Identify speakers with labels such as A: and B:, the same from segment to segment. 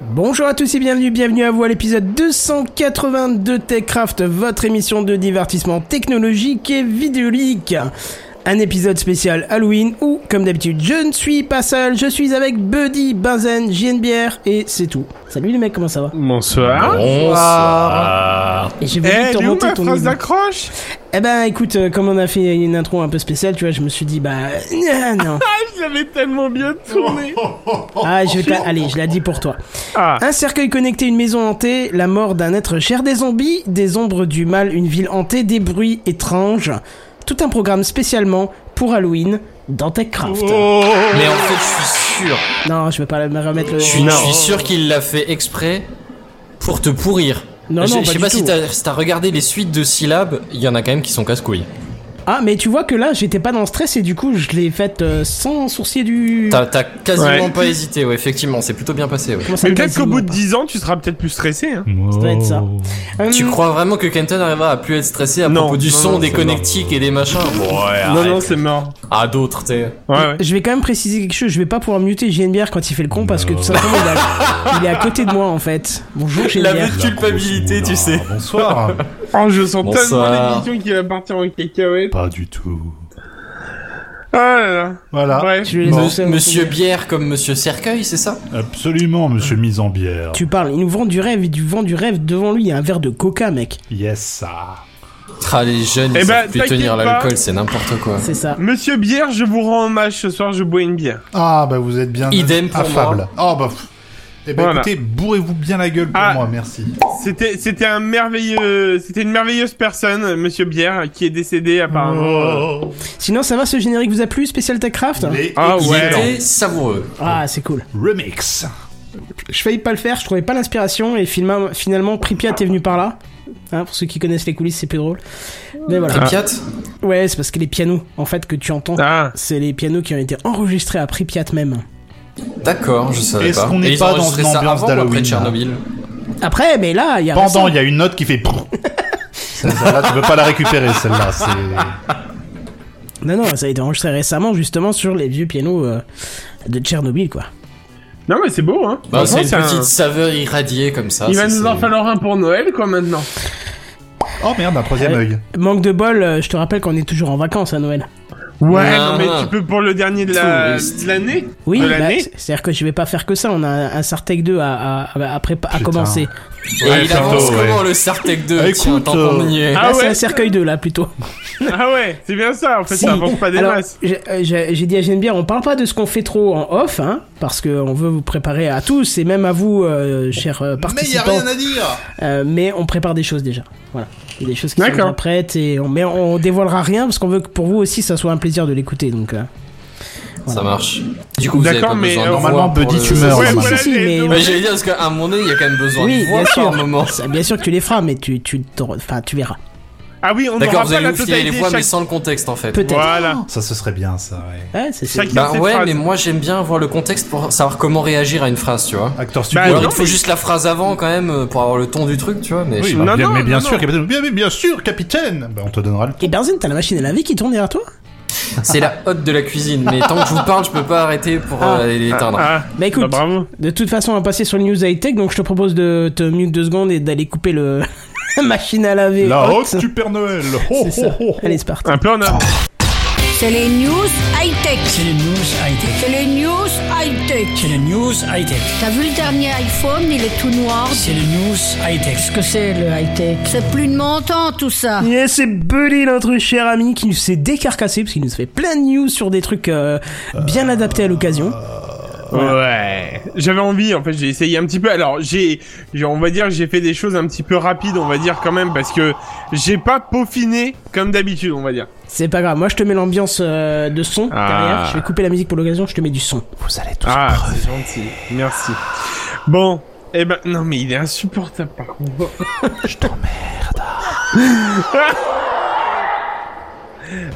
A: Bonjour à tous et bienvenue, bienvenue à vous à l'épisode 282 TechCraft, votre émission de divertissement technologique et vidéolique. Un épisode spécial Halloween où, comme d'habitude, je ne suis pas seul, je suis avec Buddy, Benzen, JNBR et c'est tout. Salut les mecs, comment ça va
B: Bonsoir.
C: Bonsoir.
A: Et j'ai
B: Eh,
A: voulu
B: elle
A: te
B: est où
A: remonter
B: ma
A: ton
B: phrase
A: niveau.
B: d'accroche
A: Eh ben écoute, euh, comme on a fait une intro un peu spéciale, tu vois, je me suis dit bah ah, non.
B: Ah, je l'avais tellement bien
C: Oh.
B: tourné.
A: Ah, je vais pas- allez, je la dis pour toi.
B: Oh, Ah,
A: Un cercueil connecté, une maison hantée, la mort d'un être cher des zombies, des ombres du mal, une ville hantée, des bruits étranges. Tout un programme spécialement pour Halloween dans TechCraft.
B: Oh.
C: Mais en fait, je suis sûr,
A: Non, je vais pas me remettre le.
C: je suis, je suis sûr qu'il l'a fait exprès pour te pourrir.
A: Non,
C: je,
A: non, pas
C: je sais
A: du
C: pas
A: tout.
C: si t'as si t'as regardé les suites de syllabes, il y en a quand même qui sont casse-couilles.
A: Ah, mais tu vois que là, j'étais pas dans le stress et du coup, je l'ai faite euh, sans sourcier du.
C: T'as t'as quasiment
B: Ouais.
C: pas hésité, ouais, effectivement, c'est plutôt bien passé, ouais.
A: Comment ça
B: mais
A: me
B: peut-être qu'au
A: quasiment
B: bout de Oh.
A: pas
B: 10 ans, tu seras peut-être plus stressé. Hein.
A: Ça doit être ça. Hum,
C: Tu crois vraiment que Kenton arrivera à plus être stressé à
B: Non,
C: propos du
B: non,
C: son,
B: non,
C: des
B: c'est
C: connectiques et des machins Ouais,
B: non,
C: arrête.
B: non, c'est mort.
C: À d'autres, tu sais.
B: Ouais, ouais.
A: Je vais quand même préciser quelque chose, je vais pas pouvoir muter JNBR quand il fait le con parce que tout simplement il, a- il est à côté de moi en fait. Bonjour
C: La
A: JNBR.
C: vue de culpabilité, tu sais.
D: Bonsoir.
B: Oh, je sens
C: Bonsoir.
B: tellement l'émission qui va partir en cacahuète.
D: Pas du tout.
B: Ah là là.
D: Voilà.
B: Bref.
A: Tu le laisses
D: Bon,
A: tout seul,
C: Monsieur
A: on peut dire.
C: Bière comme Monsieur Cercueil, c'est ça
D: Absolument, monsieur mise en bière.
A: Tu parles, il nous vend du rêve, il nous vend du rêve devant lui, il y a un verre de coca mec.
D: Yes, ça.
C: Tra Ah, les jeunes,
B: Eh ben,
C: ils savent plus
B: t'inquiète
C: tenir
B: pas.
C: l'alcool, c'est n'importe quoi.
A: C'est ça.
B: Monsieur Bière, je vous rends hommage ce soir, je bois une bière.
D: Ah, bah vous êtes bien
C: Idem pour
D: affable. Ah, bah. pff. Eh ben
B: Voilà.
D: écoutez, bourrez-vous bien la gueule pour
B: Ah.
D: moi, merci.
B: C'était, c'était un merveilleux, c'était une merveilleuse personne, Monsieur Bière, qui est décédé
C: Oh.
B: apparemment.
A: Sinon ça va ce générique vous a plu spécial Techcraft
D: Les
B: Ah
C: Il
B: ouais.
C: était savoureux.
A: Ah c'est cool.
D: remix.
A: Je faillis pas le faire, je trouvais pas l'inspiration et filma- finalement Pripyat est venu par là. Hein, pour ceux qui connaissent les coulisses c'est plus drôle. Mais voilà.
C: Pripyat
A: Ouais c'est parce que les pianos en fait que tu entends
B: Ah.
A: c'est les pianos qui ont été enregistrés à Pripyat même.
C: D'accord, je savais
D: Est-ce
C: pas.
D: qu'on n'est
C: Et ils
D: pas
C: ont
D: dans
C: enregistré
D: une
C: ça
D: ambiance
C: avant ou
D: d'Halloween,
C: après
D: là
C: Tchernobyl
A: Après mais là il y a
D: Pendant,
A: récent.
D: il y a une note qui fait. prrr. Celle-là, tu peux pas la récupérer, celle-là. C'est...
A: Non, non, ça a été enregistré récemment justement sur les vieux pianos euh, de Tchernobyl, quoi.
B: Non, mais c'est beau, hein.
C: Bah,
B: Franchement,
C: c'est une
B: c'est un-
C: petite saveur irradiée comme ça.
B: Il
C: ça,
B: va nous en
C: c'est-
B: falloir un pour Noël, quoi, maintenant.
D: Oh merde, un troisième
A: Ouais.
D: œil.
A: Manque de bol, euh, je te rappelle qu'on est toujours en vacances à Noël.
B: Ouais,
C: Non,
B: non, mais
C: non.
B: tu peux pour le dernier de la-
C: Touriste.
B: de l'année
A: Oui,
B: De
A: bah,
B: l'année
A: c'est- c'est-à-dire que je vais pas faire que ça, on a un Sartec 2 à, à, à, à prépa- à
D: Putain.
A: commencer.
C: Et
D: Ouais,
C: il
D: plutôt,
C: avance
D: ouais.
C: comment le Sartec 2
D: Ah,
C: Tiens,
D: écoute,
C: tant qu'on y est.
B: Bah, Ah
A: Là, c'est
B: ouais.
A: un cercueil 2 là plutôt.
B: Ah ouais, c'est bien ça, en fait,
A: Si.
B: ça avance pas des
A: Alors,
B: masses.
A: j'ai- euh, J'ai j'ai dit à Geneviève, on parle pas de ce qu'on fait trop en off, hein, parce qu'on veut vous préparer à tous et même à vous, euh, chers euh, participants.
D: à dire.
A: Euh, mais on prépare des choses déjà. Voilà. Il y a des choses qui sont
B: D'accord.
A: déjà prêtes et on, mais on dévoilera rien parce qu'on veut que pour vous aussi ça soit un plaisir de l'écouter. Donc euh,
C: Ça marche. Du coup, vous avez
B: D'accord,
C: pas
B: mais,
C: besoin
B: euh,
C: de voix
D: normalement,
C: pour
D: Buddy,
C: le-
D: tu meurs.
A: si,
B: Ouais,
A: si,
B: voilà,
A: si,
B: j'ai-
A: mais-
C: Mais j'allais dire, parce qu'à mon nez, il y a quand même besoin
A: Oui,
C: de voix
A: bien
C: par
A: sûr.
C: moment.
A: Ça, bien sûr que tu les feras, mais tu, tu, t'en- enfin, tu verras.
B: Ah oui, on
C: D'accord,
B: aura
C: vous
B: pas
C: allez
B: la
C: nous filer les
B: totalité
C: voix, mais
B: chaque...
C: sans le contexte en fait.
A: Peut-être.
B: Voilà.
D: Ça, ce serait bien, ça, ouais.
A: Ouais, c'est- c'est-
B: Chacun
C: Bah
B: ses
C: ouais,
B: phrases.
C: mais moi j'aime bien voir le contexte pour savoir comment réagir à une phrase, tu vois.
D: Acteur
B: Bah,
D: studio.
C: Ou alors,
B: non,
C: il te faut
B: mais-
C: juste la phrase avant quand même euh, pour avoir le ton du truc, tu vois. Mais
D: Oui,
C: je-
D: bah,
B: Non,
D: bien-
B: non,
D: mais bien
B: non,
D: sûr,
B: non.
D: capitaine. Bien, bien sûr, capitaine. Bah, on te donnera le
A: Et Berzin, t'as la machine à laver qui tourne derrière toi
C: c'est la hotte de la cuisine. Mais tant que je vous parle, je peux pas arrêter pour
A: Ah.
C: euh, l'éteindre.
B: Ah,
A: Bah écoute,
B: bah bravo.
A: de toute façon, on va passer sur le news high tech, donc je te propose de te mute deux secondes et d'aller couper le la machine à laver.
D: La
A: haute.
D: haute du Père Noël.
A: C'est ça.
B: Oh,
A: Allez, c'est parti.
B: Un peu en avant.
E: C'est les news high-tech.
F: C'est les news high-tech.
E: C'est les news high-tech.
F: C'est les news high-tech.
E: T'as vu le dernier iPhone, il est tout noir.
F: C'est les news high-tech.
E: que c'est le high-tech C'est plus de mon temps tout ça.
A: Yes, c'est Buddy, notre cher ami, qui nous s'est décarcassé parce qu'il nous fait plein de news sur des trucs euh, bien adaptés à l'occasion.
B: Ouais. J'avais envie, en fait, j'ai essayé un petit peu. Alors, j'ai, j'ai- on va dire, que j'ai fait des choses un petit peu rapides, on va dire quand même, parce que j'ai pas peaufiné comme d'habitude, on va dire.
A: C'est pas grave, moi je te mets l'ambiance euh, de son
B: Ah.
A: derrière. Je vais couper la musique pour l'occasion, je te mets du son. Vous allez tous.
B: Ah, c'est gentil. Merci. Bon. Eh ben, non, mais il est insupportable, par contre.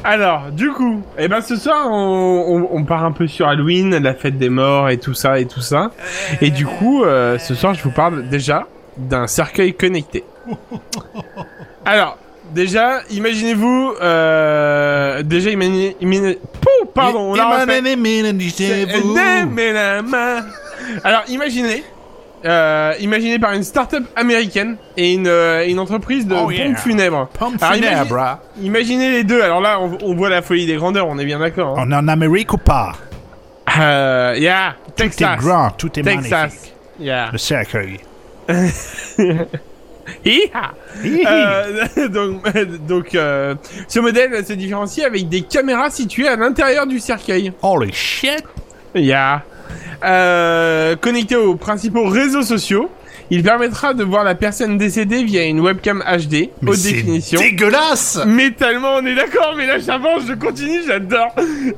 B: Alors, du coup, eh ben ce soir, on, on- on part un peu sur Halloween, la fête des morts et tout ça et tout ça. Et du coup, euh, ce soir, je vous parle déjà d'un cercueil connecté. Alors, déjà, imaginez-vous, euh, déjà, imaginez, imaginez- Pouh, pardon, on l'a refait. C'est-
D: refait.
B: Aimez la main. Alors, imaginez euh, imaginé par une start-up américaine et une, euh, une entreprise de
G: Oh,
B: pompes
G: yeah.
B: funèbres.
G: Pompe
B: Alors, Ah, imagine-
G: funèbre. hein.
B: Imaginez les deux, alors là on, on voit la folie des grandeurs, on est bien d'accord. hein.
G: On est en Amérique ou pas
B: Euh, yeah,
G: Tout est
B: Texas.
G: grand, tout est magnifique.
B: Texas. Yeah.
G: Le cercueil.
B: Hi-ha.
G: Hihi.
B: Euh, donc, donc euh, ce modèle se différencie avec des caméras situées à l'intérieur du cercueil.
G: Holy shit
B: Yeah. Euh, connecté aux principaux réseaux sociaux, il permettra de voir la personne décédée via une webcam HD,
D: Mais
B: haute
D: c'est
B: définition.
D: dégueulasse
B: Mais tellement on est d'accord, mais là j'avance, je continue, j'adore.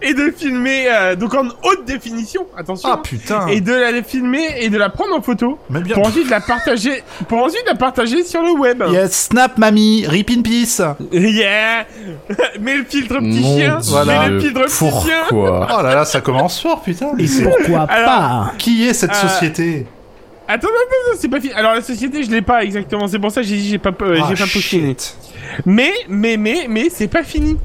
B: Et de filmer, euh, donc en haute définition, attention.
D: Ah
B: hein.
D: putain
B: et de la filmer et de la prendre en photo
D: Mais bien-
B: pour ensuite la partager pour ensuite la partager sur le web.
D: Yes, snap mamie, rip in peace
B: Yeah. Mais le filtre petit
C: Mon
B: chien,
C: Dieu,
B: mais le filtre petit chien.
C: Pourquoi
D: Oh là là, ça commence fort, putain
A: Et pourquoi pas
D: Qui est cette
B: Euh,
D: société
B: Attends, attends, attends, c'est pas fini. Alors la société, je l'ai pas exactement, c'est pour ça que j'ai dit j'ai pas euh,
D: Ah,
B: j'ai pas postulé.
D: shit.
B: Mais mais mais mais c'est pas fini.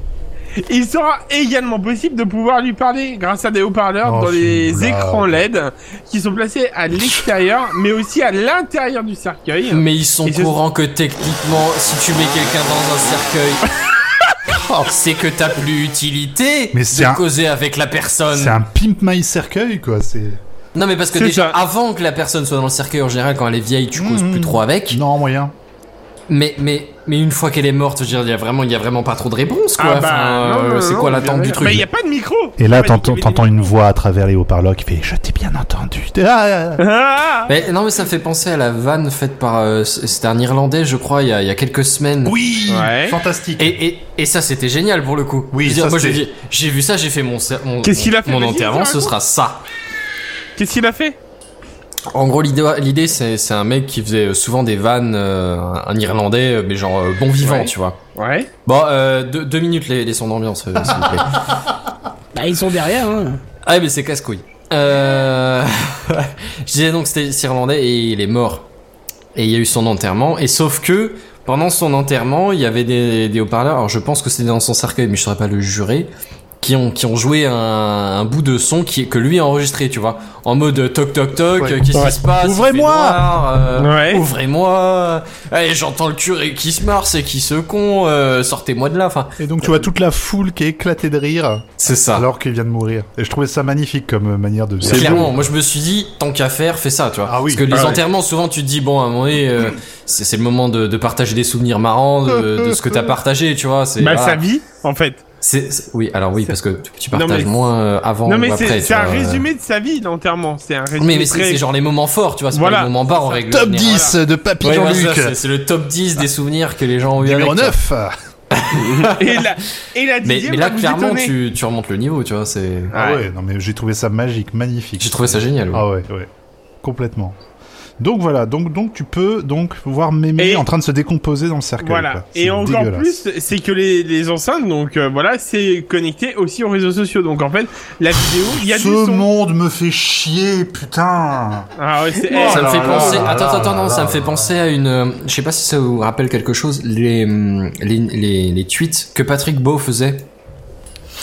B: Il sera également possible de pouvoir lui parler grâce à des haut-parleurs
D: Oh,
B: dans
D: c'est
B: les
D: une blague.
B: écrans LED qui sont placés à l'extérieur mais aussi à l'intérieur du cercueil.
C: Mais ils sont
B: Et je-
C: courants que techniquement, si tu mets quelqu'un dans un cercueil, c'est que t'as plus utilité
G: Mais
C: de
G: c'est un-
C: causer avec la personne.
D: C'est un pimp my cercueil, quoi, c'est...
C: Non, mais parce que
B: C'est
C: déjà,
B: ça. Mmh,
C: avant que la personne soit dans le cercueil, en général, quand elle est vieille, tu causes plus trop avec.
D: Non, moyen.
C: Mais, mais, mais une fois qu'elle est morte, je veux dire, il y a vraiment, il y a vraiment pas trop de réponse, quoi.
B: Ah bah,
C: Enfin,
B: non,
C: euh,
B: non,
C: c'est
B: non,
C: quoi
B: non,
C: l'attente
B: mais-
C: du truc
B: Mais il Bah, y a pas de micro.
D: Et là,
B: Ah, bah,
D: t'entends
B: il y avait des
D: t'entends une voix à travers les haut-parleurs qui fait « Je t'ai bien entendu !» Ah, ah,
B: Ah
C: Mais non, mais ça me fait penser à la vanne faite par, euh, c- c'était un Irlandais, je crois, il y a, il y a quelques semaines.
D: Oui
B: Ouais.
D: Fantastique
C: Et, et, et ça, c'était génial pour le coup.
D: Oui,
C: Je veux dire,
D: ça,
C: moi, j'ai
D: c'était-
C: dit- j'ai vu ça, j'ai fait mon, cer- mon,
B: Qu'est-ce qu'il a fait
C: mon
B: Vas-y,
C: enterrement,
B: raconte.
C: ce sera ça.
B: Qu'est-ce qu'il a fait
C: En gros, l'idée, l'idée, c'est, c'est un mec qui faisait souvent des vannes, euh, un Irlandais, euh, mais genre euh, bon vivant,
B: Ouais.
C: tu vois.
B: Ouais.
C: Bon, euh, deux, deux minutes les, les sons d'ambiance, euh, s'il vous plaît.
A: Bah, ils sont derrière, hein.
C: Ah mais c'est casse-couille. Euh... je disais donc c'était c'est irlandais et il est mort. Et il y a eu son enterrement. Et sauf que pendant son enterrement, il y avait des, des haut-parleurs. Alors je pense que c'était dans son cercueil, mais je saurais pas le jurer. Qui ont, qui ont joué un, un bout de son qui, que lui a enregistré, tu vois. En mode toc toc toc,
D: Ouais.
C: euh, qu'est-ce qui se passe Il fait
G: Ouvrez-moi
C: noir, euh,
B: Ouais.
C: Ouvrez-moi Allez, J'entends le curé qui se marre, c'est qui se con, euh, sortez-moi de là. Enfin,
D: Et donc, tu vois toute la foule qui est éclatée de rire,
C: c'est ça.
D: alors qu'il vient de mourir. Et je trouvais ça magnifique comme euh, manière de...
C: C'est clairement, moi je me suis dit, tant qu'à faire, fais ça, tu vois.
D: Ah oui.
C: Parce que les
D: Ah ouais.
C: enterrements, souvent tu te dis, bon, à un moment donné, euh, c'est c'est le moment de, de partager des souvenirs marrants, de, de ce que t'as partagé, tu vois. c'est
B: Bah
C: voilà.
B: sa vie, en fait.
C: C'est- c'est- Oui, alors oui, parce que tu- tu
B: Non,
C: partages
B: mais-
C: moins euh, avant
B: non mais
C: ou après.
B: c'est
C: tu
B: c'est un
C: vois.
B: résumé de sa vie l'enterrement. C'est un résumé.
C: Mais, mais c'est
B: très-
C: c'est genre les moments forts, tu vois, c'est
B: Voilà.
C: pas les moments bas en règle
D: Top
C: générale.
D: 10 de Papy
C: Ouais, voilà,
D: Jean-Luc
C: ça, c'est- C'est le top 10 des souvenirs que les gens ont eu
D: Numéro
C: avec, euh, Ah tu vois.
D: 9
B: Et la, et la
C: Mais,
B: dixième
C: mais là,
B: va vous
C: clairement,
B: étonner.
C: tu, tu remontes le niveau, tu vois. c'est
D: Ah ouais, non mais j'ai trouvé ça magique, magnifique.
C: J'ai trouvé ça génial. ouais.
D: Ah ouais, ouais, complètement. Donc voilà, donc donc tu peux donc voir Mémé
B: Et-
D: en train de se décomposer dans le cercueil.
B: Voilà.
D: quoi. C'est
B: Et encore
D: dégueulasse.
B: plus, c'est que les, les enceintes, donc euh, voilà, c'est connecté aussi aux réseaux sociaux. Donc en fait, la vidéo, il y a
D: Ce
B: du son.
D: monde me fait chier, putain.
B: Ah ouais, c'est.
C: Ça
B: eh,
C: me fait
D: Oh là là
C: penser.
D: là
C: Attends,
D: là
C: attends,
D: là
C: non, ça
D: là
C: me fait
D: là
C: penser à une. euh, Je sais pas si ça vous rappelle quelque chose. Les hum, les les, les tweets que Patrick Beau faisait.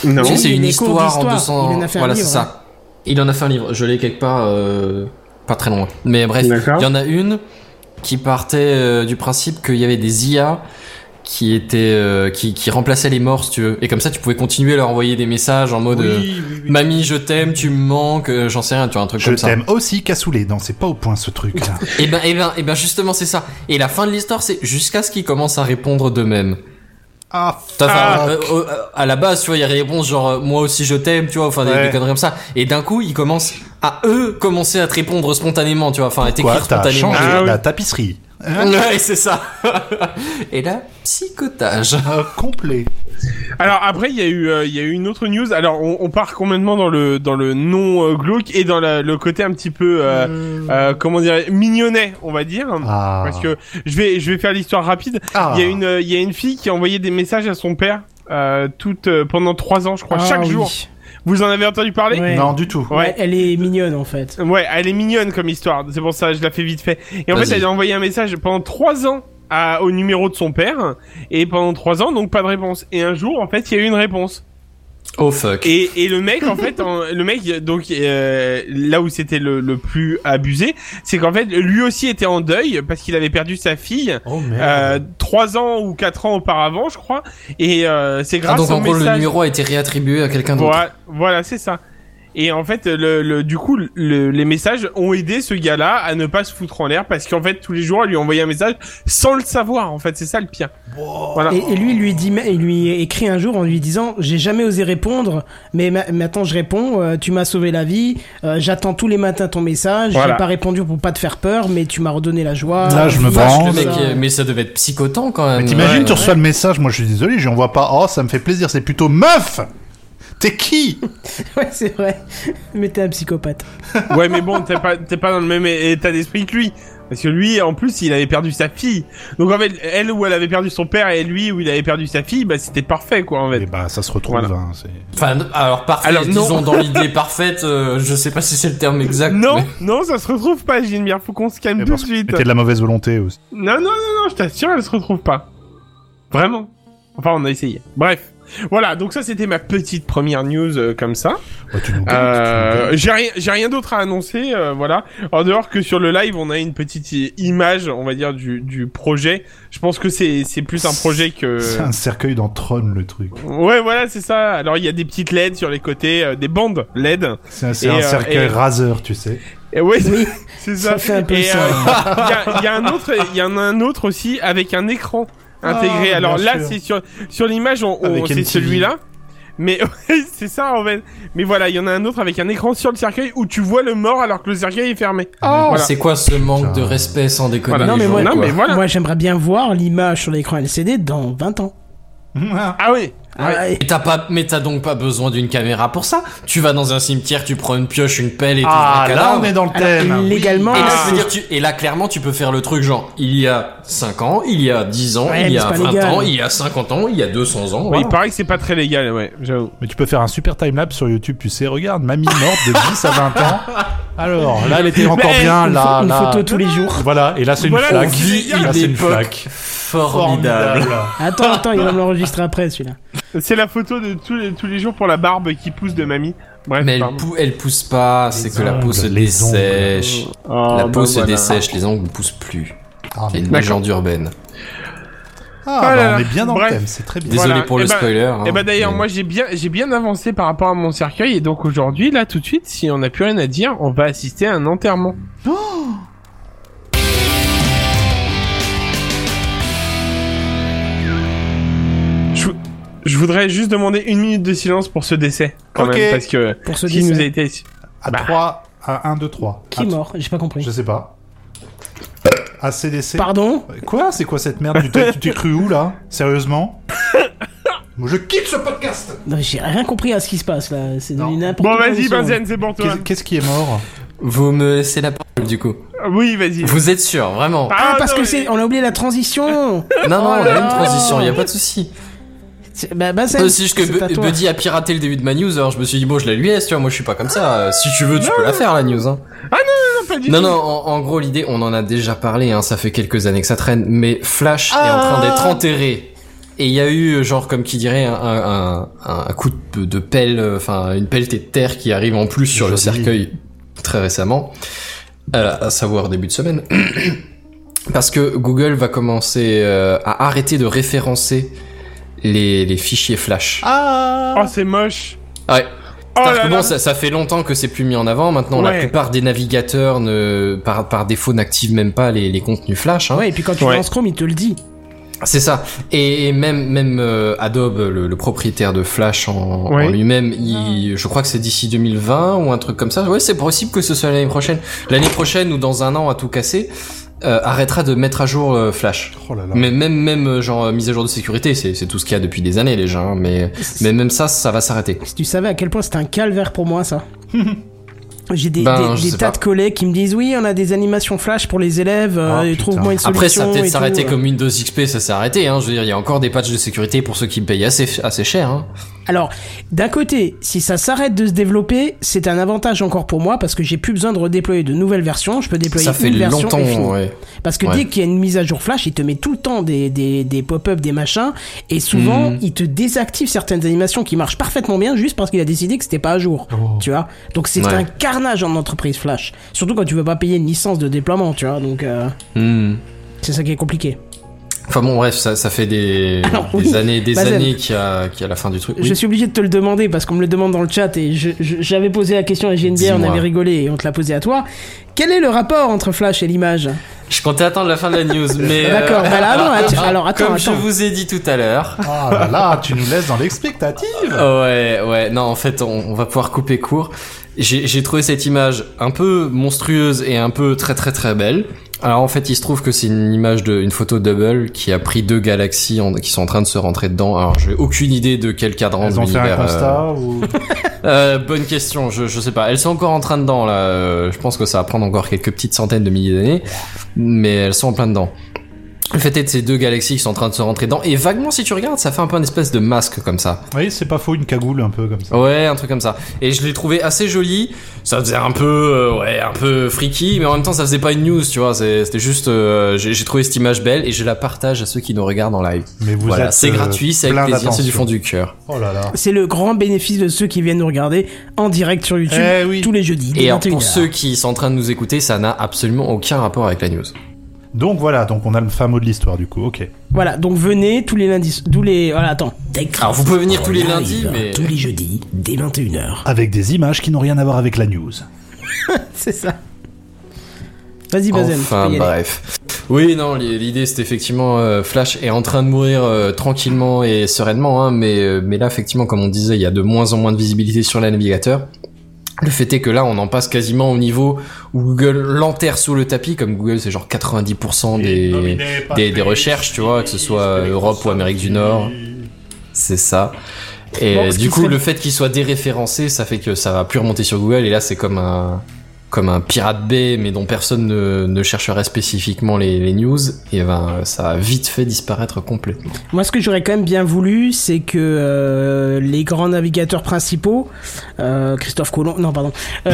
B: non.
C: Tu
A: Ah
C: sais,
A: Oui, il
C: c'est
A: y a
C: une
A: des cours
C: histoire en
A: d'histoire.
C: 200.
A: Il en a fait un
C: voilà, c'est
A: livre,
C: ça. Il en a fait un livre. Je l'ai quelque part, euh, pas très loin. Mais bref,
B: D'accord.
C: il y en a une qui partait euh, du principe qu'il y avait des IA qui étaient euh, qui qui remplaçaient les morts, si tu veux. Et comme ça, tu pouvais continuer à leur envoyer des messages en mode. euh, Mamie, je t'aime, tu me manques, euh, j'en sais rien, tu vois, un truc
D: Je
C: comme ça.
D: t'aime aussi, cassoulet. Non, c'est pas au point ce truc. là.
C: Et ben, et ben, et ben justement, c'est ça. Et la fin de l'histoire, c'est jusqu'à ce qu'ils commencent à répondre d'eux-mêmes.
D: ah,
C: Enfin,
B: Ah.
C: euh, euh, euh, à la base, tu vois, il y a des réponses genre euh, moi aussi je t'aime, tu vois, enfin des-
D: Ouais.
C: des conneries comme ça. Et d'un coup, ils commencent à eux commencer à te répondre spontanément, tu vois, enfin à
D: quoi,
C: t'écrire
D: t'as
C: spontanément.
D: changé
B: Ah oui.
D: la tapisserie.
C: Ouais, c'est ça. et là, psychotage.
D: Euh,
B: Ah.
D: complet.
B: Alors après, il y a eu, euh, il y a eu une autre news. Alors on, on part complètement dans le dans le non euh, glauque et dans la- le côté un petit peu euh, euh, comment dire mignonnet, on va dire.
D: Hmm. Ah.
B: Parce que je vais je vais faire l'histoire rapide.
D: Ah.
B: Il y a une euh, il y a une fille qui a envoyé des messages à son père euh, toute euh, pendant trois ans, je crois,
A: Ah,
B: chaque
A: oui.
B: jour. Vous en avez entendu parler
A: Ouais.
D: Non, du tout.
B: Ouais.
A: Elle est mignonne, en fait.
B: Ouais, elle est mignonne comme histoire, c'est pour ça je la fais vite fait. Et en fait,
C: Vas-y.
B: elle a envoyé un message pendant trois ans à- au numéro de son père, et pendant trois ans, donc pas de réponse. Et un jour, en fait, il y a eu une réponse.
C: Oh fuck.
B: Et, et le mec, en fait, en- le mec, donc euh, là où c'était le, le plus abusé, c'est qu'en fait, lui aussi était en deuil parce qu'il avait perdu sa fille
D: Oh
C: Ah.
D: merde.
B: euh, trois ans ou quatre ans auparavant, je crois. Et euh, c'est
C: Ah,
B: grâce
C: donc
B: au
C: en gros, le
B: message.
C: numéro a été réattribué à quelqu'un d'autre.
B: Voilà, voilà, c'est ça. Et en fait, le, le- du coup, le- les messages ont aidé ce gars-là à ne pas se foutre en l'air parce qu'en fait, tous les jours, elle lui envoyait un message sans le savoir. En fait, c'est ça le pire. Voilà.
A: Et, et lui, il lui, dit, il lui écrit un jour en lui disant J'ai jamais osé répondre, mais ma- maintenant je réponds. euh, tu m'as sauvé la vie. euh, J'attends tous les matins ton message.
B: Voilà.
A: J'ai pas répondu pour pas te faire peur, mais tu m'as redonné la joie.
G: Là, je me
A: Vache,
G: branle.
A: le
C: Le mec,
A: ça.
C: euh, mais ça devait être psychotant quand même.
D: T'imagines,
B: Euh,
C: Ouais.
D: tu reçois le message, moi je suis désolé, j'y envoie pas. Oh, ça me fait plaisir, c'est plutôt meuf T'es qui
A: Ouais, c'est vrai. Mais t'es un psychopathe.
B: Ouais, mais bon, t'es pas, t'es pas dans le même é- état d'esprit que lui. Parce que lui, en plus, il avait perdu sa fille. Donc en fait, elle où elle avait perdu son père et lui où il avait perdu sa fille, bah c'était parfait quoi en
D: Et
B: fait.
D: bah, ça se retrouve.
B: Voilà.
D: hein, c'est-
C: Enfin, non, alors parfait,
B: Alors, non.
C: disons dans l'idée parfaite, euh, je sais pas si c'est le terme exact.
B: Non,
C: mais-
B: non, ça se retrouve pas, Gilbert. Faut qu'on se calme
D: Et
B: tout de
D: parce que
B: suite.
D: t'es de la mauvaise volonté aussi.
B: Non, non, non, non, je t'assure, elle se retrouve pas. Vraiment. Enfin, on a essayé. Bref. Voilà, donc ça c'était ma petite première news euh, comme ça.
D: Bah, tu nous gagnes, tu nous
B: Euh,
D: gagnes.
B: j'ai rien, j'ai rien d'autre à annoncer, euh, voilà. En dehors que sur le live, on a une petite i- image, on va dire, du, du projet. Je pense que c'est, c'est plus un projet que.
D: C'est un cercueil dans Tron le truc.
B: Ouais, voilà, c'est ça. Alors il y a des petites LED sur les côtés, euh, des bandes LED.
D: C'est un, c'est
B: Et,
D: un
B: euh,
D: cercueil
B: et-
D: raser, tu sais.
B: Et ouais, c'est ça.
A: ça fait un peu
B: Et, euh,
A: ça.
B: il y a- il y, a un autre, il y en a un autre aussi avec un écran intégré.
D: Ah,
B: Alors
D: bien
B: là,
D: sûr.
B: c'est sur sur l'image, on, on-
D: Avec
B: c'est
D: MTV.
B: celui-là. Mais ouais, c'est ça en fait. Mais voilà, il y en a un autre avec un écran sur le cercueil où tu vois le mort alors que le cercueil est fermé.
C: Oh,
B: Voilà.
C: C'est quoi ce manque de
D: Putain.
C: respect sans déconner
B: Voilà.
A: Non,
C: Ah, les
A: mais
C: gens,
A: moi-
B: non,
C: quoi.
B: mais voilà.
A: Moi, j'aimerais bien voir l'image sur l'écran LCD dans 20 ans.
B: Ah oui.
A: Ah, et-
C: Et t'as pas, mais t'as donc pas besoin d'une caméra pour ça. Tu vas dans un cimetière, tu prends une pioche, une pelle et tout.
D: Ah, là on est dans le
A: Alors,
D: thème.
A: légalement,
C: Et là,
A: c'est-
C: je veux dire, tu- et là, clairement, tu peux faire le truc genre, il y a 5 ans, il y a 10 ans,
A: Ouais,
C: il
A: mais
C: y
A: c'est
C: a
A: pas
C: 20
A: légal.
C: ans, il y a 50 ans, il y a 200 ans.
B: Ouais,
C: voilà.
B: Il paraît que c'est pas très légal, ouais, j'avoue.
D: Mais tu peux faire un super timelapse sur YouTube, tu sais, regarde, mamie morte de 10 à 20 ans. Alors, là, elle était encore
B: Mais
D: bien,
A: une
D: Ah là,
A: pho- une
D: là.
A: photo tous les jours.
D: Voilà, et là, c'est une
B: Voilà,
D: flaque.
B: on vit
D: Là,
C: une
D: c'est une
C: époque
D: flaque.
C: Formidable.
A: Attends, attends, il va me l'enregistrer après celui-là.
B: C'est la photo de tous les, tous les jours pour la barbe qui pousse de mamie. Bref,
C: Mais elle,
B: pardon.
C: pou- elle pousse pas, c'est que la
D: ongles,
C: peau se
D: les
C: dessèche.
B: Oh,
C: la
B: bah
C: peau se
B: voilà.
C: dessèche, les ongles ne poussent plus.
D: Ah,
C: C'est une
B: D'accord.
C: légende urbaine.
D: Ah,
B: Ah
D: bah,
B: là là.
D: on est bien dans
B: Bref.
D: le thème, c'est très bien.
C: Désolé
B: Voilà.
C: pour
B: Eh
C: le
B: ben-
C: spoiler.
A: Ah,
C: hein.
B: Et bah d'ailleurs,
C: Mais-
B: moi j'ai bien, j'ai bien avancé par rapport à mon cercueil et donc aujourd'hui, là tout de suite, si on n'a plus rien à dire, on va assister à un enterrement. je, vou- je voudrais juste demander une minute de silence pour ce décès, quand
D: Ok.
B: même, parce que
A: Pour ce
B: qui nous a
A: décès.
B: été
D: À 3, à 1, 2, 3.
A: Qui est mort J'ai pas compris.
D: Je sais pas. ACDC.
A: Pardon
D: Quoi C'est quoi cette merde Tu t'es- Tu t'es cru où, là Sérieusement Moi, je quitte ce podcast
A: Non, j'ai rien compris à ce qui se passe là. C'est devenu
D: Non.
A: n'importe
B: Bon,
A: quoi.
B: vas-y,
A: une seconde.
B: Benzen, c'est pour toi.
D: Qu'est- Qu'est-ce qui est mort
C: Vous me laissez la parole du coup.
B: Oui, vas-y.
C: Vous êtes sûr, vraiment
A: Ah, parce
B: non,
A: que
B: mais-
A: c'est. On a oublié la transition
C: Non, non,
A: Oh
C: la
A: là
C: même
A: là.
C: transition, y a pas de souci.
A: C'est- Bah, bah,
C: Non,
A: c'est.
C: C'est juste que
A: c'est à
C: Bu-
A: toi.
C: Buddy a piraté le début de ma news, alors je me suis dit, bon, je la lui laisse, tu vois, moi je suis pas comme ça. euh, Si tu veux, tu peux la faire, la news. Hein.
B: Non, pas du
C: Non,
B: tout.
C: non, en, en gros, l'idée, on en a déjà parlé, hein, ça fait quelques années que ça traîne, mais Flash est en train d'être enterré. Et il y a eu, euh, genre, comme qui dirait, un, un, un- un coup de, de pelle, euh, enfin, une pelletée de terre qui arrive en plus sur le
D: Joli.
C: cercueil très récemment, euh, à savoir début de semaine. Parce que Google va commencer euh, à arrêter de référencer les, les fichiers Flash.
B: Oh, c'est moche.
C: Ouais.
B: Oh
C: Parce
B: là
C: que bon,
B: là.
C: ça, ça fait longtemps que c'est plus mis en avant. Maintenant, la
B: Ouais.
C: plupart des navigateurs, ne, par, par défaut, n'activent même pas les, les contenus Flash. hein.
A: Ouais, et puis quand tu
B: Ouais.
A: lances Chrome, il te le dit.
C: C'est ça. Et même, même euh, Adobe, le, le propriétaire de Flash en,
B: Ouais. Ah.
C: en lui-même, il- je crois que c'est d'ici 2020 ou un truc comme ça. Ouais, c'est possible que ce soit l'année prochaine. L'année prochaine ou dans un an à tout casser, euh, arrêtera de mettre à jour euh, Flash.
D: Oh là là.
C: Mais même, même euh, genre euh, mise à jour de sécurité, c'est c'est tout ce qu'il y a depuis des années déjà. hein, mais, mais même ça, ça va s'arrêter.
A: Si tu savais à quel point c'était un calvaire pour moi, ça. J'ai des,
C: Ben,
A: des-
C: je
A: des
C: sais
A: tas
C: pas.
A: de collègues qui me disent oui, on a des animations flash pour les élèves, euh,
D: Ah,
A: et
D: putain.
A: trouve-moi une solution.
C: Oh, Après, ça a
A: et
C: peut-être
A: tout. euh.
C: s'arrêté comme Windows XP, ça s'est arrêté. Hein. Je veux dire, il y a encore des patchs de sécurité pour ceux qui payent assez, assez cher. Hein.
A: Alors, d'un côté, si ça s'arrête de se développer, c'est un avantage encore pour moi parce que j'ai plus besoin de redéployer de nouvelles versions. Je peux déployer
C: Ça fait
A: une version
C: longtemps,
A: et fini.
C: ouais.
A: Parce que
C: Ouais.
A: dès qu'il y a une mise à jour Flash, il te met tout le temps des, des, des pop-up, des machins, et souvent
C: Mhm.
A: il te désactive certaines animations qui marchent parfaitement bien juste parce qu'il a décidé que c'était pas à jour. Tu vois Donc c'est
C: Oh. Ouais.
A: un carnage en entreprise Flash. Surtout quand tu veux pas payer une licence de déploiement, tu vois. Donc euh,
C: Hmm.
A: c'est ça qui est compliqué.
C: Enfin bon, bref, ça, ça fait des,
A: Alors,
C: des
A: oui,
C: années, des
A: Bazen.
C: années qu'il y, a, qu'il y a la fin du truc. Oui.
A: Je suis obligé de te le demander parce qu'on me le demande dans le chat et je- je- j'avais posé la question à GNBR, on
C: Dis-moi.
A: avait rigolé et on te l'a posé à toi. Quel est le rapport entre Flash et l'image
C: Je comptais attendre la fin de la news, mais. euh,
A: D'accord, bah là, non, attends, alors, attends,
C: Comme je
A: attends.
C: vous ai dit tout à l'heure.
D: Ah là là, tu nous laisses dans l'expectative.
C: Oh, Ouais, ouais, non, en fait, on, on va pouvoir couper court. J'ai j'ai trouvé cette image un peu monstrueuse et un peu très très très belle. Alors en fait, il se trouve que c'est une image de, une photo double qui a pris deux galaxies en- qui sont en train de se rentrer dedans. Alors j'ai aucune idée de quel cadran. de
D: Elles ont fait un
C: l'univers, euh,
D: constat ou
C: euh, bonne question, je, je sais pas. Elles sont encore en train dedans là. euh, Je pense que ça va prendre encore quelques petites centaines de milliers d'années, mais elles sont en plein dedans. Le fait est de ces deux galaxies qui sont en train de se rentrer dedans. Et vaguement, si tu regardes, ça fait un peu une espèce de masque comme ça.
D: Oui, c'est pas faux, une cagoule un peu comme ça.
C: Ouais, un truc comme ça. Et je l'ai trouvé assez joli. Ça faisait un peu, euh, ouais, un peu freaky, mais en même temps, ça faisait pas une news, tu vois. c'est- C'était juste, euh, j'ai j'ai trouvé cette image belle et je la partage à ceux qui nous regardent en live.
D: Mais vous
C: voilà,
D: êtes,
C: c'est
D: euh,
C: gratuit, c'est avec
D: plein
C: plaisir, c'est du
D: d'attention.
C: fond du cœur.
D: Oh là là.
A: C'est le grand bénéfice de ceux qui viennent nous regarder en direct sur YouTube
D: Eh oui.
A: tous les jeudis. dès
C: Et alors, pour
A: 21h.
C: ceux qui sont en train de nous écouter, ça n'a absolument aucun rapport avec la news.
D: Donc voilà, donc on a le fameux de l'histoire du coup. Ok.
A: Voilà, donc venez tous les lundis, tous les... Voilà, attends.
C: Alors, vous pouvez venir tous les lundis,
A: Live,
C: mais.
A: Tous les jeudis, dès 21h.
D: Avec des images qui n'ont rien à voir avec la news.
A: C'est ça. Vas-y, Bazen.
C: Enfin, bah
A: tu peux y aller.
C: bref. Oui, non, li- l'idée c'est effectivement euh, Flash est en train de mourir euh, tranquillement et sereinement, hein, mais, euh, mais là, effectivement, comme on disait, il y a de moins en moins de visibilité sur les navigateurs. Le fait est que là, on en passe quasiment au niveau où Google l'enterre sous le tapis, comme Google, c'est genre 90% des, des, des recherches, tu vois, que ce soit euh, Europe ou Amérique du Nord. C'est ça. Et
A: Bon, ce qui
C: du coup,
A: serait-
C: le fait qu'il soit déréférencé, ça fait que ça va plus remonter sur Google. Et là, c'est comme un comme un pirate bay, mais dont personne ne, ne chercherait spécifiquement les, les news. Et ben, ça a vite fait disparaître complètement.
A: Moi, ce que j'aurais quand même bien voulu, c'est que euh, les grands navigateurs principaux, euh, Christophe Colomb, non, pardon, euh,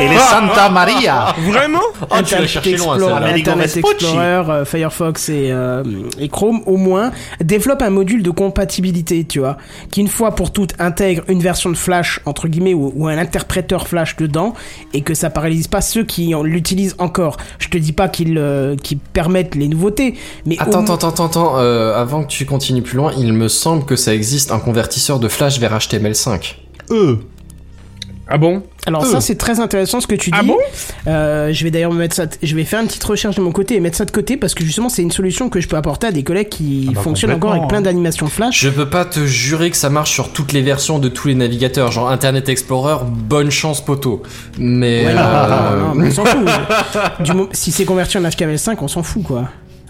G: Et les Santa Maria.
B: Vraiment
D: Ah,
C: Oh, tu l'as cherché loin,
A: Explorer,
C: celle-là.
A: Internet Explorer, euh, Firefox et, euh, et Chrome, au moins, développent un module de compatibilité, tu vois, qui une fois pour toutes intègre une version de Flash, entre guillemets, ou, ou un interpréteur Flash dedans, et que ça paralyse pas ceux qui en- l'utilisent encore. Je te dis pas qu'ils euh, qu'ils permettent les nouveautés, mais au
C: Attends,
A: moins-
C: attends, attends, attends, attends. euh, avant que tu continues plus loin, il me semble que ça existe un convertisseur de Flash vers HTML5.
D: Eux.
B: Ah bon
A: Alors
D: Euh.
A: ça c'est très intéressant ce que tu dis.
B: Ah bon
A: Euh, je vais d'ailleurs me mettre ça, t- je vais faire une petite recherche de mon côté et mettre ça de côté parce que justement c'est une solution que je peux apporter à des collègues qui
D: Ah bah,
A: fonctionnent encore avec plein
D: complètement,
A: d'animations flash.
C: Je peux pas te jurer que ça marche sur toutes les versions de tous les navigateurs, genre Internet Explorer, bonne chance poteau. Mais
A: Ouais, non,
C: euh,
A: non, non, Ah, mais on s'en fout. Du moment- si c'est converti en HTML5, on s'en fout quoi.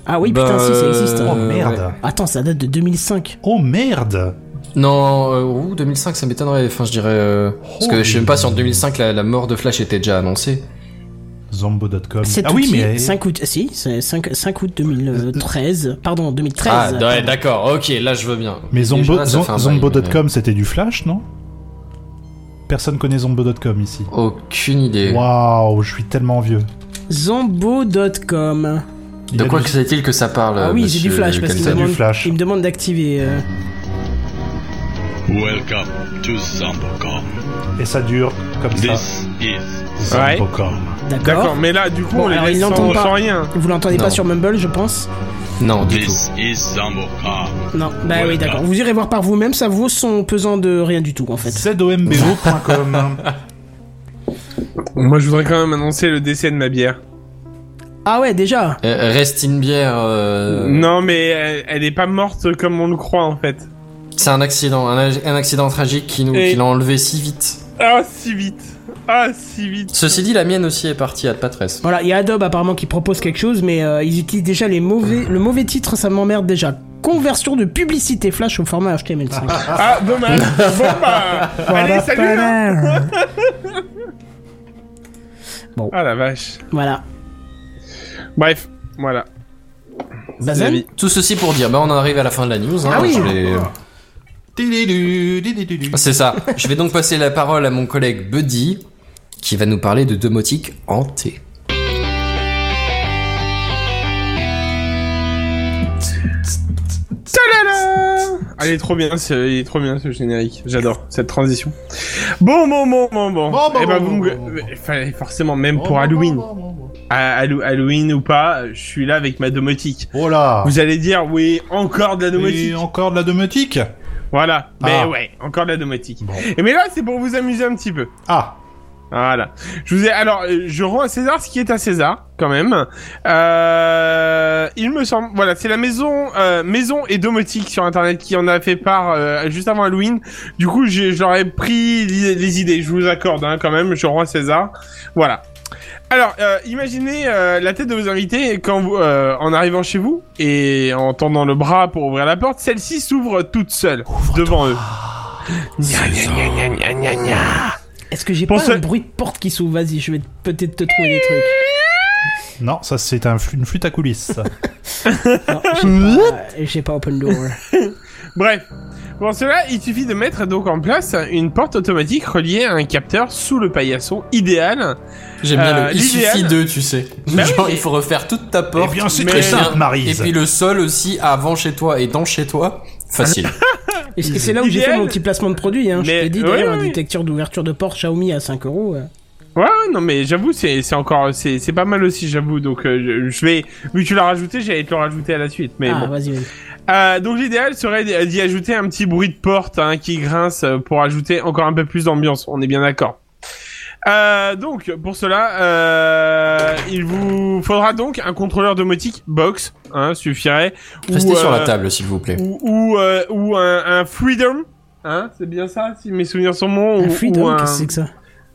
A: Ah oui,
C: Bah,
A: putain, si ça existe.
C: euh,
D: Oh merde.
A: Attends, ça date de 2005.
D: Oh merde.
C: Non, euh, ouh, 2005, ça m'étonnerait. Enfin, je dirais. euh, parce que je sais même pas si en 2005 la, la mort de Flash était déjà annoncée.
D: Zombo.com.
A: Cet
D: Ah oui,
A: outil,
D: mais
A: 5 août, si, c'est 5, 5 août 2013, pardon, 2013.
C: Ah, ouais, d'accord, ok, là je veux bien.
D: mais Zombo-
C: Déjà, ça fait un
D: Zom-
C: bail,
D: Zombo.com, c'était du flash, non Personne connaît Zombo.com ici.
C: mais Aucune idée.
D: Waouh, je suis tellement vieux.
A: Zombo.com.
D: Il
C: De
D: a
C: quoi
D: du-
C: que c'est-il que ça parle
A: Ah oui, j'ai du
C: monsieur
A: flash parce qu'il me
C: Kenton
D: du
A: demande-
D: flash.
A: il me demande d'activer. euh,
H: Welcome to Zombocom.
D: Et ça dure comme ça.
H: This is
B: Ouais.
D: Zombo.com.
B: D'accord,
A: D'accord.
B: mais là, du coup,
A: Bon,
B: on les
A: alors, il
B: laisse
A: l'entend
B: sans,
A: pas.
B: sans rien.
A: Vous l'entendez pas
C: Non.
A: sur Mumble, je pense.
C: Non, du tout.
H: This is Zombocom.
A: Non. Bah oui,
H: Ouais,
A: d'accord.
H: non.
A: Vous irez voir par vous-même, ça vaut son pesant de rien du tout en fait.
D: Zombo.com.
B: Moi, je voudrais quand même annoncer le décès de ma bière.
A: Ah ouais, déjà.
C: Euh, reste in bière. euh,
B: Non, mais elle, elle est pas morte comme on le croit, en fait.
C: C'est un accident, un, un accident tragique qui nous,
B: Et-
C: qui l'a enlevé si vite.
B: Ah, si vite Ah, si vite
C: Ceci dit, la mienne aussi est partie à Patresse.
A: Voilà, il y a Adobe apparemment qui propose quelque chose, mais euh, ils utilisent déjà les mauvais, le mauvais titre, ça m'emmerde déjà. Conversion de publicité flash au format HTML5.
B: Ah, dommage Bon, bah... Allez, salut hein. Ah, la vache.
A: voilà.
B: Bref, voilà.
A: Bazen
B: vie.
C: Tout ceci pour dire, bah on en arrive à la fin de la news. Hein,
A: Ah oui.
C: Je l'ai- C'est ça. Je vais donc passer la parole à mon collègue Buddy, qui va nous parler de domotique en T.
B: Ah, il est trop bien, ce, il est trop bien ce générique. J'adore cette transition. Bon, bon, bon, bon,
G: Bon,
B: bon.
G: bon,
B: Eh ben,
G: bon,
B: vous
G: bon,
B: me-
G: bon, bon,
B: il fallait forcément, même pour Halloween, à- Hallou- Halloween ou pas, je suis là avec ma domotique.
G: Oh
D: Ah.
G: là
B: Vous allez dire, oui, encore de la domotique.
G: Et encore de la domotique
B: Voilà.
G: Ah.
B: Mais ouais, encore de la domotique. Et mais là, c'est pour vous amuser un petit peu.
G: Ah
B: Voilà. Je vous ai. Alors, euh, je rends à César ce qui est à César, quand même. Euh... Il me semble. Voilà, c'est la maison, euh, maison et domotique sur Internet qui en a fait part euh, juste avant Halloween. Du coup, j'ai- je leur ai pris les, les idées. Je vous accorde, hein, quand même. Je rends à César. Voilà. Alors, euh, imaginez euh, la tête de vos invités quand vous, euh, en arrivant chez vous et en tendant le bras pour ouvrir la porte, celle-ci s'ouvre toute seule devant eux. Gna, gna, gna, gna, gna, gna, gna.
A: Est-ce que j'ai
B: Pour
A: pas
B: ce-
A: un bruit de porte qui s'ouvre Vas-y, je vais peut-être te trouver des trucs.
D: Non, ça c'est un flu- une flûte à coulisses. ça.
A: Non, j'ai pas- euh, j'ai pas, open door.
B: Bref, pour cela, il suffit de mettre donc en place une porte automatique reliée à un capteur sous le paillasson idéal.
C: J'aime bien
B: Euh,
C: le. Il
B: l'idéal-
C: suffit d'eux, tu sais.
B: Bah oui,
C: Genre,
B: mais-
C: il faut refaire toute ta porte.
D: Eh bien, c'est
C: mais-
D: très simple, Maryse.
C: Et puis le sol aussi avant chez toi et dans chez toi. Facile.
A: Et c'est c'est là où j'ai
B: Idéal.
A: fait mon petit placement de produit. Hein.
B: Mais-
A: je t'ai dit
B: ouais,
A: d'ailleurs,
B: ouais,
A: un
B: ouais.
A: détecteur d'ouverture de porte Xiaomi à 5 euros. euh.
B: Ouais, ouais, non mais j'avoue, c'est c'est encore, c'est c'est pas mal aussi, j'avoue. Donc euh, je, je vais, vu que tu l'as rajouté, j'allais te le rajouter à la suite. Mais
A: Ah,
B: bon.
A: vas-y, vas-y.
B: Euh, donc l'idéal serait d'y- d'y ajouter un petit bruit de porte hein, qui grince euh, pour ajouter encore un peu plus d'ambiance. On est bien d'accord. Euh, donc pour cela, euh, il vous faudra donc un contrôleur domotique box, hein, suffirait. ou,
C: Restez sur la
B: euh,
C: table, s'il vous plaît.
B: ou, ou, euh, ou un, un freedom. Hein, c'est bien ça, si mes souvenirs sont bons.
A: Un
B: ou,
A: freedom,
B: ou un-
A: Ah, qu'est-ce que c'est que ça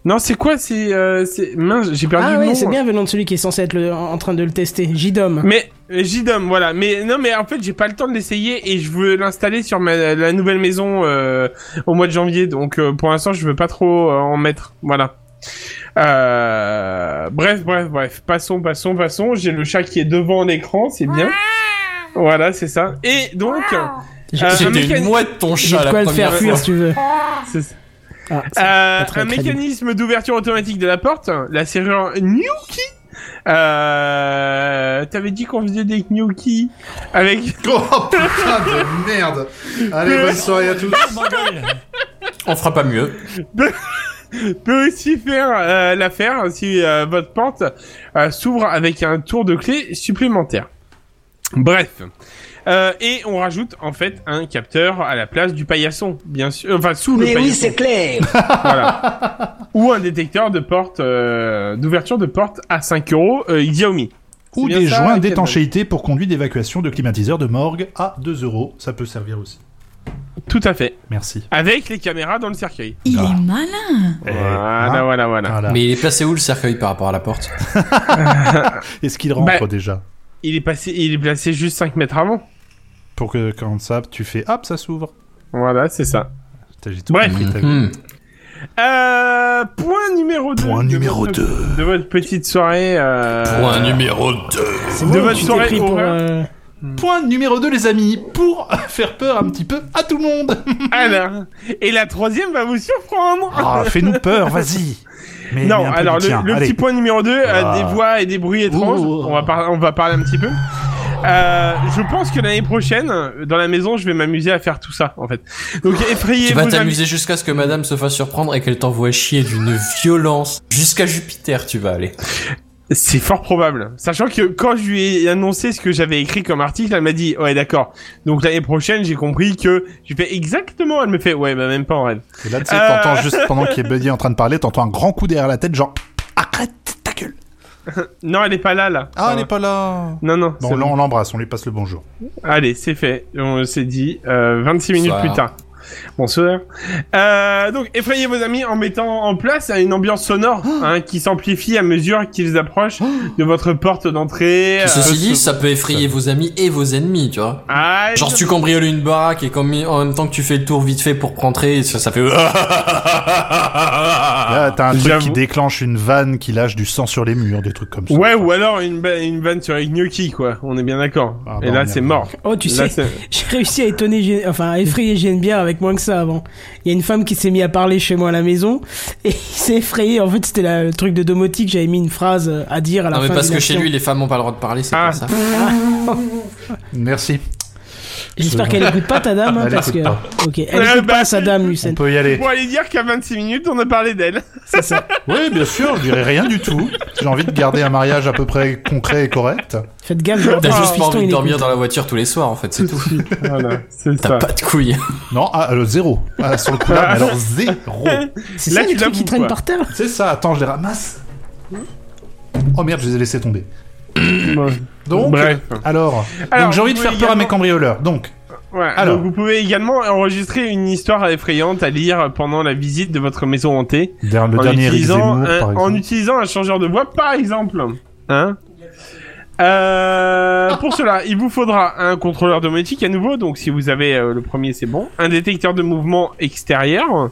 B: Non, c'est quoi C'est euh, c'est- mince, j'ai perdu
A: Ah
B: le
A: oui,
B: nom.
A: c'est bien venant de celui qui est censé être le- en en train de le tester. Jidom.
B: Mais euh, JDOM, voilà. Mais non, mais en fait, j'ai pas le temps de l'essayer et je veux l'installer sur ma, la nouvelle maison euh, au mois de janvier. Donc, euh, pour l'instant, je veux pas trop euh, en mettre. Voilà. Euh, bref, bref, bref. Passons, passons, passons. J'ai le chat qui est devant l'écran, c'est bien. Voilà, c'est ça. Et donc,
A: J'ai-
B: euh, un
C: C'était
B: mécan-
C: une mouette ton
A: J'ai
C: chat
A: de
C: la
A: quoi le faire
C: première
A: fuir
C: fois.
A: si tu veux.
B: c'est-
A: Ah,
B: Euh,
A: ça- très
B: un
A: crédible.
B: mécanisme d'ouverture automatique de la porte, la serrure Gnocchi. Euh, T'avais dit qu'on faisait des gnocchi avec.
G: Oh putain de merde Allez, bonne soirée à tous
C: On fera pas mieux.
B: Peut aussi faire euh, l'affaire si euh, votre porte euh, s'ouvre avec un tour de clé supplémentaire. Bref. Euh, et on rajoute en fait un capteur à la place du paillasson, bien sûr. Enfin, sous le paillasson.
F: clair.
B: Voilà. Ou un détecteur de porte, euh, d'ouverture de porte à 5 euros euh, Xiaomi.
D: Ou
B: C'est bien
D: des
B: ça,
D: joints
B: Kevin.
D: d'étanchéité pour conduit d'évacuation de climatiseurs de morgue à 2 euros. Ça peut servir aussi.
B: Tout à fait.
D: Merci.
B: Avec les caméras dans le cercueil.
E: Il
D: Ah.
E: est malin.
B: Voilà,
D: hein.
B: voilà, Ah. voilà.
D: Voilà.
C: Mais il est placé où le cercueil par rapport à la porte
D: Est-ce qu'il rentre
B: Bah-
D: déjà
B: Il est passé, il est placé juste 5 mètres avant.
D: Pour que quand ça, tu fais hop, ça s'ouvre.
B: Voilà, c'est ça.
D: Putain, J'ai tout
B: Bref.
D: compris, t'as vu.
C: Mhm.
B: Euh, point numéro 2.
D: Point numéro
B: votre,
D: 2.
B: De votre petite soirée. Euh,
C: Point numéro 2.
A: C'est
B: de
A: bon,
B: votre
A: tu t'es
B: soirée
A: pris pour,
B: horreur.
A: euh,
D: Point numéro 2, les amis, pour faire peur un petit peu à tout le monde.
B: Alors, et la troisième va vous surprendre.
D: Ah, fais-nous peur, vas-y. Mais
B: non,
D: mais un peu
B: alors
D: du
B: le,
D: tien,
B: le
D: allez.
B: petit point numéro 2,
D: Ah.
B: des voix et des bruits étranges.
D: Ouh.
B: On, va par- on va parler un petit peu. Euh, je pense que l'année prochaine, dans la maison, je vais m'amuser à faire tout ça, en fait. Donc, effrayez-vous.
C: Tu vas t'amuser jusqu'à ce que madame se fasse surprendre et qu'elle t'envoie chier d'une violence. Jusqu'à Jupiter, tu vas aller.
B: C'est fort probable. Sachant que quand je lui ai annoncé ce que j'avais écrit comme article, elle m'a dit ouais d'accord. Donc l'année prochaine, j'ai compris que j'ai fait exactement. Elle me fait ouais bah même pas en rêve.
D: Et là, tu sais,
B: Euh.
D: t'entends juste pendant qu'il est Buddy en train de parler, t'entends un grand coup derrière la tête, genre arrête ta gueule.
B: Non, elle est pas là là.
D: Ah,
B: Ça
D: elle
B: va.
D: est pas là.
B: Non non.
D: Bon,
B: c'est
D: là, on l'embrasse, on lui passe le bonjour.
B: Allez, c'est fait. On s'est dit euh, 26 minutes
C: Bonsoir.
B: plus tard. Bonsoir. Euh, donc, effrayez vos amis en mettant en place une ambiance sonore
D: Ah.
B: hein, qui s'amplifie à mesure qu'ils approchent de votre porte d'entrée.
C: Ceci
B: Euh,
C: dit, ça peut effrayer vos amis et vos ennemis, tu vois.
B: ah,
C: Genre tu cambrioles une baraque et comme en même temps que tu fais le tour vite fait pour rentrer, ça, ça fait. euh,
B: Ah,
D: là, t'as un truc
B: j'avoue.
D: qui déclenche une vanne qui lâche du sang sur les murs, des trucs comme ça.
B: Ouais, ou alors une, ba- une vanne sur les gnocchis, quoi. On est bien d'accord.
D: Ah,
B: Et
D: bah,
B: là,
D: on y
B: c'est
D: arrive.
B: mort.
A: Oh, tu
B: Là,
A: sais,
B: c'est-
A: j'ai réussi à étonner, Gé- enfin, à effrayer Geneviève avec avec moins que ça avant. Il y a une femme qui s'est mise à parler chez moi à la maison et il s'est effrayé. En fait, c'était la- le truc de domotique. J'avais mis une phrase euh, à dire à la
C: Non, mais
A: fin
C: parce
A: d'une
C: que chez
A: action.
C: lui, les femmes n'ont pas le droit de parler, c'est
B: Ah.
C: pour ça.
D: Merci.
A: J'espère qu'elle écoute pas ta dame, hein,
D: Elle
A: parce que.
D: écoute pas.
A: Ok, elle écoute pas sa dame, Lucène.
D: On peut y aller.
B: Pour aller dire qu'à 26 minutes, on a parlé d'elle.
A: C'est ça.
D: Oui, bien sûr, je dirais rien du tout. J'ai envie de garder un mariage à peu près concret et correct.
A: Faites gaffe, je
C: T'as
A: reprends
C: juste pas
A: fiston,
C: envie
A: il
C: de dormir
A: écoute.
C: dans la voiture tous les soirs, en fait, c'est tout.
B: Voilà, c'est
C: T'as
B: ça.
C: pas de couilles.
D: Non, ah, alors zéro. Ah, sur le coup
B: Euh,
D: là, mais alors zéro.
A: C'est ça
B: Là, tu
A: les trucs
B: l'avoues,
A: qui traînent
B: quoi.
A: par terre
D: C'est ça, attends, je les ramasse. Oh merde, je les ai laissés tomber. Donc,
B: Bref.
D: alors,
B: Alors,
D: donc j'ai envie de
B: vous
D: faire
B: pouvez
D: peur à mes
B: également-
D: cambrioleurs. Donc,
B: Ouais,
D: Alors.
B: donc vous pouvez également enregistrer une histoire effrayante à lire pendant la visite de votre maison hantée
D: der- le
B: en,
D: dernier Eric
B: utilisant
D: Zemmour,
B: un,
D: par
B: en
D: exemple.
B: utilisant un changeur de voix, par exemple. Hein Euh, pour cela, il vous faudra un contrôleur domotique à nouveau, donc si vous avez euh, le premier, c'est bon. Un détecteur de mouvement extérieur.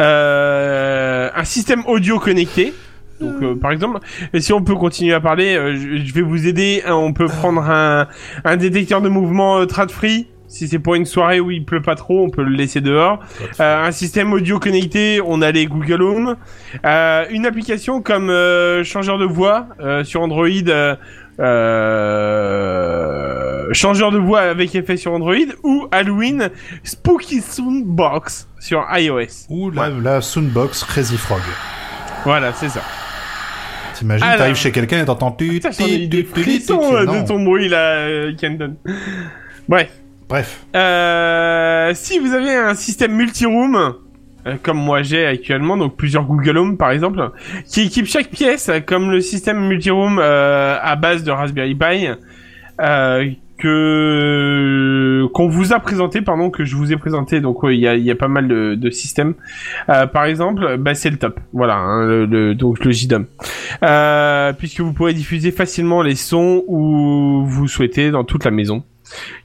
B: Euh, un système audio connecté. Donc, euh, par exemple, et si on peut continuer à parler, euh, je, je vais vous aider. hein, on peut prendre un, un détecteur de mouvement euh, trad free. Si c'est pour une soirée où il pleut pas trop, on peut le laisser dehors. Euh, un système audio connecté, on a les Google Home. Euh, une application comme euh, changeur de voix euh, sur Android. euh, euh, changeur de voix avec effet sur Android ou Halloween Spooky Soundbox sur iOS.
D: Ou la, la Soundbox Crazy Frog.
B: Voilà, c'est ça.
D: T'imagines,
B: Alors-
D: t'arrives chez quelqu'un et t'entends tu
B: Putain,
D: tu-
B: j'en ai eu
D: tu-
B: des
D: tu- tu- tu-
B: frissons euh,
D: non.
B: de ton bruit là, euh, Kenton. Bref.
D: Bref,
B: Euh, si vous avez un système multi-room, euh, comme moi j'ai actuellement, donc plusieurs Google Home par exemple, qui équipe chaque pièce, euh, comme le système multi-room euh, à base de Raspberry Pi, euh, que qu'on vous a présenté, pardon, que je vous ai présenté, donc ouais, il y, a, il y a pas mal de, de systèmes. Euh, par exemple, bah, c'est le top, voilà, hein, le, le- donc le JDOM. Euh, puisque vous pouvez diffuser facilement les sons où vous souhaitez dans toute la maison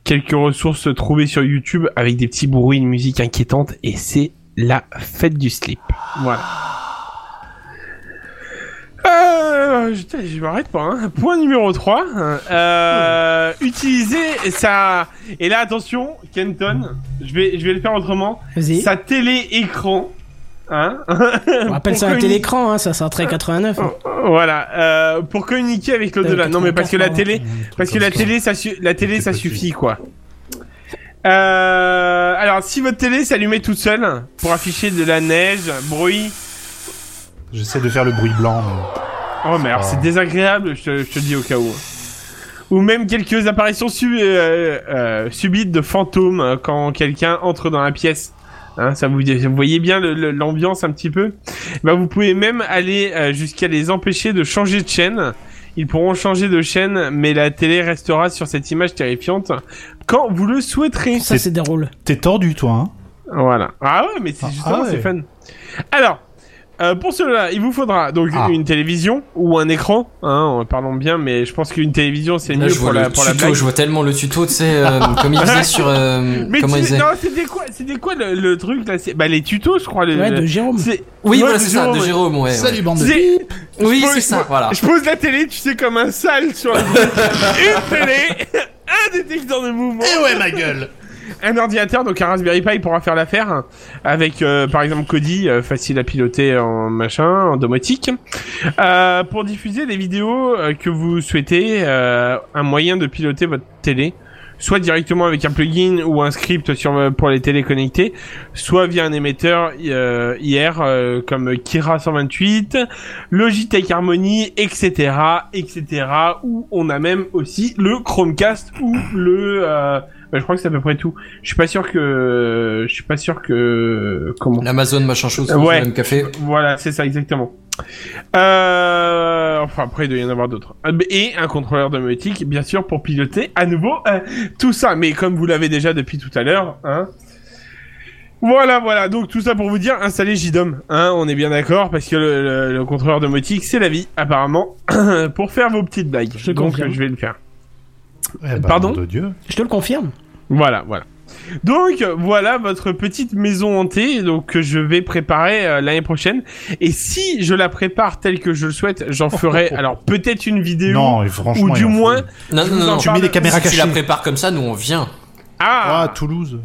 B: quelques ressources trouvées sur YouTube avec des petits bruits, une musique inquiétante et c'est la fête du slip. Voilà. Euh, putain, je m'arrête pas. hein. Point numéro 3. Euh, utiliser sa... Et là, attention, Kenton, je vais, je vais le faire autrement.
A: Vas-y.
B: Sa télé-écran. Hein
A: On appelle
B: Pour
A: ça un
B: communiquer-
A: télécran, hein, ça, c'est un
B: Ah.
A: trait 89.
B: Oh.
A: hein.
B: Voilà. euh, pour communiquer avec l'au-delà. Non, mais parce que la
A: 84,
B: télé... Eh, Parce que la télé, ça, su- la télé, ça suffit, quoi. Euh, alors, si votre télé s'allumait toute seule pour afficher de la neige, bruit.
D: j'essaie de faire le bruit blanc. mais-
B: Oh merde, c'est désagréable, je te, je te le dis au cas où. Ou même quelques apparitions sub- euh, euh, subites de fantômes euh, quand quelqu'un entre dans la pièce. Hein, ça vous, vous voyez bien le- le- l'ambiance un petit peu. Bah, vous pouvez même aller euh, jusqu'à les empêcher de changer de chaîne. Ils pourront changer de chaîne, mais la télé restera sur cette image terrifiante quand vous le souhaiterez.
A: Ça, c'est des rôles.
D: T'es tordu, toi, hein
B: Voilà. Ah ouais, mais c'est
D: Ah,
B: justement,
D: ah ouais.
B: c'est fun. Alors, euh, pour cela, il vous faudra donc
D: Ah.
B: une télévision ou un écran. Hein, parlons bien, mais je pense qu'une télévision, c'est
C: Là,
B: mieux
C: je vois
B: pour
C: le
B: la, pour la
C: tuto,
B: blague.
C: je vois tellement le tuto, tu sais, euh, comme il disait sur. euh,
B: Mais
C: comment
B: tu-
C: il disait
B: non, c'était quoi, c'était quoi le, le truc là c'est- Bah les tutos, je crois. le-
A: Ouais, de
B: le-
A: Jérôme.
B: c'est- Ouais,
C: Oui, voilà,
B: de
C: c'est ça,
B: Jérôme,
C: de
B: ouais.
C: Jérôme, Eh, ouais. ouais.
D: Salut, bande de...
B: C'est-
C: Oui,
B: je
C: c'est
B: pose-
C: ça, voilà.
B: Je pose la télé, tu sais, comme un sale sur la Une télé, un détecteur de mouvement.
D: Eh ouais, ma gueule
B: un ordinateur, donc un Raspberry Pi pourra faire l'affaire hein, avec euh, par exemple Kodi, euh, facile à piloter en machin, en domotique. Euh, pour diffuser les vidéos euh, que vous souhaitez, euh, un moyen de piloter votre télé, soit directement avec un plugin ou un script sur, euh, pour les télés connectées, soit via un émetteur euh, IR euh, comme Kira 128, Logitech Harmony, etc., etc. Où on a même aussi le Chromecast ou le euh, bah, je crois que c'est à peu près tout. Je suis pas sûr que. Je suis pas sûr que. Comment
C: L'Amazon, machin chose,
B: Ouais.
C: le même café.
B: Voilà, c'est ça exactement. Euh... Enfin, après, il doit y en avoir d'autres. Ah, mais- Et un contrôleur domotique, bien sûr, pour piloter à nouveau euh, tout ça. Mais comme vous l'avez déjà depuis tout à l'heure, hein. Voilà, voilà. Donc tout ça pour vous dire, installez JDOM. Hein, on est bien d'accord, parce que le, le- le contrôleur domotique, c'est la vie, apparemment, pour faire vos petites blagues.
A: Je
B: Donc
A: confirme.
B: je vais le faire.
D: Eh ben,
B: Pardon
D: nom de Dieu.
A: Je te le confirme.
B: Voilà, voilà. Donc euh, voilà votre petite maison hantée donc que je vais préparer euh, l'année prochaine et si je la prépare telle que je le souhaite, j'en ferai alors peut-être une vidéo
D: Non, et franchement...
B: ou du
D: il en faut-
B: moins
C: Non, non,
B: vous
C: non,
B: en
C: non.
D: Tu mets des caméras
C: Si tu la
D: cachées.
C: prépares comme ça, nous on vient.
D: Ah,
B: Ah,
D: Toulouse.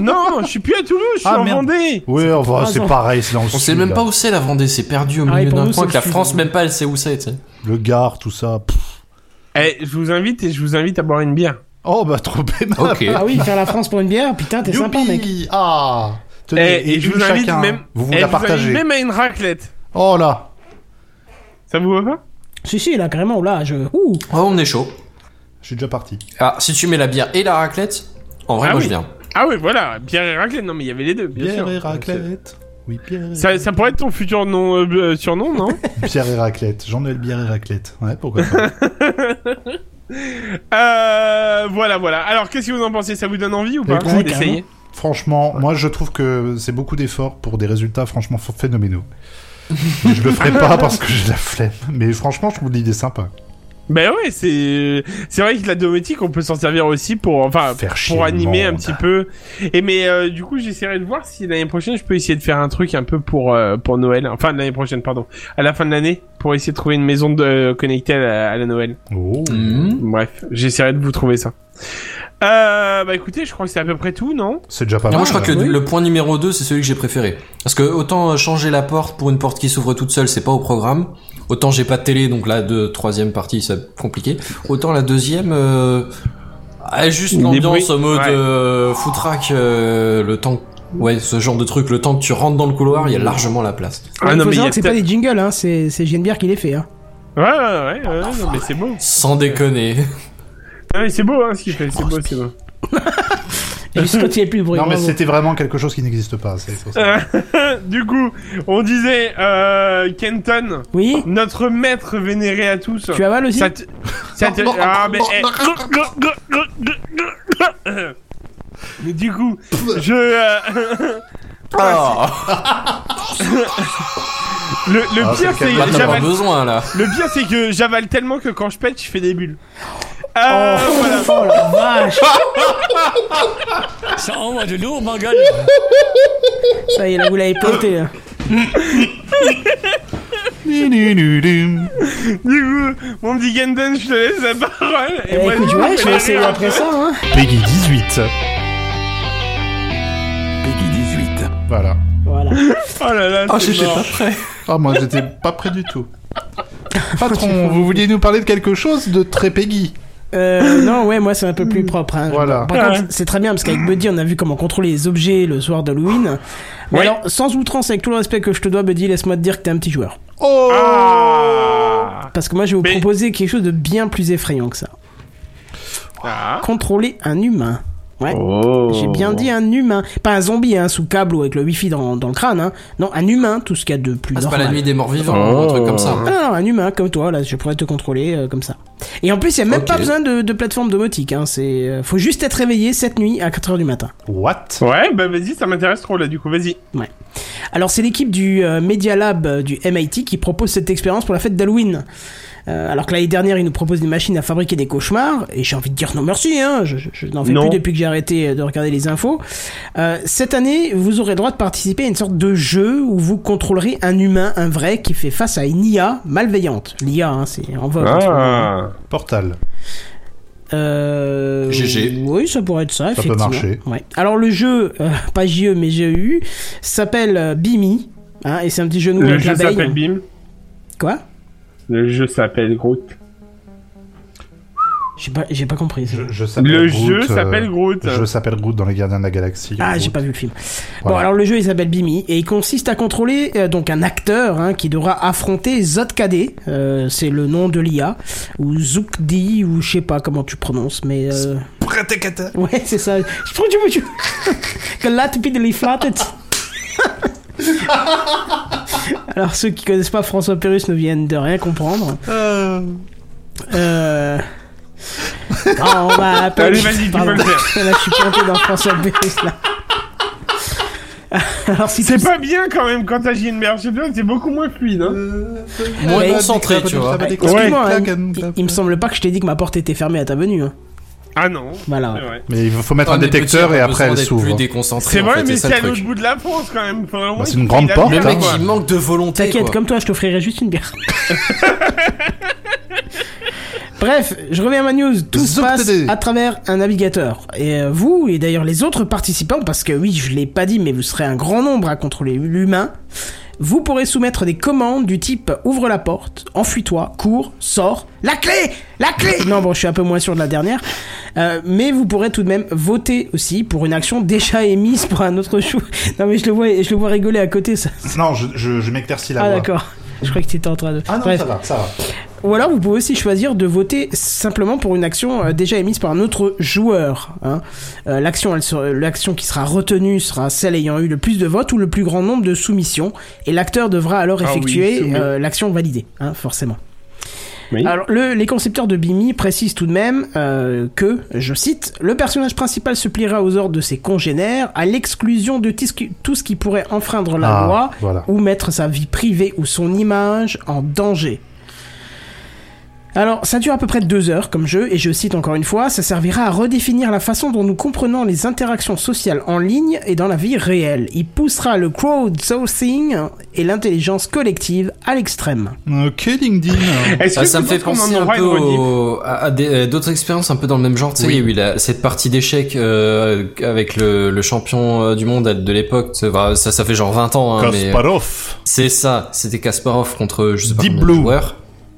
B: Non, je suis plus à Toulouse, je suis
D: Ah,
B: en
D: merde.
B: Vendée.
D: Oui, enfin,
A: trois
D: c'est
A: ans.
D: pareil, c'est dans le
C: On
D: sud.
C: sait même
D: là.
C: pas où c'est la Vendée, c'est perdu au
A: Ah, et
C: milieu
A: pour
C: d'un
A: nous,
C: coin
A: c'est
C: que la
A: le sud.
C: France même pas elle sait où c'est, tu sais.
D: Le Gard, tout ça. pff.
B: Eh, je vous invite et je vous invite à boire une bière.
D: Oh, bah, trop pénible.
C: Ok.
A: Ah oui, faire la France pour une bière, putain, t'es sympa, mec.
D: Youpi Ah Tenez,
B: Eh, et, je
D: une
B: vous invite
D: chacun.
B: même.
D: Vous vous
B: eh,
D: la
B: invite
D: partagez.
B: même à une raclette.
D: Oh là
B: Ça vous va pas
A: Si, si, là, carrément, là, je. Ouh
C: Oh, on est chaud.
D: Je suis déjà parti.
C: Ah, si tu mets la bière et la raclette, en vrai,
B: Ah
C: moi
B: oui.
C: je viens.
B: Ah oui, voilà, bière et raclette. Non, mais il y avait les deux, bien
D: Pierre
B: sûr. Ah,
D: et raclette. Oui, Pierre et...
B: Ça, ça pourrait être ton futur nom, euh, euh, surnom, non
D: Pierre et raclette. Jean-Noël Bière et raclette. Ouais, pourquoi pas.
B: Euh, voilà, voilà. Alors, qu'est-ce que vous en pensez Ça vous donne envie ou pas
D: Écoute,
B: d'essayer
D: franchement, moi, je trouve que c'est beaucoup d'efforts pour des résultats franchement ph- phénoménaux. Et je le ferai pas parce que j'ai la flemme. Mais franchement, je trouve l'idée sympa.
B: Ben ouais, c'est c'est vrai que la domotique, on peut s'en servir aussi pour enfin
D: Faire chier
B: pour
D: le
B: animer un
D: monde.
B: petit peu. Et mais euh, du coup, j'essaierai de voir si l'année prochaine, je peux essayer de faire un truc un peu pour euh, pour Noël, enfin de l'année prochaine, pardon, à la fin de l'année, pour essayer de trouver une maison de connectée à la, à la Noël.
D: Oh.
B: Mm.
C: Mhm.
B: Bref, j'essaierai de vous trouver ça. Euh, bah écoutez, je crois que c'est à peu près tout, non
D: C'est déjà pas
C: Et
D: mal.
C: moi, je crois que
A: oui.
C: le point numéro 2, c'est celui que j'ai préféré. Parce que autant euh, changer la porte pour une porte qui s'ouvre toute seule, c'est pas au programme. Autant j'ai pas de télé, donc la deux, troisième partie, c'est compliqué. Autant la deuxième, euh, ah, juste
B: Des
C: l'ambiance
B: bruits.
C: en mode
B: Ouais.
C: euh, foutraque, euh, le temps, ouais, ce genre de truc, le temps que tu rentres dans le couloir, il y a largement la place.
A: Il faut
B: Ah il y
A: savoir
B: a
A: que c'est pas
B: peut-être-
A: des jingles, hein, c'est c'est Bière qui les fait. Hein.
B: Ouais, ouais, ouais, ouais, non, mais c'est beau.
C: Sans déconner.
B: Ah, mais c'est beau, hein, ce qu'il fait. C'est beau, c'est beau.
A: Et Juste quand il n'y a plus de bruit.
D: Non, mais
A: bravo.
D: c'était vraiment quelque chose qui n'existe pas. c'est pour
B: Euh,
D: ça.
B: du coup, on disait euh, Kenton,
A: Oui
B: notre maître vénéré à tous.
A: Tu avales aussi
B: Ça te... ça te- Ah, mais... eh. Mais du coup, je... euh,
C: Ah,
B: Le, le
D: Ah,
B: pire,
D: c'est
B: c'est
C: bah, t'as pas
B: j'avale-
C: besoin là.
B: le pire, c'est que j'avale tellement que quand je pète, je fais des bulles. Euh, voilà.
A: Oh la vache
F: Ça envoie de lourd, ma gueule.
A: Ça y est, là, vous l'avez planté. hein. là.
D: Nidididum.
B: Du coup, mon petit Kenton, je te laisse la parole. Et
A: Oh. Eh,
B: moi,
A: écoute,
B: je
A: ouais,
B: fais
A: je vais
B: les
A: essayer
B: rires.
A: après ça. Hein.
D: Peggy 18.
I: Peggy 18.
D: Voilà.
A: Voilà.
B: Oh là là,
C: Ah,
B: c'est
C: j'étais
B: mort.
C: pas prêt.
D: Ah, moi, j'étais pas prêt du tout. Patron, vous vouliez nous parler de quelque chose de très Peggy
A: Euh, non, ouais, moi c'est un peu plus propre. hein.
D: Voilà.
A: Par contre,
B: Ouais.
A: c'est très bien parce qu'avec Buddy, on a vu comment contrôler les objets le soir d'Halloween. Mais
B: Ouais.
A: alors, sans outrance, avec tout le respect que je te dois, Buddy, laisse-moi te dire que t'es un petit joueur.
D: Oh
B: Ah.
A: Parce que moi, je vais vous
B: Mais-
A: proposer quelque chose de bien plus effrayant que ça.
B: Ah.
A: Contrôler un humain. Ouais.
B: Oh.
A: J'ai bien dit un humain, pas un zombie hein, sous câble ou avec le wifi dans, dans le crâne. Hein. Non, un humain, tout ce qu'il y a de plus
C: Ah, c'est pas
A: normal.
C: la nuit des morts vivants, ou un truc comme ça.
B: Oh.
A: Ah, non, un humain comme toi, là, je pourrais te contrôler euh, comme ça. Et en plus, il n'y a même
C: Ok.
A: pas besoin de, de plateforme domotique. Hein. C'est, euh, faut juste être réveillé cette nuit à 4h du matin.
D: What
B: Ouais, bah vas-y, ça m'intéresse trop là, du coup, vas-y.
A: Alors c'est l'équipe du euh, Media Lab euh, du MIT qui propose cette expérience pour la fête d'Halloween. Euh, alors que l'année dernière, ils nous proposent des machines à fabriquer des cauchemars, et j'ai envie de dire non merci, hein, je, je- je n'en fais
B: Non.
A: plus depuis que j'ai arrêté euh, de regarder les infos. Euh, cette année, vous aurez le droit de participer à une sorte de jeu où vous contrôlerez un humain, un vrai, qui fait face à une IA malveillante. L'IA, hein, c'est
C: Ah.
A: en vogue. en
B: Ah.
A: ce moment.
D: Portal.
A: Euh,
C: GG.
A: Oui, ça pourrait être ça,
D: peut
A: effectivement.
D: marcher.
A: Ouais. Alors le jeu, euh, pas JE mais GEU, s'appelle euh, Bimi. hein, et c'est un petit jeu de mots
B: Le
A: avec
B: jeu
A: l'abeille.
B: s'appelle Bim.
A: Quoi
B: Le jeu s'appelle Groot.
A: J'ai pas, j'ai pas compris. ça.
D: Je, je s'appelle
B: Le
D: Groot,
B: jeu
D: euh,
B: s'appelle Groot.
D: Je s'appelle Groot dans les Gardiens de la Galaxie.
A: Ah,
D: Groot.
A: j'ai pas vu le film. Bon,
D: Voilà.
A: alors le jeu il s'appelle Bimi et il consiste à contrôler euh, donc un acteur hein, qui devra affronter Zotkd, euh, c'est le nom de l'IA, ou Zoukdi, ou je sais pas comment tu prononces, mais. Euh... Ouais, c'est ça. Je prends du bout Que là, tu les flatted. Alors ceux qui connaissent pas François Pérus ne viennent de rien comprendre. Euh... Ah, on va appeler-
B: Allez, vas-y, tu
A: Pardon.
B: peux le faire.
A: Là, je suis planté dans François Pérus là. Alors si
B: C'est
A: tout-
B: pas bien quand même quand t'as Gilbert Chapman, c'est beaucoup moins fluide. Hein.
C: Moins
A: Ouais.
C: concentré, tu vois.
A: Ouais, Excuse-moi, hein, il, il- il me semble pas que je t'ai dit que ma porte était fermée à ta venue. hein.
B: Ah non.
A: Voilà.
B: C'est
A: ouais.
B: vrai,
D: Mais il faut mettre
C: Ah,
D: un
C: mais
D: détecteur
C: petit,
D: et
C: on a
D: après
C: besoin
D: elle
C: d'être
D: s'ouvre.
C: Plus déconcentré,
B: C'est
C: en
B: vrai
C: fait,
B: mais
C: ça,
B: c'est
C: le
B: à l'autre
C: truc.
B: bout de la France quand même. Faudrait vraiment
D: c'est
B: qu'il
D: une grande
B: ait la
D: porte,
B: tête,
C: Le
D: hein.
C: mec,
B: quoi.
C: il manque de volonté.
A: T'inquiète,
C: quoi.
A: comme toi, je t'offrirai juste une bière. Bref, je reviens à ma news. Tout se passe
D: Zoctedé.
A: à travers un navigateur. Et euh, vous, et d'ailleurs les autres participants, parce que oui, je l'ai pas dit, mais vous serez un grand nombre à contrôler l'humain, vous pourrez soumettre des commandes du type ouvre la porte, enfuis-toi, cours, sors, la clé La clé Non, bon, je suis un peu moins sûr de la dernière. Euh, mais vous pourrez tout de même voter aussi pour une action déjà émise pour un autre chou. Non, mais je le vois, je le vois rigoler à côté, ça.
D: Non, je, je, je m'éclaircis la
A: Ah,
D: voix.
A: d'accord. Je crois que t'étais en train de.
D: Ah non,
A: Bref.
D: ça va, ça va.
A: Ou alors vous pouvez aussi choisir de voter simplement pour une action euh, déjà émise par un autre joueur. hein. Euh, l'action, elle sera- l'action qui sera retenue sera celle ayant eu le plus de votes ou le plus grand nombre de soumissions, et l'acteur devra alors
B: Ah oui,
A: effectuer
B: soumis.
A: euh, l'action validée, hein, forcément.
B: Oui.
A: Alors, le- les concepteurs de Bimi précisent tout de même euh, que, je cite, le personnage principal se pliera aux ordres de ses congénères à l'exclusion de tis- tout ce qui pourrait enfreindre la
D: Ah,
A: loi
D: voilà.
A: ou mettre sa vie privée ou son image en danger. Alors, ça dure à peu près deux heures comme jeu, et je cite encore une fois, ça servira à redéfinir la façon dont nous comprenons les interactions sociales en ligne et dans la vie réelle. Il poussera le crowdsourcing et l'intelligence collective à l'extrême.
D: Ok, LinkedIn.
B: Est-ce
C: Ah, ça
B: tu
C: me fait
B: penses qu'on
C: penser
B: en
C: un
B: aura
C: peu
B: une rediff
C: au- à, à des- à d'autres expériences un peu dans le même genre. Tu sais, il y a eu la- cette partie d'échec euh, avec le, le champion euh, du monde de l'époque. tu sais, bah, Ça, ça fait genre 20 ans. hein, mais, euh,
D: Kasparov.
C: c'est ça. C'était Kasparov contre je sais pas
D: Deep
C: combien de
D: Blue.
C: joueurs.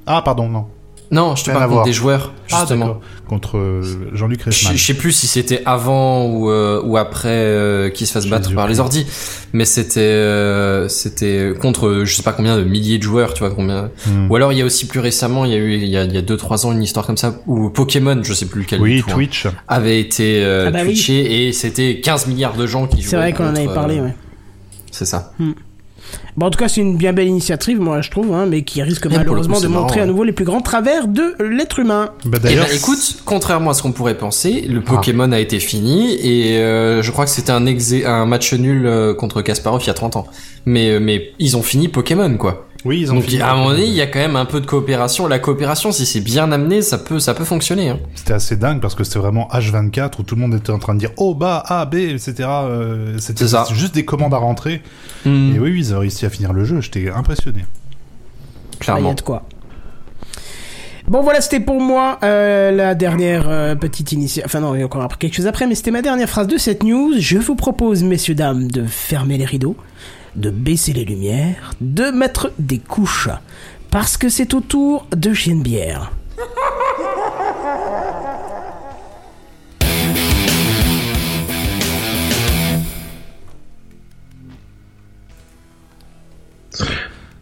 D: Ah, pardon, non.
C: Non, je te
D: Rien à
C: parle contre
D: voir.
C: des joueurs
D: Ah,
C: justement.
D: d'accord. Contre euh, Jean-Luc
C: je
D: Reichmann.
C: je sais plus si c'était avant ou, euh, ou après euh, qu'ils se fassent
D: Je
C: battre
D: les ai
C: par les
D: oubliés.
C: ordi, mais c'était euh, c'était contre euh, je sais pas combien de milliers de joueurs, tu vois combien.
D: Hmm.
C: Ou alors il y a aussi plus récemment, il y a eu il y a il y a deux trois ans une histoire comme ça où Pokémon, je sais plus lequel, du
D: Oui,
C: tout, hein,
D: Twitch.
C: avait été euh,
A: Ah bah oui.
C: twitché et c'était 15 milliards de gens qui jouaient.
A: C'est vrai qu'on en
C: contre,
A: avait
C: euh,
A: parlé, ouais.
C: C'est ça.
A: Bon, en tout cas, c'est une bien belle initiative, moi, je trouve, hein, mais qui risque
C: pour le
A: malheureusement
C: coup,
A: de
C: c'est
A: montrer
C: marrant,
A: à nouveau les plus grands travers de l'être humain.
D: Bah,
C: Eh
D: d'ailleurs, Ah.
C: ben, écoute, contrairement à ce qu'on pourrait penser, le Pokémon a été fini et euh, je crois que c'était un, exé- un match nul euh, contre Kasparov il y a 30 ans. Mais, euh, mais ils ont fini Pokémon quoi.
D: oui, ils ont
C: Donc
D: fini.
C: à un moment donné, il y a quand même un peu de coopération. La coopération, si c'est bien amené, ça peut, ça peut fonctionner. Hein.
D: C'était assez dingue parce que c'était vraiment H24 où tout le monde était en train de dire oh bah A B etc. euh, c'était
C: C'est ça. Mm.
D: c'était juste des commandes à rentrer. Et oui, oui, ils ont réussi à finir le jeu. J'étais
A: Ah, Il
D: impressionné.
A: y a
C: Clairement.
A: de quoi. Bon voilà, c'était pour moi euh, la dernière euh, petite initiative. Enfin non, il y a encore après- quelque chose après, mais c'était ma dernière phrase de cette news. Je vous propose, messieurs dames, de fermer les rideaux, de baisser les lumières, de mettre des couches, parce que c'est au tour de Chienne Bière.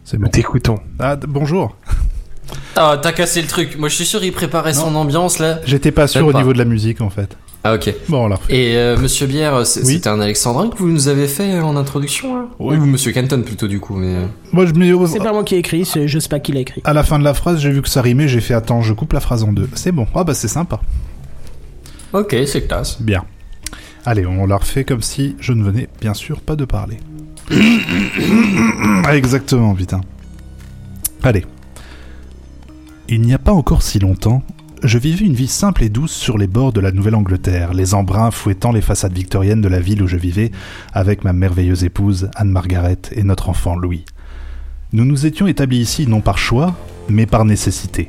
D: C'est bon.
B: T'écoutons.
D: Ah, d- bonjour.
C: Ah, t'as cassé le truc. Moi, je suis sûr, il préparait
D: Non.
C: son ambiance là.
D: J'étais pas sûr
C: Peut-être
D: au
C: pas.
D: niveau de la musique en fait.
C: Ah ok.
D: Bon alors.
C: Et euh, Monsieur Bière, c'est-
D: Oui.
C: c'était un Alexandrin que vous nous avez fait en introduction. Là
D: Oui.
C: Ou Monsieur Canton plutôt du coup. Mais... euh.
D: Moi je
A: C'est
D: me oh,
A: pas moi qui ai écrit, c'est- je sais pas qui l'a
C: Ah.
A: écrit.
D: à la fin de la phrase, j'ai vu que ça rimait, j'ai fait attends, je coupe la phrase en deux. C'est bon. Ah bah c'est sympa.
C: Ok, c'est classe.
D: Bien. Allez, on la refait comme si je ne venais bien sûr pas de parler. Ah, Exactement, putain. Allez. Il n'y a pas encore si longtemps, je vivais une vie simple et douce sur les bords de la Nouvelle-Angleterre, les embruns fouettant les façades victoriennes de la ville où je vivais, avec ma merveilleuse épouse, Anne-Margaret, et notre enfant Louis. Nous nous étions établis ici non par choix, mais par nécessité.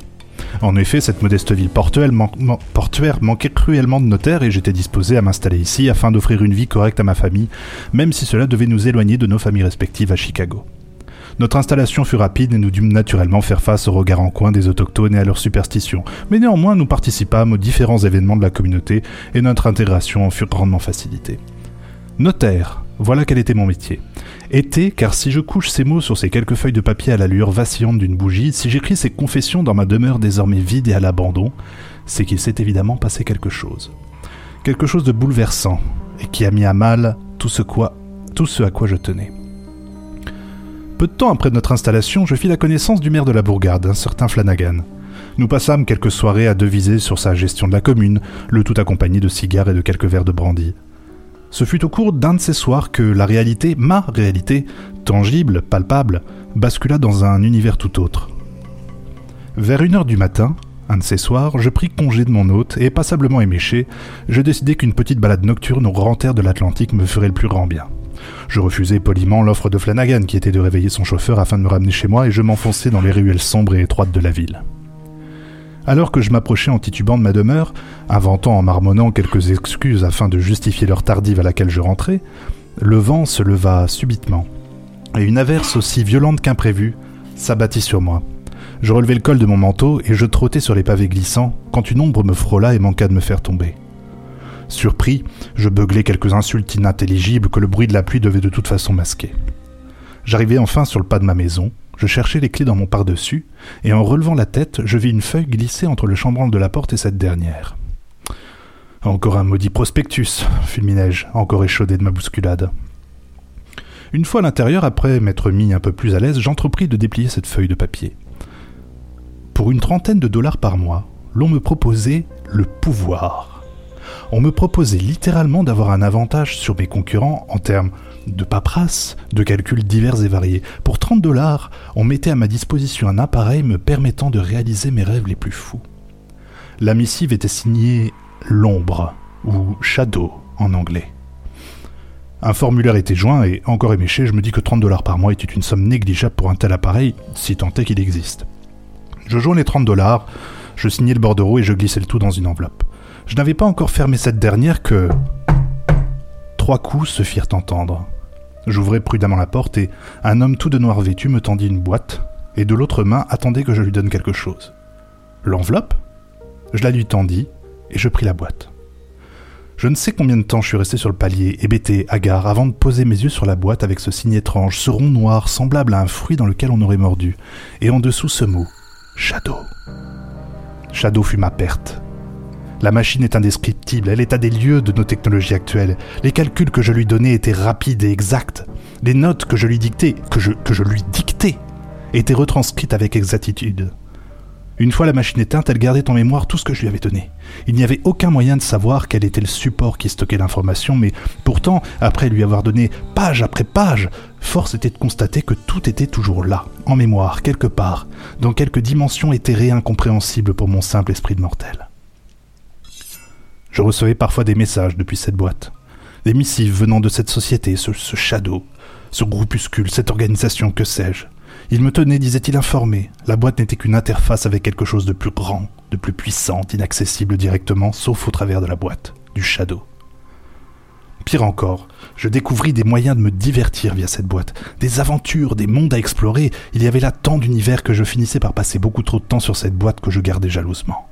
D: En effet, cette modeste ville portuelle man- man- portuaire manquait cruellement de notaires et j'étais disposé à m'installer ici afin d'offrir une vie correcte à ma famille, même si cela devait nous éloigner de nos familles respectives à Chicago. Notre installation fut rapide et nous dûmes naturellement faire face aux regards en coin des autochtones et à leurs superstitions, mais néanmoins nous participâmes aux différents événements de la communauté et notre intégration en fut grandement facilitée. Notaire, voilà quel était mon métier. Été, car si je couche ces mots sur ces quelques feuilles de papier à l'allure vacillante d'une bougie, si j'écris ces confessions dans ma demeure désormais vide et à l'abandon, c'est qu'il s'est évidemment passé quelque chose. Quelque chose de bouleversant, et qui a mis à mal tout ce, quoi, tout ce à quoi je tenais. Peu de temps après notre installation, je fis la connaissance du maire de la bourgade, un certain Flanagan. Nous passâmes quelques soirées à deviser sur sa gestion de la commune, le tout accompagné de cigares et de quelques verres de brandy. Ce fut au cours d'un de ces soirs que la réalité, ma réalité, tangible, palpable, bascula dans un univers tout autre. Vers une heure du matin, un de ces soirs, je pris congé de mon hôte et, passablement éméché, je décidai qu'une petite balade nocturne au grand air de l'Atlantique me ferait le plus grand bien. Je refusai poliment l'offre de Flanagan qui était de réveiller son chauffeur afin de me ramener chez moi et je m'enfonçai dans les ruelles sombres et étroites de la ville. Alors que je m'approchais en titubant de ma demeure, inventant en marmonnant quelques excuses afin de justifier l'heure tardive à laquelle je rentrais, le vent se leva subitement, et une averse aussi violente qu'imprévue s'abattit sur moi. Je relevai le col de mon manteau et je trottais sur les pavés glissants quand une ombre me frôla et manqua de me faire tomber. Surpris, je beuglai quelques insultes inintelligibles que le bruit de la pluie devait de toute façon masquer. J'arrivai enfin sur le pas de ma maison, je cherchai les clés dans mon pardessus, et en relevant la tête, je vis une feuille glisser entre le chambranle de la porte et cette dernière. Encore un maudit prospectus, fulminai-je, encore échaudé de ma bousculade. Une fois à l'intérieur, après m'être mis un peu plus à l'aise, j'entrepris de déplier cette feuille de papier. Pour une trentaine de dollars par mois, l'on me proposait le pouvoir. On me proposait littéralement d'avoir un avantage sur mes concurrents en termes de paperasse, de calculs divers et variés. Pour 30 dollars, on mettait à ma disposition un appareil me permettant de réaliser mes rêves les plus fous. La missive était signée L'ombre, ou Shadow en anglais. Un formulaire était joint et, encore éméché, je me dis que 30 dollars par mois était une somme négligeable pour un tel appareil, si tant est qu'il existe. Je joins les 30 dollars, je signais le bordereau et je glissais le tout dans une enveloppe. Je n'avais pas encore fermé cette dernière que. Trois coups se firent entendre. J'ouvrais prudemment la porte et un homme tout de noir vêtu me tendit une boîte et de l'autre main attendait que je lui donne quelque chose. L'enveloppe Je la lui tendis et je pris la boîte. Je ne sais combien de temps je suis resté sur le palier, hébété, hagard, avant de poser mes yeux sur la boîte avec ce signe étrange, ce rond noir semblable à un fruit dans lequel on aurait mordu, et en dessous ce mot Shadow. Shadow fut ma perte. La machine est indescriptible, elle est à des lieux de nos technologies actuelles. Les calculs que je lui donnais étaient rapides et exacts. Les notes que je lui dictais, que je, que je lui dictais, étaient retranscrites avec exactitude. Une fois la machine éteinte, elle gardait en mémoire tout ce que je lui avais donné. Il n'y avait aucun moyen de savoir quel était le support qui stockait l'information, mais pourtant, après lui avoir donné page après page, force était de constater que tout était toujours là, en mémoire, quelque part, dans quelque dimension éthérée incompréhensible pour mon simple esprit de mortel. Je recevais parfois des messages depuis cette boîte. Des missives venant de cette société, ce, ce shadow, ce groupuscule, cette organisation, que sais-je. Il me tenait, disait-il, informé. La boîte n'était qu'une interface avec quelque chose de plus grand, de plus puissant, inaccessible directement, sauf au travers de la boîte, du shadow. Pire encore, je découvris des moyens de me divertir via cette boîte, des aventures, des mondes à explorer. Il y avait là tant d'univers que je finissais par passer beaucoup trop de temps sur cette boîte que je gardais jalousement.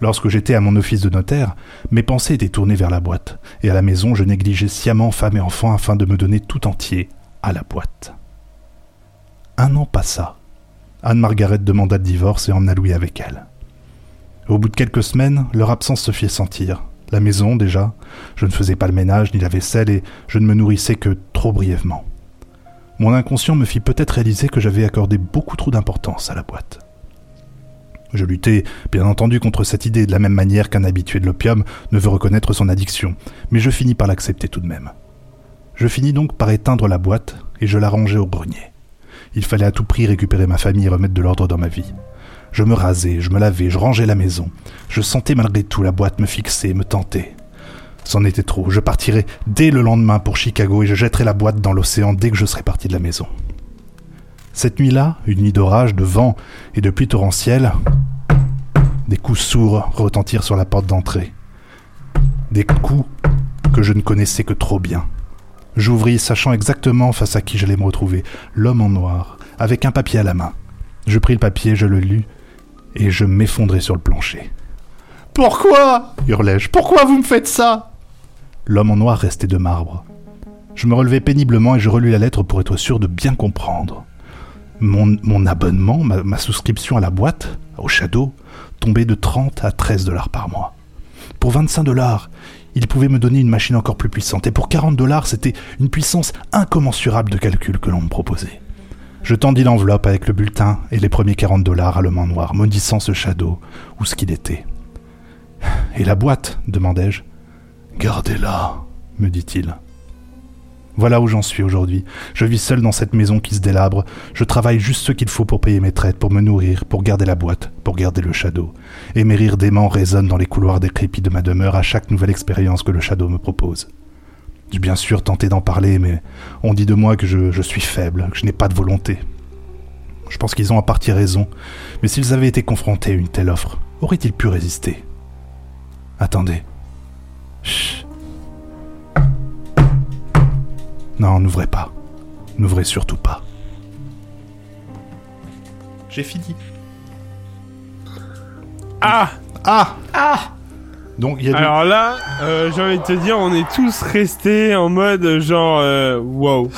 D: Lorsque j'étais à mon office de notaire, mes pensées étaient tournées vers la boîte, et à la maison je négligeais sciemment femme et enfant afin de me donner tout entier à la boîte. Un an passa. Anne-Margaret demanda le divorce et emmena Louis avec elle. Au bout de quelques semaines, leur absence se fit sentir. La maison, déjà, je ne faisais pas le ménage ni la vaisselle et je ne me nourrissais que trop brièvement. Mon inconscient me fit peut-être réaliser que j'avais accordé beaucoup trop d'importance à la boîte. Je luttais, bien entendu, contre cette idée de la même manière qu'un habitué de l'opium ne veut reconnaître son addiction, mais je finis par l'accepter tout de même. Je finis donc par éteindre la boîte et je la rangeai au grenier. Il fallait à tout prix récupérer ma famille et remettre de l'ordre dans ma vie. Je me rasais, je me lavais, je rangeais la maison. Je sentais malgré tout la boîte me fixer, me tenter. C'en était trop. Je partirais dès le lendemain pour Chicago et je jetterais la boîte dans l'océan dès que je serais parti de la maison. Cette nuit-là, une nuit d'orage, de vent et de pluie torrentielle, des coups sourds retentirent sur la porte d'entrée. Des coups que je ne connaissais que trop bien. J'ouvris, sachant exactement face à qui j'allais me retrouver, l'homme en noir, avec un papier à la main. Je pris le papier, je le lus, et je m'effondrai sur le plancher. Pourquoi hurlai-je. Pourquoi vous me faites ça L'homme en noir restait de marbre. Je me relevai péniblement et je relus la lettre pour être sûr de bien comprendre. Mon, mon abonnement, ma, ma souscription à la boîte, au Shadow, tombait de 30 à 13 dollars par mois. Pour 25 dollars, il pouvait me donner une machine encore plus puissante, et pour 40 dollars, c'était une puissance incommensurable de calcul que l'on me proposait. Je tendis l'enveloppe avec le bulletin et les premiers 40 dollars à l'homme en noir, maudissant ce shadow ou ce qu'il était. Et la boîte demandai-je. Gardez-la, me dit-il. Voilà où j'en suis aujourd'hui. Je vis seul dans cette maison qui se délabre. Je travaille juste ce qu'il faut pour payer mes traites, pour me nourrir, pour garder la boîte, pour garder le shadow. Et mes rires déments résonnent dans les couloirs décrépits de ma demeure à chaque nouvelle expérience que le shadow me propose. J'ai bien sûr tenté d'en parler, mais on dit de moi que je, je suis faible, que je n'ai pas de volonté. Je pense qu'ils ont à partie raison. Mais s'ils avaient été confrontés à une telle offre, auraient-ils pu résister Attendez. Chut. Non, n'ouvrez pas. N'ouvrez surtout pas. J'ai fini.
B: Ah
D: Ah Ah Donc il y a du-
B: Alors là, euh, j'ai envie de te dire, on est tous restés en mode euh, genre euh, wow.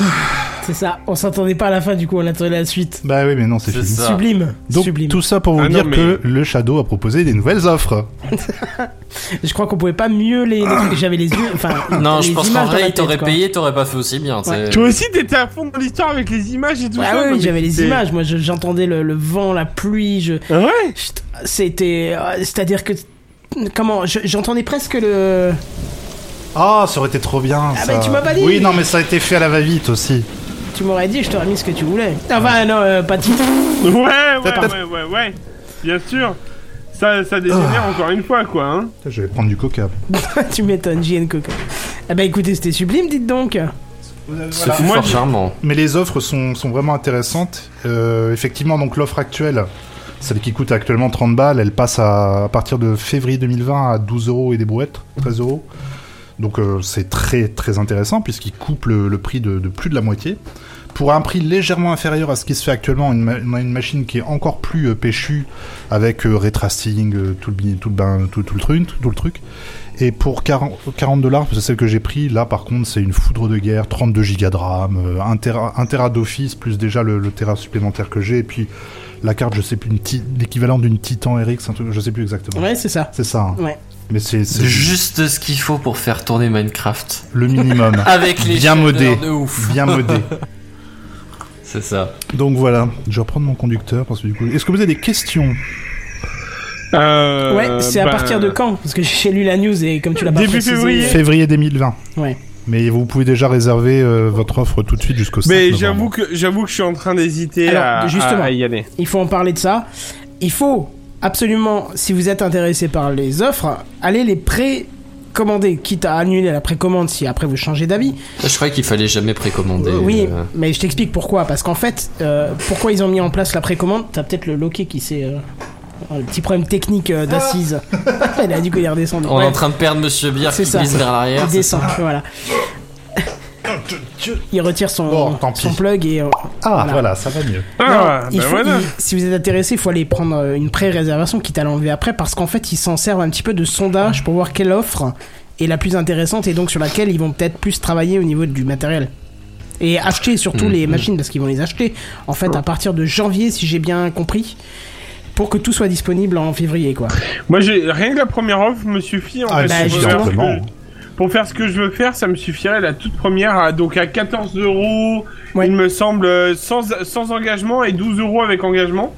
A: C'est ça, on s'attendait pas à la fin du coup, on attendait la suite.
D: Bah oui, mais non, c'est
C: C'est
D: fini.
C: ça.
A: Sublime,
D: Donc
A: sublime.
D: tout ça pour vous
B: Ah non,
D: dire
B: mais-
D: que le Shadow a proposé des nouvelles offres.
A: Je crois qu'on pouvait pas mieux les. les trucs. J'avais les yeux. Enfin,
C: Non, je
A: les
C: pense
A: images
C: qu'en
A: dans la
C: vrai, il
A: tête,
C: t'aurait
A: quoi.
C: payé, t'aurais pas fait aussi bien. tu sais.
B: Toi aussi, t'étais à fond dans l'histoire avec les images et tout
A: Ah
B: ça.
A: oui,
B: non,
A: oui,
B: mais
A: j'avais les
B: c'est-
A: images. Moi, je- j'entendais le, le vent, la pluie. Je,
B: Ah Ouais.
A: Chut, c'était, euh, c'est-à-dire que comment, je- j'entendais presque le.
D: Ah, ça aurait été trop bien.
A: Ah,
D: ça.
A: mais tu m'as pas dit.
D: Oui, non, mais ça a été fait à la va-vite aussi.
A: Tu m'aurais dit, je t'aurais mis ce que tu voulais. Enfin, non, euh, pas dit.
B: Ouais, ouais,
D: Peut-être-
B: ouais, ouais, ouais. Bien sûr. Ça, ça dégénère
A: Ah.
B: encore une fois, quoi. Hein.
D: Putain, Je vais prendre du coca.
A: tu m'étonnes, JN Coco. Ah bah écoutez, c'était sublime, dites donc.
C: Ce fut
B: Moi,
C: fort
B: je-
C: charmant.
D: Mais les offres sont, sont vraiment intéressantes. Euh, effectivement, donc l'offre actuelle, celle qui coûte actuellement 30 balles, elle passe à, à partir de février 2020 à 12 euros et des brouettes, 13 euros. Donc euh, c'est très très intéressant puisqu'il coupe le, le prix de, de plus de la moitié. Pour un prix légèrement inférieur à ce qui se fait actuellement, une, ma- une machine qui est encore plus euh, péchue avec euh, ray tracing, euh, tout, le, bi- tout, le bain- tout, tout le truc, tout le truc. Et pour 40 40 dollars, parce que celle que j'ai pris, là par contre, c'est une foudre de guerre, 32 gigas de RAM, euh, un Tera, un Tera d'office, plus déjà le, le Tera supplémentaire que j'ai, et puis la carte, je sais plus, une Ti- l'équivalent d'une Titan RX, un truc, je sais plus exactement.
A: Ouais, c'est ça.
D: C'est ça, hein.
A: Ouais.
D: mais c'est c'est
C: Juste ce qu'il faut pour faire tourner Minecraft.
D: le minimum.
C: Avec les
D: Bien
C: shaders
D: modé.
C: de ouf.
D: Bien modé.
C: C'est ça.
D: Donc voilà, je vais reprendre mon conducteur parce que du coup, est-ce que vous avez des questions
B: Euh,
A: Ouais, c'est à
D: bah,
B: ben,
A: partir de quand Parce que j'ai lu la news et comme tu l'as pas
B: Début
A: précisé,
B: février.
A: euh,
D: Février 2020.
A: Ouais.
D: Mais vous pouvez déjà réserver euh, votre offre tout de suite jusqu'au 5
B: Mais
D: novembre.
B: j'avoue que j'avoue que je suis en train d'hésiter
A: Alors,
B: à,
A: justement.
B: à y aller.
A: Il faut en parler de ça. Il faut absolument, si vous êtes intéressé par les offres, aller les précommander, quitte à annuler la précommande si après vous changez d'avis.
C: Je croyais qu'il fallait jamais précommander.
A: Oui,
C: euh,
A: mais je t'explique pourquoi. Parce qu'en fait, euh, pourquoi ils ont mis en place la précommande T'as peut-être le loquet qui s'est. euh, un petit problème technique euh, d'assise.
D: Ah.
A: Il a du coup il est redescendu.
C: On est
A: Ouais,
C: en train de perdre Monsieur Bière
A: C'est
C: qui
A: ça.
C: glisse vers l'arrière.
A: il descend, voilà. Il retire son,
D: Oh, Bon, tant
A: son
D: pis.
A: plug et. euh,
D: Ah,
A: voilà.
D: voilà, ça va mieux.
B: Ah,
A: Non,
B: ben
A: il faut-
B: voilà.
A: il- si vous êtes intéressé, il faut aller prendre euh, une pré-réservation, quitte à l'enlever après, parce qu'en fait, ils s'en servent un petit peu de sondage pour voir quelle offre est la plus intéressante et donc sur laquelle ils vont peut-être plus travailler au niveau du matériel. Et acheter surtout
B: Mhm.
A: les machines, parce qu'ils vont les acheter, en fait,
B: Oh.
A: à partir de janvier, si j'ai bien compris, pour que tout soit disponible en février, quoi.
B: Moi, j'ai rien que la première offre me suffit. En
D: Ah,
B: fait,
A: bah,
B: pour faire
A: justement.
B: ce que- Pour faire ce que je veux faire, ça me suffirait la toute première, à- donc à 14 euros,
A: Ouais.
B: il me semble, euh, sans, sans engagement et 12 euros avec engagement.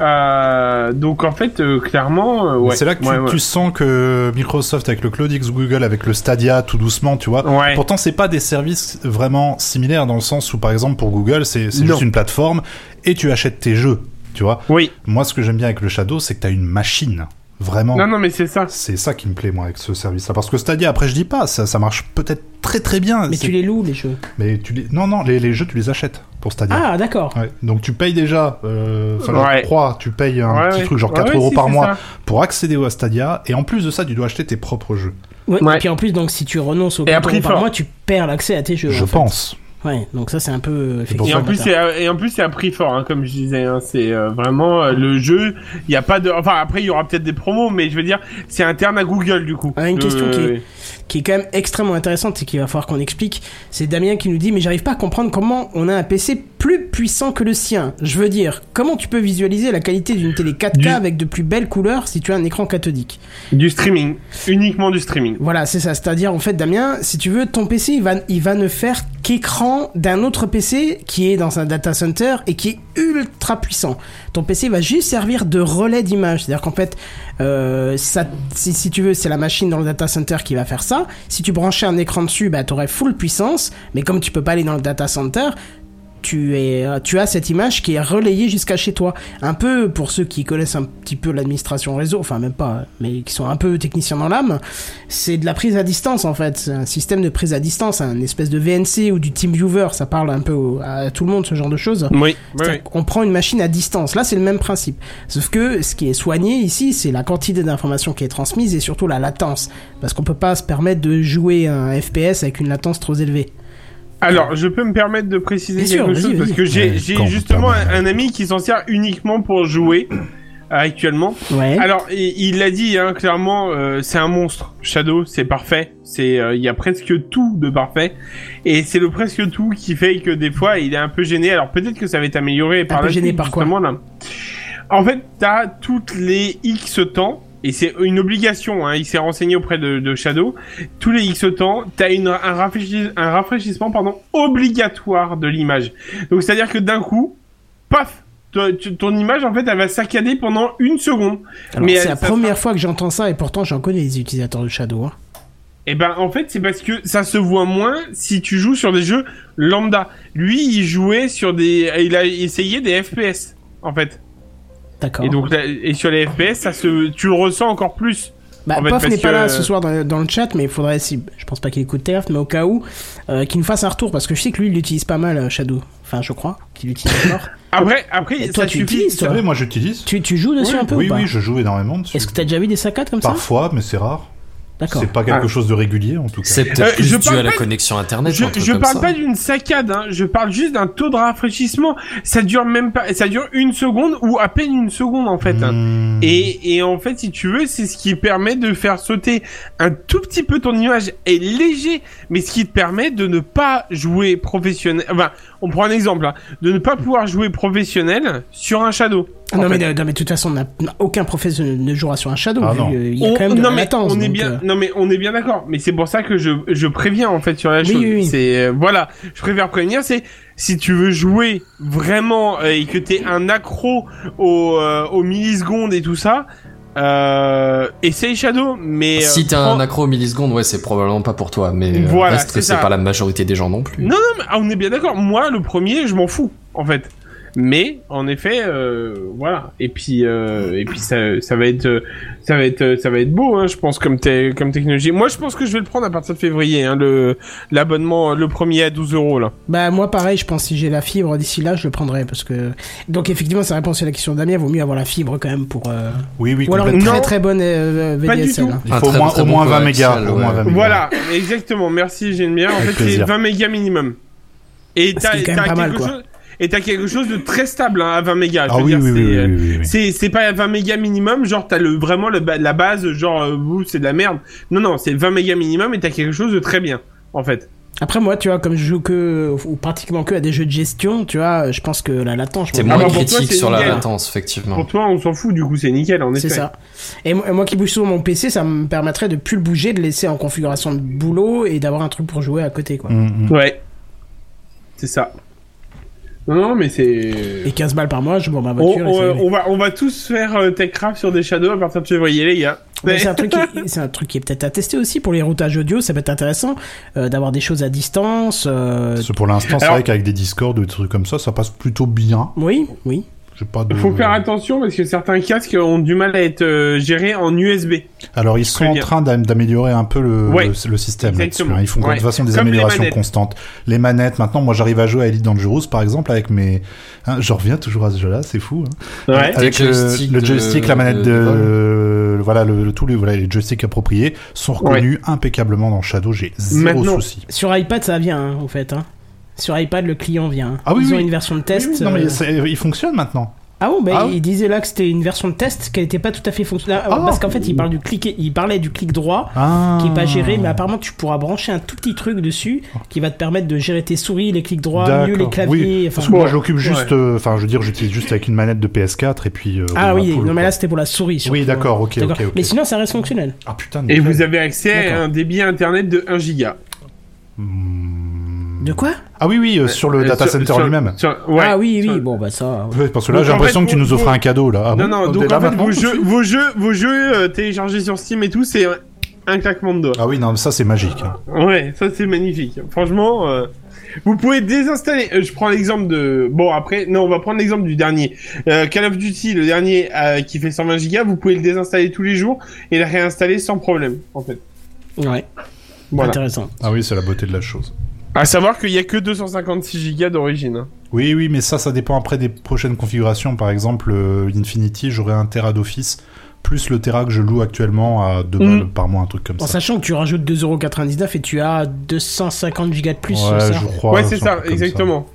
B: Euh, donc en fait, euh, clairement, euh, ouais.
D: c'est là que tu,
B: ouais, ouais.
D: tu sens que Microsoft avec le Cloud X, Google avec le Stadia, tout doucement, tu vois.
B: Ouais.
D: Pourtant, c'est pas des services vraiment similaires dans le sens où, par exemple, pour Google, c'est c'est
B: Non.
D: juste une plateforme et tu achètes tes jeux, tu vois.
B: Oui.
D: Moi, ce que j'aime bien avec le Shadow, c'est que t'as une machine, vraiment.
B: Non, non, mais c'est ça.
D: C'est ça qui me plaît, moi, avec ce service-là. Parce que Stadia, après, je dis pas, ça, ça marche peut-être très très bien.
A: Mais
D: C'est-
A: tu les loues, les jeux.
D: Mais tu les... Non, non, les, les jeux, tu les achètes pour Stadia.
A: Ah, d'accord.
D: Ouais. Donc tu payes déjà, euh, enfin, genre
B: Ouais.
D: 3, tu payes un
B: Ouais,
D: petit
B: ouais.
D: truc genre
B: Ouais,
D: 4
B: ouais,
D: euros
B: si,
D: par
B: c'est
D: mois
B: ça.
D: pour accéder au Stadia, et en plus de ça, tu dois acheter tes propres jeux.
A: Ouais,
B: Ouais.
A: Et puis en plus, donc, si tu renonces au
B: Et à
A: compte
B: prix
A: par
B: fort.
A: mois, tu perds l'accès à tes jeux.
D: je
A: en fait.
D: pense.
A: Ouais, donc ça, c'est un peu. euh,
D: pour
B: Et
D: ça
A: effectivement
B: en, plus,
A: bâtard.
B: c'est à- et en plus, c'est à prix fort, hein, comme je disais. hein. c'est euh, vraiment euh, le jeu. Il y a pas de. Enfin, après, il y aura peut-être des promos, mais je veux dire, c'est interne à Google du coup.
A: Ah, une
B: Euh,
A: question qui est- qui est quand même extrêmement intéressante et qu'il va falloir qu'on explique, c'est Damien qui nous dit mais j'arrive pas à comprendre comment on a un PC plus puissant que le sien. Je veux dire, comment tu peux visualiser la qualité d'une télé 4K
B: Du-
A: avec de plus belles couleurs si tu as un écran cathodique
B: Du streaming, uniquement du streaming.
A: Voilà, c'est ça. C'est-à-dire en fait Damien, si tu veux, ton PC il va, il va ne faire qu'écran d'un autre PC qui est dans un data center et qui est ultra puissant. Ton PC va juste servir de relais d'image. C'est-à-dire qu'en fait, euh, ça, si, si tu veux, c'est la machine dans le data center qui va faire ça. Si tu branchais un écran dessus, bah, tu aurais full puissance. Mais comme tu peux pas aller dans le data center, tu, es, tu as cette image qui est relayée jusqu'à chez toi. Un peu pour ceux qui connaissent un petit peu l'administration réseau, enfin même pas, mais qui sont un peu techniciens dans l'âme, c'est de la prise à distance en fait. C'est un système de prise à distance, un espèce de VNC ou du TeamViewer, ça parle un peu au- à tout le monde ce genre de choses.
B: Oui,
A: C'est-à-dire qu'on prend une machine à distance. Là, c'est le même principe. Sauf que ce qui est soigné ici, c'est la quantité d'informations qui est transmise et surtout la latence. Parce qu'on peut pas se permettre de jouer un FPS avec une latence trop élevée.
B: Alors, je peux me permettre de préciser
A: Bien sûr,
B: quelque
A: vas-y,
B: chose
A: vas-y.
B: parce que j'ai
D: Ouais,
B: j'ai
D: quand vous
B: justement un,
D: permettez.
B: un ami qui s'en sert uniquement pour jouer euh, actuellement.
A: Ouais.
B: Alors, il il l'a dit hein, clairement, euh, c'est un monstre. Shadow, c'est parfait. C'est, euh, il y a presque tout de parfait, et c'est le presque tout qui fait que des fois, il est un peu gêné. Alors peut-être que ça va être amélioré par
A: peu
B: la
A: gêné
B: suite,
A: par quoi
B: justement, là. En fait, t'as toutes les X temps. Et c'est une obligation, hein, il s'est renseigné auprès de, de Shadow. Tous les X temps, t'as une, un, rafraîchi- un rafraîchissement pardon, obligatoire de l'image. Donc c'est-à-dire que d'un coup, paf, ton, ton image en fait elle va saccader pendant une seconde.
A: Alors,
B: mais
A: c'est
B: elle-
A: la
B: ça
A: première fois que j'entends ça et pourtant j'en connais les utilisateurs de Shadow. hein.
B: Et ben en fait c'est parce que ça se voit moins si tu joues sur des jeux lambda. Lui il jouait sur des, il a essayé des FPS en fait.
A: D'accord.
B: Et donc là- et sur les FPS ça se, tu le ressens encore plus.
A: Bah,
B: en fait,
A: Pof
B: parce
A: n'est pas
B: que-
A: là ce soir dans, dans le chat, mais il faudrait, si, je pense pas qu'il écoute TF, mais au cas où, euh, qu'il nous fasse un retour parce que je sais que lui il l'utilise pas mal euh, Shadow. Enfin, je crois qu'il l'utilise encore.
B: Après après
A: Et
B: ça
A: toi, tu
B: suffit.
A: utilises,
D: Vous
A: toi
D: savez, moi j'utilise.
A: tu, tu joues dessus un peu
D: oui,
A: ou pas
D: oui, je joue énormément dessus.
A: Est-ce que t'as déjà vu des saccades comme ça
D: Parfois, mais c'est rare.
A: D'accord.
D: C'est pas
B: Ah.
D: quelque chose de régulier en tout cas.
C: C'est peut-être
B: Euh,
C: plus
B: je
C: dû
B: parle
C: à la
B: pas-
C: connexion internet.
B: Je,
C: un truc
B: je
C: comme
B: parle
C: ça.
B: pas d'une saccade, hein. je parle juste d'un taux de rafraîchissement. Ça dure même pas, ça dure une seconde ou à peine une seconde en fait. hein.
D: Hmm.
B: Et, et en fait, si tu veux, c'est ce qui permet de faire sauter un tout petit peu ton image est léger, mais ce qui te permet de ne pas jouer professionnel. Enfin, on prend un exemple, hein, de ne pas pouvoir jouer professionnel sur un shadow.
A: Ah non,
B: En
A: mais,
B: fait.
A: de- non, mais de toute façon, on n'a- n'a aucun professeur ne jouera sur un Shadow.
D: Ah
A: vu,
D: non.
A: euh, il y a
B: On-
A: quand même de
B: non,
A: la
B: mais
A: latence,
B: on est
A: donc,
B: bien,
A: euh,
B: non mais on est bien d'accord. Mais c'est pour ça que je, je préviens en fait sur la
A: Oui,
B: chose.
A: oui, oui.
B: C'est euh, voilà, je préfère prévenir. C'est si tu veux jouer vraiment euh, et que t'es un accro au, euh, aux millisecondes et tout ça, euh, essaye Shadow. Mais
C: Si
B: euh,
C: t'as un
B: prends-
C: accro aux millisecondes, ouais, c'est probablement pas pour toi, mais euh,
B: Voilà,
C: reste
B: c'est
C: que c'est
B: ça.
C: pas la majorité des gens non plus.
B: Non, non, mais ah, on est bien d'accord. Moi, le premier, je m'en fous, en fait. Mais, en effet, euh, voilà. Et puis, euh, et puis ça, ça va être, euh, ça va être, euh, ça va être beau, hein, je pense, comme, te- comme technologie. Moi, je pense que je vais le prendre à partir de février, hein, le l'abonnement, euh, le premier à 12 euros là.
A: Bah, moi, pareil, je pense que si j'ai la fibre d'ici là, je le prendrai. Parce que. Donc, effectivement, ça répond aussi à la question de Damien. Vaut mieux avoir la fibre quand même pour. euh,
D: Oui, oui,
A: Ou alors une
D: complètement.
A: très très bonne euh,
B: Pas du
A: VDSL.
B: tout.
A: hein.
D: Il
C: Un
D: faut au
C: très,
D: moins,
C: très
D: au
C: bon
D: moins 20 mégas.
C: coaxial,
D: Au moins
C: ouais.
D: 20 mégas.
B: Voilà, exactement. Merci, Geneviève. En
D: Ah, Avec
B: fait, c'est
D: plaisir.
B: 20 mégas minimum. Et
A: Ce qui
B: t'as
A: est quand même
B: t'as
A: pas mal,
B: quelque
A: quoi.
B: chose, et t'as quelque chose de très stable hein, à 20 mégas. Je
D: Ah
B: veux
D: oui,
B: dire,
D: oui,
B: c'est,
D: oui,
B: euh,
D: oui, oui, oui.
B: C'est, c'est pas 20 mégas minimum, genre t'as le, vraiment le ba- la base, genre euh, ouh, c'est de la merde. Non, non, c'est 20 mégas minimum et t'as quelque chose de très bien, en fait.
A: Après, moi, tu vois, comme je joue que. ou pratiquement que à des jeux de gestion, tu vois, je pense que la latence. je
C: C'est
A: m'en
C: moins
B: bah,
A: bats.
B: pour toi,
C: critique
B: c'est
C: sur la
B: nickel.
C: latence, effectivement.
B: Pour toi, on s'en fout, du coup, c'est nickel, en effet.
A: C'est ça. Et moi, moi qui bouge souvent mon PC, ça me permettrait de plus le bouger, de laisser en configuration de boulot et d'avoir un truc pour jouer à côté, quoi.
D: Mm, mm.
B: Ouais. C'est ça. Non, non, mais c'est.
A: Et 15 balles par mois, je prends ma
B: On,
D: Oh,
A: voiture. et
B: on-
A: c'est-
B: on va, on va tous faire euh, Techcraft sur des Shadows à partir de février, les gars.
D: oh,
A: Mais c'est un truc qui, c'est un truc qui est peut-être à tester aussi pour les routages audio. Ça peut être intéressant euh, d'avoir des choses à distance. euh,
D: Parce que Pour l'instant, c'est
B: Alors-
D: vrai qu'avec des Discord ou des trucs comme ça, ça passe plutôt bien.
A: Oui, oui.
D: J'ai pas de...
B: Faut faire attention parce que certains casques ont du mal à être euh, gérés en USB.
D: Alors ils sont en
B: dire.
D: train d'am- d'améliorer un peu le,
B: Ouais.
D: le, le système. là-dessus,
B: Exactement.
D: hein. Ils font de
B: Ouais.
D: toute façon des
B: Comme les
D: améliorations
B: manettes.
D: constantes. Les manettes, maintenant, moi j'arrive à jouer à Elite Dangerous par exemple avec mes... hein, je reviens toujours à ce jeu-là, c'est fou. hein.
B: Ouais.
D: Avec
C: Des
D: le
C: joysticks
D: le
C: de-
D: joystick, la manette de...
C: de- de vol.
D: euh, voilà, le, le- tous les, voilà, les joysticks appropriés sont reconnus impeccablement dans Shadow, j'ai zéro
B: Maintenant.
D: souci.
A: Sur iPad, ça vient, hein, en fait. hein. Sur iPad, le client vient. hein.
D: Ah oui,
A: Ils ont
D: oui.
A: une version de
D: Oui,
A: test.
D: oui, non mais
A: euh,
D: c'est- il fonctionne maintenant.
A: Ah bon, bah,
D: Ah
A: il disait là que c'était une version de test qu'elle n'était pas tout à fait fonctionnelle. Ah,
D: Ah.
A: Parce qu'en fait, il, parle du clic, il parlait du clic droit
D: Ah.
A: qui est pas géré, mais apparemment, tu pourras brancher un tout petit truc dessus qui va te permettre de gérer tes souris, les clics droits, mieux les
D: D'accord,
A: claviers.
D: oui.
A: enfin,
D: Parce que moi
A: bon.
D: je l'occupe juste, euh, enfin je veux dire, j'utilise juste avec une manette de PS4 et puis. euh,
A: Ah
D: dans ma
A: oui,
D: poule,
A: non mais
D: quoi.
A: là c'était pour la souris. surtout,
D: Oui,
A: hein.
D: d'accord, ok, ok,
A: D'accord.
D: ok.
A: Mais sinon, ça reste fonctionnel.
D: Ah putain,
B: Et
D: nickel.
B: vous avez accès à
A: D'accord.
B: un débit internet de 1 giga.
A: De quoi
D: Ah oui, oui, euh, sur le
B: Euh,
D: data
B: sur-
D: center
B: sur-
D: lui-même.
B: sur- ouais,
A: Ah oui, oui,
B: sur-
A: bon bah ça. ouais.
D: Ouais, Parce que là,
B: Donc,
D: j'ai
B: en
D: l'impression
B: fait,
D: que tu
B: vous-
D: nous offres un cadeau là. Ah
B: non,
D: bon
B: non,
D: Dès
B: donc
D: là,
B: en fait,
D: maintenant
B: vos jeux, vos jeux, vos jeux euh, téléchargés sur Steam et tout, c'est un, un claquement de doigts.
D: Ah oui, non, ça c'est magique. hein.
B: Ouais, ça c'est magnifique. Franchement, euh, Vous pouvez désinstaller. euh, je prends l'exemple de. Bon après, non, on va prendre l'exemple du dernier. Euh, Call of Duty, le dernier euh, qui fait 120 gigas, vous pouvez le désinstaller tous les jours et le réinstaller sans problème, en fait.
A: Ouais,
B: Voilà.
A: intéressant.
D: Ah oui, c'est la beauté de la chose.
B: À savoir qu'il y a que 256 gigas d'origine. hein.
D: Oui, oui, mais ça, ça dépend après des prochaines configurations. Par exemple, euh, Infinity, j'aurai un Tera d'office, plus le Tera que je loue actuellement à 2
B: Mm.
A: Hmm.
D: balles par mois, un truc comme
A: En
D: ça.
A: sachant que tu rajoutes 2,99€ et tu as 250 gigas de plus sur
D: ouais,
A: ça.
D: je crois,
B: ouais, c'est
D: sur un
B: ça,
D: truc comme
B: exactement.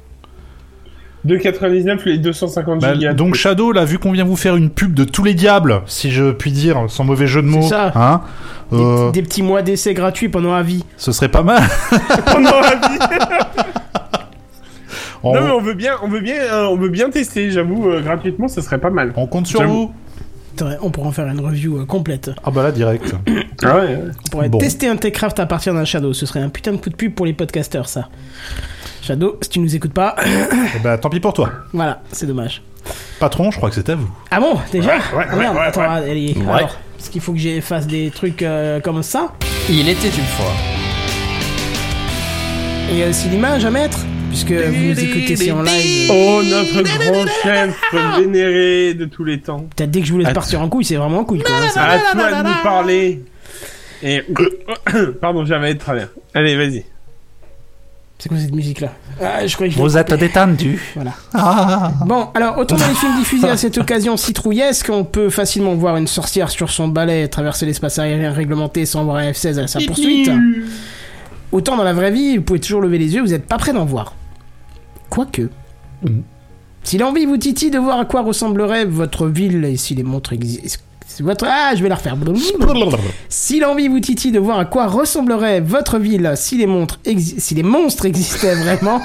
B: 2,99 les 250
D: Bah,
B: gigas.
D: donc Shadow, là, vu qu'on vient vous faire une pub de tous les diables, si je puis dire, sans mauvais jeu de mots,
A: C'est ça.
D: hein,
A: Des,
D: euh,
A: des petits mois d'essai gratuits pendant la vie.
D: ce serait pas mal.
B: Pendant la vie.
D: On,
B: Non mais on veut bien, on veut bien, euh, on veut bien tester. J'avoue, euh, gratuitement, ça serait pas mal.
D: on compte sur
B: J'avoue.
D: vous.
A: Attends, On pourra en faire une review euh, complète.
D: Ah bah là, direct.
B: Ah ouais. ouais.
A: On pourrait
D: Bon.
A: tester un Techcraft à partir d'un Shadow. Ce serait un putain de coup de pub pour les podcasters, ça. Shadow, si tu nous écoutes pas,
D: Eh bah tant pis pour toi.
A: voilà, c'est dommage.
D: Patron, je crois que c'est à vous.
A: Ah bon, déjà
B: ouais, ouais,
A: Merde,
B: ouais,
A: attends,
B: ouais.
A: allez,
C: Ouais.
A: alors, est-ce qu'il faut que j'efface des trucs euh, comme ça
C: Il était une fois.
A: Et euh, il y a aussi l'image à mettre, puisque vous nous écoutez c'est en live.
B: Oh notre grand chef vénéré de tous les temps.
A: Peut-être dès que je vous laisse
B: Att-
A: partir en couille, c'est vraiment en couille quoi. hein, ça.
B: À toi de nous parler. Et pardon, j'avais de travers. Allez, vas-y.
A: C'est quoi cette musique là ah, Je croyais que je l'ai-
D: êtes
B: Ah,
D: détendu.
A: Voilà. Bon, alors, autant dans les films diffusés à cette occasion citrouillesque, on peut facilement voir une sorcière sur son balai traverser l'espace aérien réglementé sans voir un F-16 à sa poursuite. Autant dans la vraie vie, vous pouvez toujours lever les yeux, vous n'êtes pas prêt d'en voir. Quoique. Si l'envie vous titille de voir à quoi ressemblerait votre ville et si les montres existent. Votre... Ah, je vais la refaire. Si l'envie vous titille de voir à quoi ressemblerait votre ville si les montres exi- si les monstres existaient vraiment,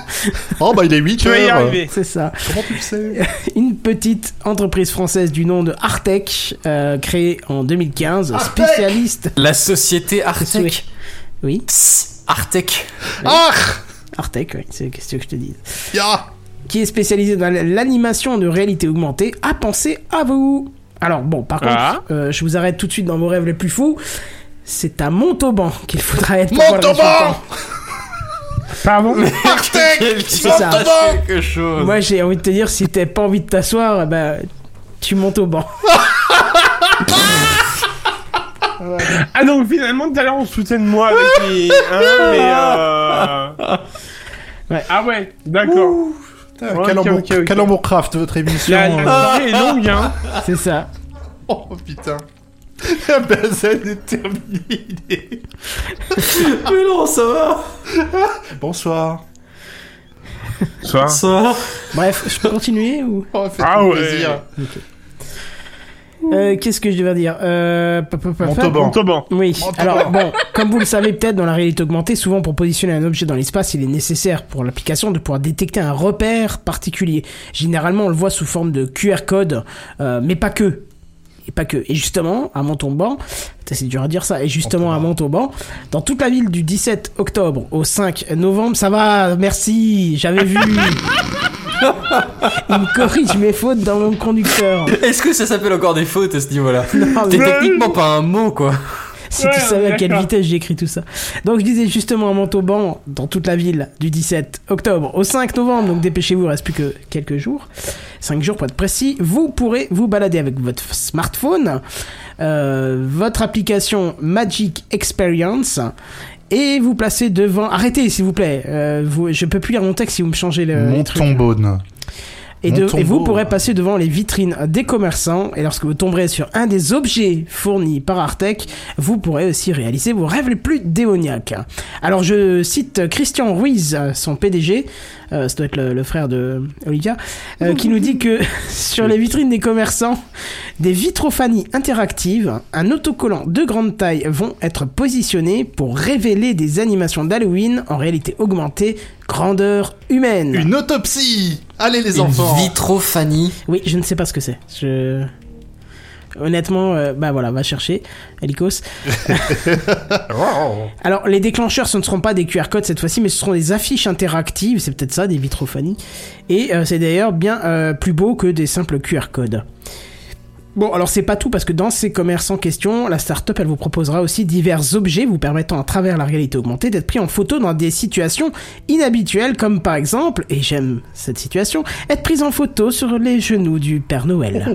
D: Oh bah il est 8
B: Tu vas y arriver.
A: c'est ça.
D: Comment tu le sais
A: Une petite entreprise française du nom de Artec, euh, créée en 2015, spécialiste.
C: La société Artec.
A: Oui,
C: Psst, Artec.
D: Ah
A: Artec, oui, c'est qu'est-ce que je te dis.
D: Ya
A: Qui est spécialisée dans l'animation de réalité augmentée, à penser à vous. Alors bon, par contre,
B: Ah.
A: euh, je vous arrête tout de suite dans vos rêves les plus fous. C'est à Montauban qu'il faudra être. pour voir le
D: Montauban
A: résultat.
B: Pardon.
A: C'est ça.
C: quelque chose.
A: Moi, j'ai envie de te dire, si t'as pas envie de t'asseoir, eh ben, tu montes au banc.
B: Ah donc finalement tout à l'heure on se foutait de moi avec les. hein, mais, euh,
A: Ouais.
B: Ah ouais, d'accord.
D: Putain,
B: Ouais,
D: Calembour-
B: ok, ok, ok.
D: Calembourcraft, votre émission. euh.
B: La, la soirée est longue hein.
A: C'est ça.
D: Oh putain. La basette est terminée.
C: Mais non, ça va.
D: Bonsoir.
B: Soir.
C: Ça va.
A: Bref, je peux continuer ou
D: Oh, faites
B: Ah ouais.
A: Euh, Qu'est-ce que je devais dire euh, pa- pa- pa- pa-
D: Montauban.
B: Montauban.
A: Oui,
D: Montauban.
A: alors bon, comme vous le savez peut-être, dans la réalité augmentée, souvent pour positionner un objet dans l'espace, il est nécessaire pour l'application de pouvoir détecter un repère particulier. Généralement, on le voit sous forme de QR code, euh, mais pas que. Et pas que. Et justement, à Montauban, putain, c'est dur à dire ça, et justement à Montauban, dans toute la ville du 17 octobre au 5 novembre, ça va, merci, j'avais vu. Il me corrige mes fautes dans mon conducteur. Ah
C: Est-ce que ça s'appelle encore des fautes à ce niveau-là
A: Non,
C: T'es
A: mais-
C: techniquement pas un mot, quoi.
A: Si tu
B: Ouais,
A: savais à quelle
B: d'accord.
A: vitesse j'ai écrit tout ça. Donc je disais justement à Montauban, dans toute la ville, du 17 octobre au 5 novembre, donc dépêchez-vous, il reste plus que quelques jours, 5 jours pour être précis, vous pourrez vous balader avec votre f- smartphone, euh, votre application Magic Experience, et vous placer devant... Arrêtez s'il vous plaît, euh, vous... je peux plus lire mon texte si vous me changez le... les Euh, trucs.
D: Montombone.
A: Et, de-
D: Mon
A: et vous
D: tombeau.
A: pourrez passer devant les vitrines des commerçants et lorsque vous tomberez sur un des objets fournis par Artec, vous pourrez aussi réaliser vos rêves les plus démoniaques. Alors je cite Christian Ruiz, son PDG, euh, ça doit être le, le frère de Olivia, euh, qui nous dit que sur les vitrines des commerçants, des vitrophanies interactives, un autocollant de grande taille vont être positionnés pour révéler des animations d'Halloween en réalité augmentée, grandeur humaine.
D: Une autopsie Allez les
C: Une
D: enfants hein.
C: vitrophanie.
A: Oui, je ne sais pas ce que c'est. Je... Honnêtement, euh, bah voilà, va chercher, Alicos.
D: Oh.
A: Alors, les déclencheurs, ce ne seront pas des QR codes cette fois-ci, mais ce seront des affiches interactives, c'est peut-être ça, des vitrophanies. Et euh, c'est d'ailleurs bien euh, plus beau que des simples QR codes. Bon, alors c'est pas tout parce que dans ces commerces en question, la startup elle vous proposera aussi divers objets vous permettant à travers la réalité augmentée d'être pris en photo dans des situations inhabituelles comme par exemple, et j'aime cette situation, être prise en photo sur les genoux du Père Noël.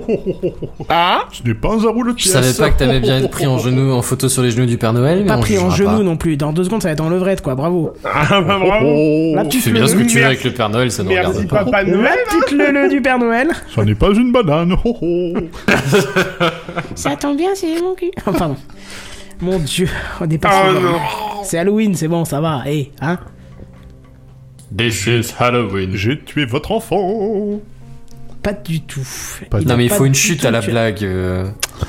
B: Ah
D: Ce n'est pas un rouleau de
C: Je savais pas que t'avais bien pris en genoux, en photo sur les genoux du Père Noël. mais
A: pas
C: on
A: pris en
C: jugera
A: genoux
C: pas.
A: non plus, dans deux secondes ça va être en levrette quoi, bravo.
B: Ah bah bravo
D: Oh,
A: La
C: Tu
A: petite
C: fais bien ce que tu veux
B: Merci.
C: avec le Père Noël, ça ne
B: Merci
C: regarde pas.
B: Papa
A: La
B: Noël
A: petite lele du Père Noël.
D: ça n'est pas une banane. Oh, oh.
A: Ça tombe bien, c'est mon cul. Oh, pardon. Mon dieu, on est
C: Ah
A: pas
B: Oh
A: sûr.
B: non
A: C'est Halloween, c'est bon, ça va. Eh, hein
C: This is Halloween.
D: J'ai tué votre enfant.
A: Pas du tout.
D: Pas du
C: Non mais il
A: Pas
C: faut une
A: du
C: chute
A: tout,
C: à la
A: tu-
C: blague. euh.
D: Bah,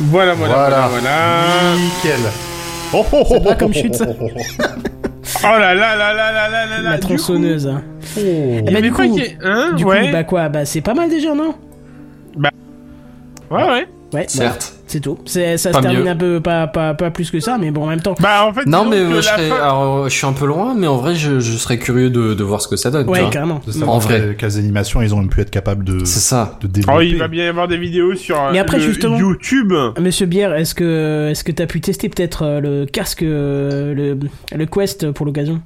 B: Voilà, voilà, voilà, voilà.
D: Nickel. Oh, oh, oh,
A: pas
D: oh,
A: comme
D: oh,
A: chute, ça.
D: oh, oh, oh.
B: Oh là là là là là là là là
C: Ah,
A: La
B: du coup-
A: tronçonneuse. hein.
D: Oh.
A: Eh
B: Mais
A: ben, du
B: pas
A: coup,
B: qu'il y ait- hein,
A: du coup,
B: ouais.
A: bah quoi Bah c'est pas mal déjà, non
B: ouais, ouais.
A: Ouais, bah,
C: Certes.
A: c'est tout. C'est- Ça
C: Pas
A: se termine
C: mieux.
A: un peu, pas, pas, pas plus que ça, mais bon, en même temps.
B: Bah en fait,
C: Non
B: disons
C: mais
B: que
C: euh,
B: la
C: je, serais-
B: fin-
C: alors, je suis un peu loin, mais en vrai je, je serais curieux de, de voir ce que ça donne. tu
A: Ouais,
C: vois.
A: carrément.
D: De
A: Mm.
D: savoir
C: En vrai.
D: quelles- Quelles animations ils ont pu être capables de,
C: C'est ça.
D: de développer.
B: Oh, il va bien y avoir des vidéos sur euh,
A: Mais après,
B: le-
A: justement-
B: YouTube.
A: Monsieur Bière, est-ce que est-ce que t'as pu tester peut-être euh, le casque, euh, le, le Quest pour l'occasion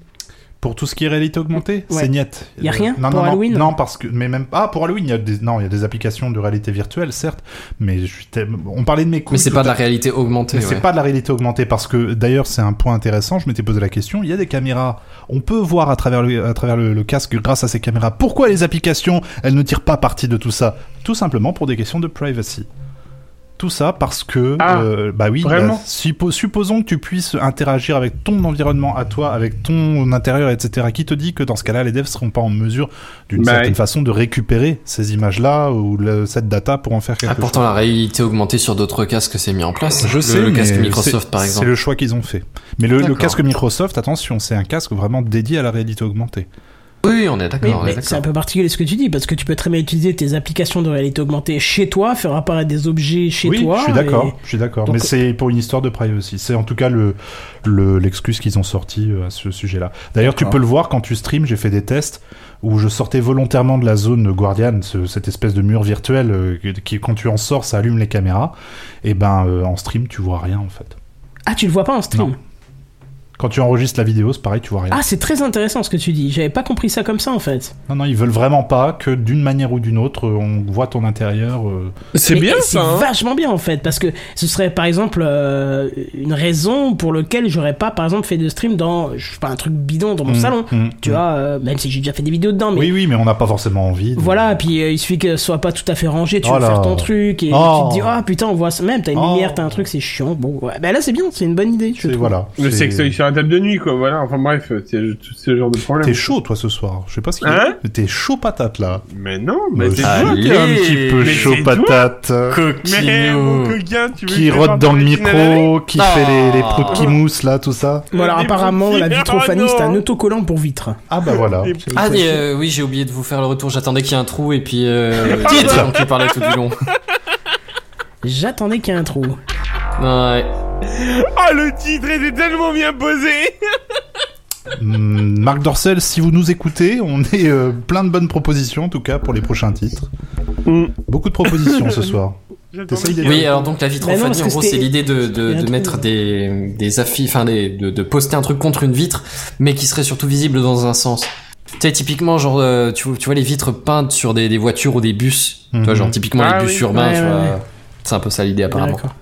D: Pour tout ce qui est réalité augmentée,
A: Ouais.
D: c'est niette.
A: Y a
D: Euh,
A: rien
D: non,
A: pour
D: non, non.
A: Halloween
D: Non, parce que mais même ah pour Halloween, il y a des non, il y a des applications de réalité virtuelle certes, mais je suis tellement- on parlait de mes couilles.
C: Mais c'est
D: tout
C: pas
D: à
C: de la réalité augmentée.
D: Mais c'est
C: ouais.
D: pas de la réalité augmentée parce que d'ailleurs c'est un point intéressant. Je m'étais posé la question. Il y a des caméras. On peut voir à travers le, à travers le, le casque grâce à ces caméras. Pourquoi les applications elles ne tirent pas parti de tout ça Tout simplement pour des questions de privacy. Tout ça parce que
B: Ah,
D: euh, bah oui.
B: vraiment
D: bah, suppo- supposons que tu puisses interagir avec ton environnement à toi, avec ton intérieur, etc. Qui te dit que dans ce cas-là les devs seront pas en mesure d'une
B: Bah,
D: certaine
B: oui.
D: façon de récupérer ces images là ou le- cette data pour en faire quelque
C: Ah, pourtant la réalité augmentée sur d'autres casques s'est mis en place.
D: je
C: le,
D: sais,
C: le
D: mais
C: casque
D: c'est-
C: Microsoft par
D: C'est
C: exemple.
D: le choix qu'ils ont fait. Mais le, le
C: D'accord.
D: casque Microsoft, attention, c'est un casque vraiment dédié à la réalité augmentée.
C: Oui, on est
A: Oui,
C: d'accord. on est
A: mais c'est un
C: d'accord.
A: peu particulier ce que tu dis parce que tu peux très bien utiliser tes applications de réalité augmentée chez toi, faire apparaître des objets chez
D: oui,
A: toi.
D: je suis d'accord, je suis d'accord.
A: Donc-
D: Mais c'est pour une histoire de privacy. C'est en tout cas le le- l'excuse qu'ils ont sorti euh, à ce sujet-là. D'ailleurs, tu
C: D'accord.
D: peux le voir quand tu stream. J'ai fait des tests où je sortais volontairement de la zone Guardian, ce- cette espèce de mur virtuel euh, qui- qui, quand tu en sors, ça allume les caméras. Et ben, euh, en stream, tu vois rien en fait.
A: et- Ah, tu le vois pas en stream.
D: Non. Quand tu enregistres la vidéo, c'est pareil, tu vois rien.
A: Ah, c'est très intéressant ce que tu dis. J'avais pas compris ça comme ça en fait.
D: Non, non, ils veulent vraiment pas que d'une manière ou d'une autre, euh, on voit ton intérieur. euh,
B: C'est
A: Mais
B: bien
A: C'est
B: ça. hein.
A: vachement bien en fait parce que ce serait par exemple euh, une raison pour laquelle j'aurais pas par exemple fait de stream dans je sais pas un truc bidon dans mon
D: mm,
A: salon.
D: mm,
A: Tu
D: mm.
A: vois, euh, même si j'ai déjà fait des vidéos dedans, mais
D: Oui, oui, mais on n'a pas forcément envie. de-
A: Voilà, puis euh, il suffit que ce soit pas tout à fait rangé, tu
D: Oh
A: vas
D: là.
A: faire ton truc et
D: Oh.
A: tu te dis ah putain on voit ça même, t'as une
D: Oh.
A: lumière, t'as un truc, c'est chiant. Bon, ouais. bah là c'est bien, c'est une bonne idée. Je
D: C'est
A: trouve.
D: voilà.
B: Le
D: C'est-
B: sextoy sur la table de nuit, quoi. Voilà. Enfin bref, c'est tout ce genre de problème.
D: T'es chaud, toi, ce soir. Je sais pas ce qu'il y a.
B: Hein
D: T'es chaud patate, là.
B: Mais non, mais
D: Euh,
B: c'est
C: Ah,
B: toi.
C: Allez,
D: t'es un petit peu
B: mais
D: chaud
B: c'est toi.
D: patate. euh,
B: Mais Eh, mon
C: Coquinou.
B: coquin, tu veux
D: Qui
B: que je
D: rote dans
B: parle
D: le
B: de Tinalala
D: micro, qui
C: Ah.
D: fait les, les proutes qui moussent, là, tout ça.
A: Bon, alors
B: Des
A: apparemment
B: bouquets,
A: la vitrophanie
B: oh
A: c'est un
B: non.
A: autocollant pour vitre.
D: Ah bah voilà.
B: Et-
C: Ah mais, euh, oui, j'ai oublié de vous faire le retour. J'attendais qu'il y ait un trou et puis euh,
D: Dites
C: on qui parlait tout du long.
A: Ah, J'attendais qu'il y ait un trou.
C: Ouais.
B: Oh, le titre était tellement bien posé.
D: Hmm, Marc Dorcel, si vous nous écoutez, on est euh, plein de bonnes propositions, en tout cas, pour les prochains titres.
B: Mm.
D: Beaucoup de propositions ce soir. T'essayes d'être-
C: Oui, alors donc la
A: Bah non,
C: vitrophanie,
A: parce
C: en
A: que
C: gros,
A: c'était-
C: c'est l'idée de,
A: Il y
C: de,
A: a un
C: de
A: trou,
C: mettre
A: ouais.
C: des, des affiches, enfin des, de, de poster un truc contre une vitre, mais qui serait surtout visible dans un sens. Tu sais, typiquement, genre, euh, tu, tu vois les vitres peintes sur des, des voitures ou des bus. Tu
D: Mhm.
C: vois, genre, typiquement
B: Ah
C: les bus
B: oui.
C: urbains,
A: Ouais,
C: tu
A: ouais,
C: vois.
A: ouais.
C: C'est un peu ça l'idée, apparemment.
A: D'accord.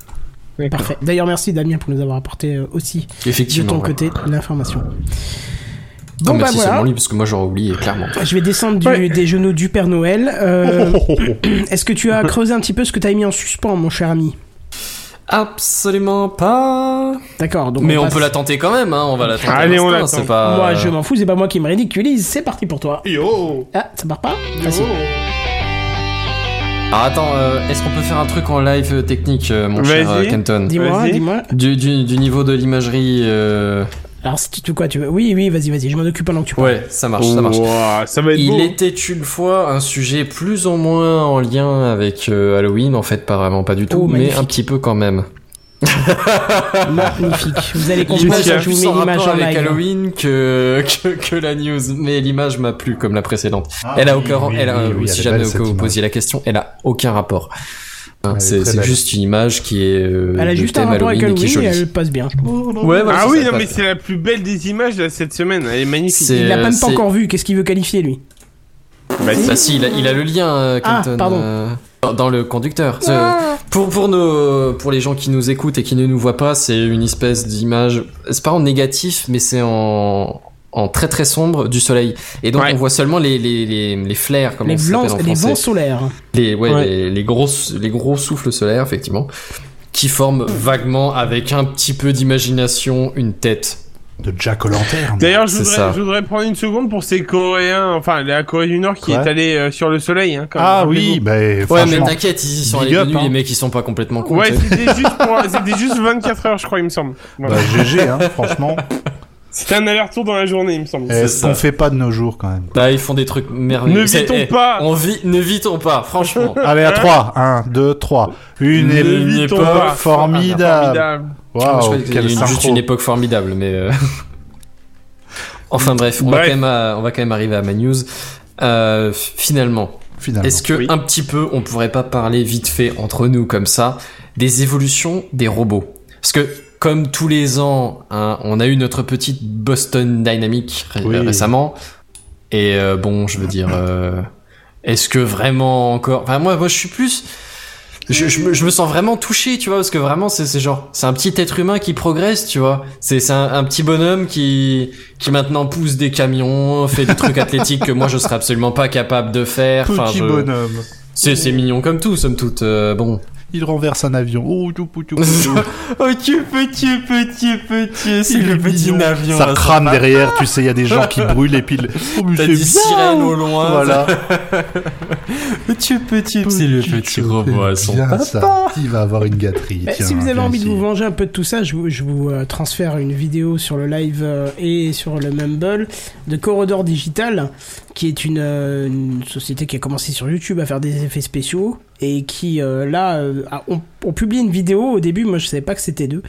A: Parfait. D'ailleurs merci Damien pour nous avoir apporté euh, aussi de
C: Effectivement.
A: ton
C: ouais.
A: côté l'information.
C: Non,
A: Bon bah
C: merci seulement
A: voilà.
C: lui, parce que moi j'aurais oublié, clairement.
A: Je vais descendre du-
B: Ouais.
A: des genoux du Père Noël. Euh,
D: Oh, oh, oh, oh.
A: Est-ce que tu as creusé un petit peu ce que t'as mis en suspens, mon cher ami
C: Absolument pas.
A: D'accord. donc
C: mais on
A: passe-
C: peut la tenter quand même, hein, on va la tenter. à
B: Allez, on
C: l'instant,
B: l'attend.
C: c'est pas...
A: Moi, je m'en fous, c'est pas moi qui me ridiculise. C'est parti pour toi. Ah, ça part pas Ah, si.
C: Alors attends, euh, est-ce qu'on peut faire un truc en live euh, technique, euh, mon cher
B: Vas-y.
C: euh, Kenton
A: Dis-moi,
B: Vas-y.
A: dis-moi.
C: du, du, du niveau de l'imagerie. euh,
A: Alors, si tu tu- quoi, tu veux Oui, oui, vas-y, vas-y, je m'en occupe pendant que tu parles.
C: Ouais, ça marche, ça marche.
B: Ouah, ça va être
C: Il
B: beau.
C: était une fois un sujet plus ou moins en lien avec euh, Halloween, en fait, pas vraiment, pas du tout,
A: Oh,
C: mais
A: magnifique.
C: un petit peu quand même.
A: Magnifique. Vous allez comprendre
C: L'image
A: ça,
C: a
A: je vous
C: plus
A: mets
C: en
A: l'image
C: rapport
A: en
C: avec
A: live. hein.
C: Halloween que, que, que la news, mais l'image m'a plu comme la précédente.
D: Ah
C: elle a
D: oui,
C: aucun,
D: oui,
C: elle a,
D: oui, oui, elle
C: si
D: est
C: jamais
D: belle,
C: vous
D: cette
C: posiez la
D: image.
C: question, elle a aucun rapport. Hein,
B: est
C: C'est
B: très
C: c'est
B: belle.
C: juste une image qui est. euh,
A: Elle a
C: de
A: juste un
C: thème
A: rapport avec
C: Halloween et qui est
A: Halloween et
C: jolie.
A: elle passe bien, je
D: Oh,
A: trouve.
C: Ouais, voilà,
B: Ah
C: c'est
B: oui,
C: ça,
B: non, mais
C: pas-
B: c'est la plus belle des images de cette semaine. Elle est magnifique.
C: C'est-
A: Il l'a
C: euh,
A: même pas
C: c'est-
A: encore vu, qu'est-ce qu'il veut qualifier lui
B: Bah, si.
C: Bah si, il a, il a le lien, euh,
A: Ah,
C: Kenton,
A: pardon. Ah.
C: euh, dans- dans le conducteur. C'est- Pour, pour, nos, pour les gens qui nous écoutent et qui ne nous voient pas, c'est une espèce d'image. C'est pas en négatif, mais c'est en, en très très sombre du soleil. Et donc
B: Ouais.
C: on voit seulement les, les, les, les flares, comme
A: les,
C: on s'appelle
A: blancs-
C: en
A: les
C: français.
A: vents solaires.
C: Les, ouais,
B: Ouais.
C: Les, les gros, les gros souffles solaires, effectivement, qui forment vaguement, avec un petit peu d'imagination, une tête.
D: De Jack O'Lantern.
B: D'ailleurs, je
C: C'est ça.
B: voudrais, je voudrais prendre une seconde pour ces Coréens, enfin la Corée du Nord qui
D: Quoi
B: est allée euh, sur le soleil. Hein, quand même,
D: Ah
B: rappelez-vous.
D: oui, bah,
C: Ouais, mais
D: franchement.
C: t'inquiète, ils y sont
D: big
C: allés de
D: up,
C: nuit,
D: hein.
C: les mecs, ils sont pas complètement cons.
B: Ouais,
C: tu sais.
B: c'était juste, pour- c'était juste 24 heures, je crois, il me semble. Voilà.
D: Bah, GG, hein, franchement.
B: C'était un aller-retour dans la journée, il me semble.
D: Eh,
C: C'est
D: ce qu'on
C: ça.
D: fait pas de nos jours, quand même.
C: Bah, ils font des trucs merveilleux.
B: Ne
C: C'est-
B: vitons
C: eh,
B: pas
C: On vit, ne vitons pas, franchement.
D: Allez, à 3. 1, 2, 3. Une
C: Ne
B: vitons
D: époque
B: pas.
D: formidable.
B: Ah, bah, Formidable.
C: Moi, je
D: Waouh,
C: crois que
D: quel
C: c'est une- juste
D: synchro.
C: une époque formidable, mais. euh, enfin bref, on, Va
B: Bref.
C: quand même à- on va quand même arriver à ma news. Euh, finalement,
D: Finalement.
C: est-ce que
B: Oui.
C: un petit peu on pourrait pas parler vite fait entre nous comme ça des évolutions des robots Parce que comme tous les ans, hein, on a eu notre petite Boston Dynamic ré-
D: Oui.
C: récemment. Et euh, bon, je veux dire, euh, est-ce que vraiment encore Enfin moi, moi je suis plus. Je, je me, je me sens vraiment touché, tu vois, parce que vraiment c'est c'est genre c'est un petit être humain qui progresse, tu vois. C'est c'est un, un petit bonhomme qui qui maintenant pousse des camions, fait des trucs athlétiques que moi je serais absolument pas capable de faire. Enfin,
D: Petit
C: je-
D: bonhomme.
C: c'est c'est mignon comme tout, somme toute. euh, bon.
D: Il renverse un avion. Oh, youpou, youpou, youpou.
C: tu petit petit petit, c'est
D: Il est mignon. Ça crame derrière, tu sais, il y a des gens qui brûlent et puis. le- Oh, mais
C: T'as
D: c'est
C: dit
D: bien.
C: sirène au loin.
D: Voilà.
C: Petit petit, c'est le petit robot à son
D: Bien ça. Il va avoir une gâterie.
A: Bah,
D: Tiens,
A: si vous avez
D: viens
A: envie de
D: ici.
A: vous venger un peu de tout ça, je vous, je vous, euh, transfère une vidéo sur le live euh, et sur le Mumble de Corridor Digital, qui est une, euh, une société qui a commencé sur YouTube à faire des effets spéciaux et qui, euh, là, euh, a- on, on publie une vidéo. Au début, moi, je savais pas que c'était d'eux.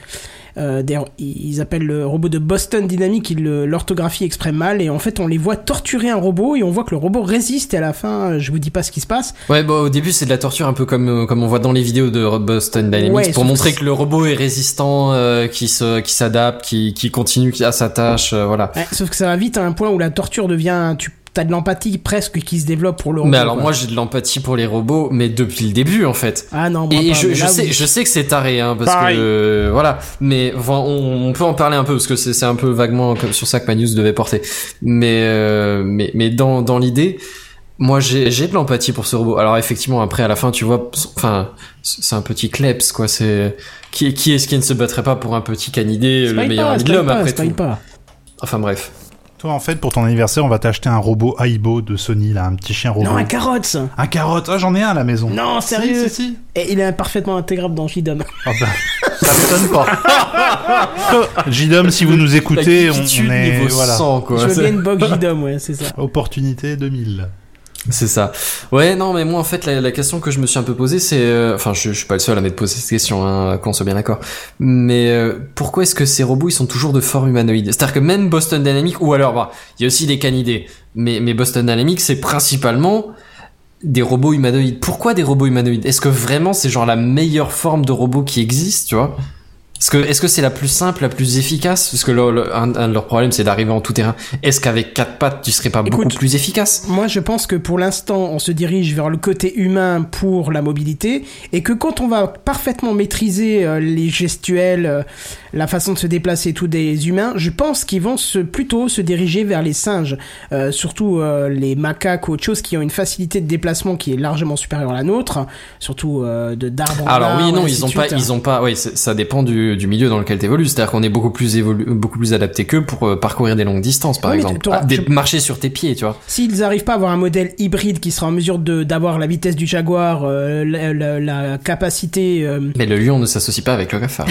A: Euh, D'ailleurs, ils ils appellent le robot de Boston Dynamics, ils le- l'orthographient exprès mal, et en fait, on les voit torturer un robot, et on voit que le robot résiste, et à la fin, euh, je vous dis pas ce qui se passe,
C: Ouais, bah, au début, c'est de la torture, un peu comme, euh, comme on voit dans les vidéos de Boston Dynamics,
A: Ouais,
C: pour
A: sauf
C: montrer
A: que-
C: que le robot est résistant, euh, qui se, qui s'adapte, qui, qui continue à sa tâche, euh, voilà.
A: Ouais, sauf que ça va vite à un point où la torture devient. Tu as de l'empathie presque qui se développe pour le robot.
C: Mais alors,
A: quoi.
C: moi, j'ai de l'empathie pour les robots, mais depuis le début, en fait.
A: Ah non, moi
C: Et
A: pas,
C: je,
A: mais
C: je
A: là,
C: sais,
A: oui.
C: je sais que c'est taré, hein, parce
B: Pareil.
C: que euh, voilà. Mais enfin, on, on peut en parler un peu parce que c'est c'est un peu vaguement comme sur ça que ma news devait porter. Mais euh, mais mais dans dans l'idée, moi j'ai j'ai de l'empathie pour ce robot. Alors effectivement, après à la fin, tu vois, enfin c'est un petit kleps quoi. C'est qui qui est-ce qui ne se battrait pas pour un petit canidé, le
A: Spoil
C: meilleur
A: pas,
C: ami de
A: spoil
C: l'homme
A: pas,
C: après
A: spoil
C: tout.
A: pas.
C: Enfin bref.
D: Toi, en fait, pour ton anniversaire, on va t'acheter un robot Aibo de Sony, là, un petit chien robot.
A: Non, un carotte ça.
D: Un carotte. Ah, j'en ai un à la maison.
A: Non,
D: Si,
A: sérieux
D: Si, si.
A: Et il est parfaitement intégrable dans Shidom.
D: Ah bah, ça m'étonne pas. Jidom, si vous nous écoutez,
C: La
D: on,
C: quiétude
D: on est
C: niveau
D: voilà.
C: 100, quoi.
A: Je veux
C: C'est-
A: bien une box Shidom, ouais, c'est ça.
D: Opportunité 2000.
C: C'est ça. Ouais, non, mais moi, en fait, la, la question que je me suis un peu posée, c'est... euh, Enfin, je, je suis pas le seul à m'être posé cette question, hein, qu'on soit bien d'accord. Mais euh, pourquoi est-ce que ces robots, ils sont toujours de forme humanoïde C'est-à-dire que même Boston Dynamics, ou alors, bah, il y a aussi des canidés, mais, mais Boston Dynamics, c'est principalement des robots humanoïdes. Pourquoi des robots humanoïdes Est-ce que vraiment c'est genre la meilleure forme de robot qui existe, tu vois est-ce que est-ce que c'est la plus simple, la plus efficace Parce que le- le- un, un de leurs problèmes, c'est d'arriver en tout terrain. Est-ce qu'avec quatre pattes, tu serais pas beaucoup
A: Écoute,
C: plus efficace
A: Moi, je pense que pour l'instant, on se dirige vers le côté humain pour la mobilité, et que quand on va parfaitement maîtriser euh, les gestuels, euh, la façon de se déplacer et tout des humains, je pense qu'ils vont se, plutôt se diriger vers les singes, Euh, surtout euh, les macaques ou autre chose qui ont une facilité de déplacement qui est largement supérieure à la nôtre, surtout euh, de d'arbre. en
C: Alors oui,
A: arbre,
C: non,
A: ainsi
C: ils
A: de
C: ont pas,
A: suite.
C: ils ont pas. Oui, ça dépend du, du milieu dans lequel t'évolues. C'est-à-dire qu'on est beaucoup plus évolu, beaucoup plus adapté qu'eux pour euh, parcourir des longues distances, par
A: Oui, mais
C: exemple,
A: t'auras-
C: Ah, des-
A: je-
C: marcher sur tes pieds, tu vois.
A: S'ils n'arrivent pas à avoir un modèle hybride qui sera en mesure de d'avoir la vitesse du jaguar, euh, la, la- la capacité euh,
C: Mais le lion ne s'associe pas avec le cafard.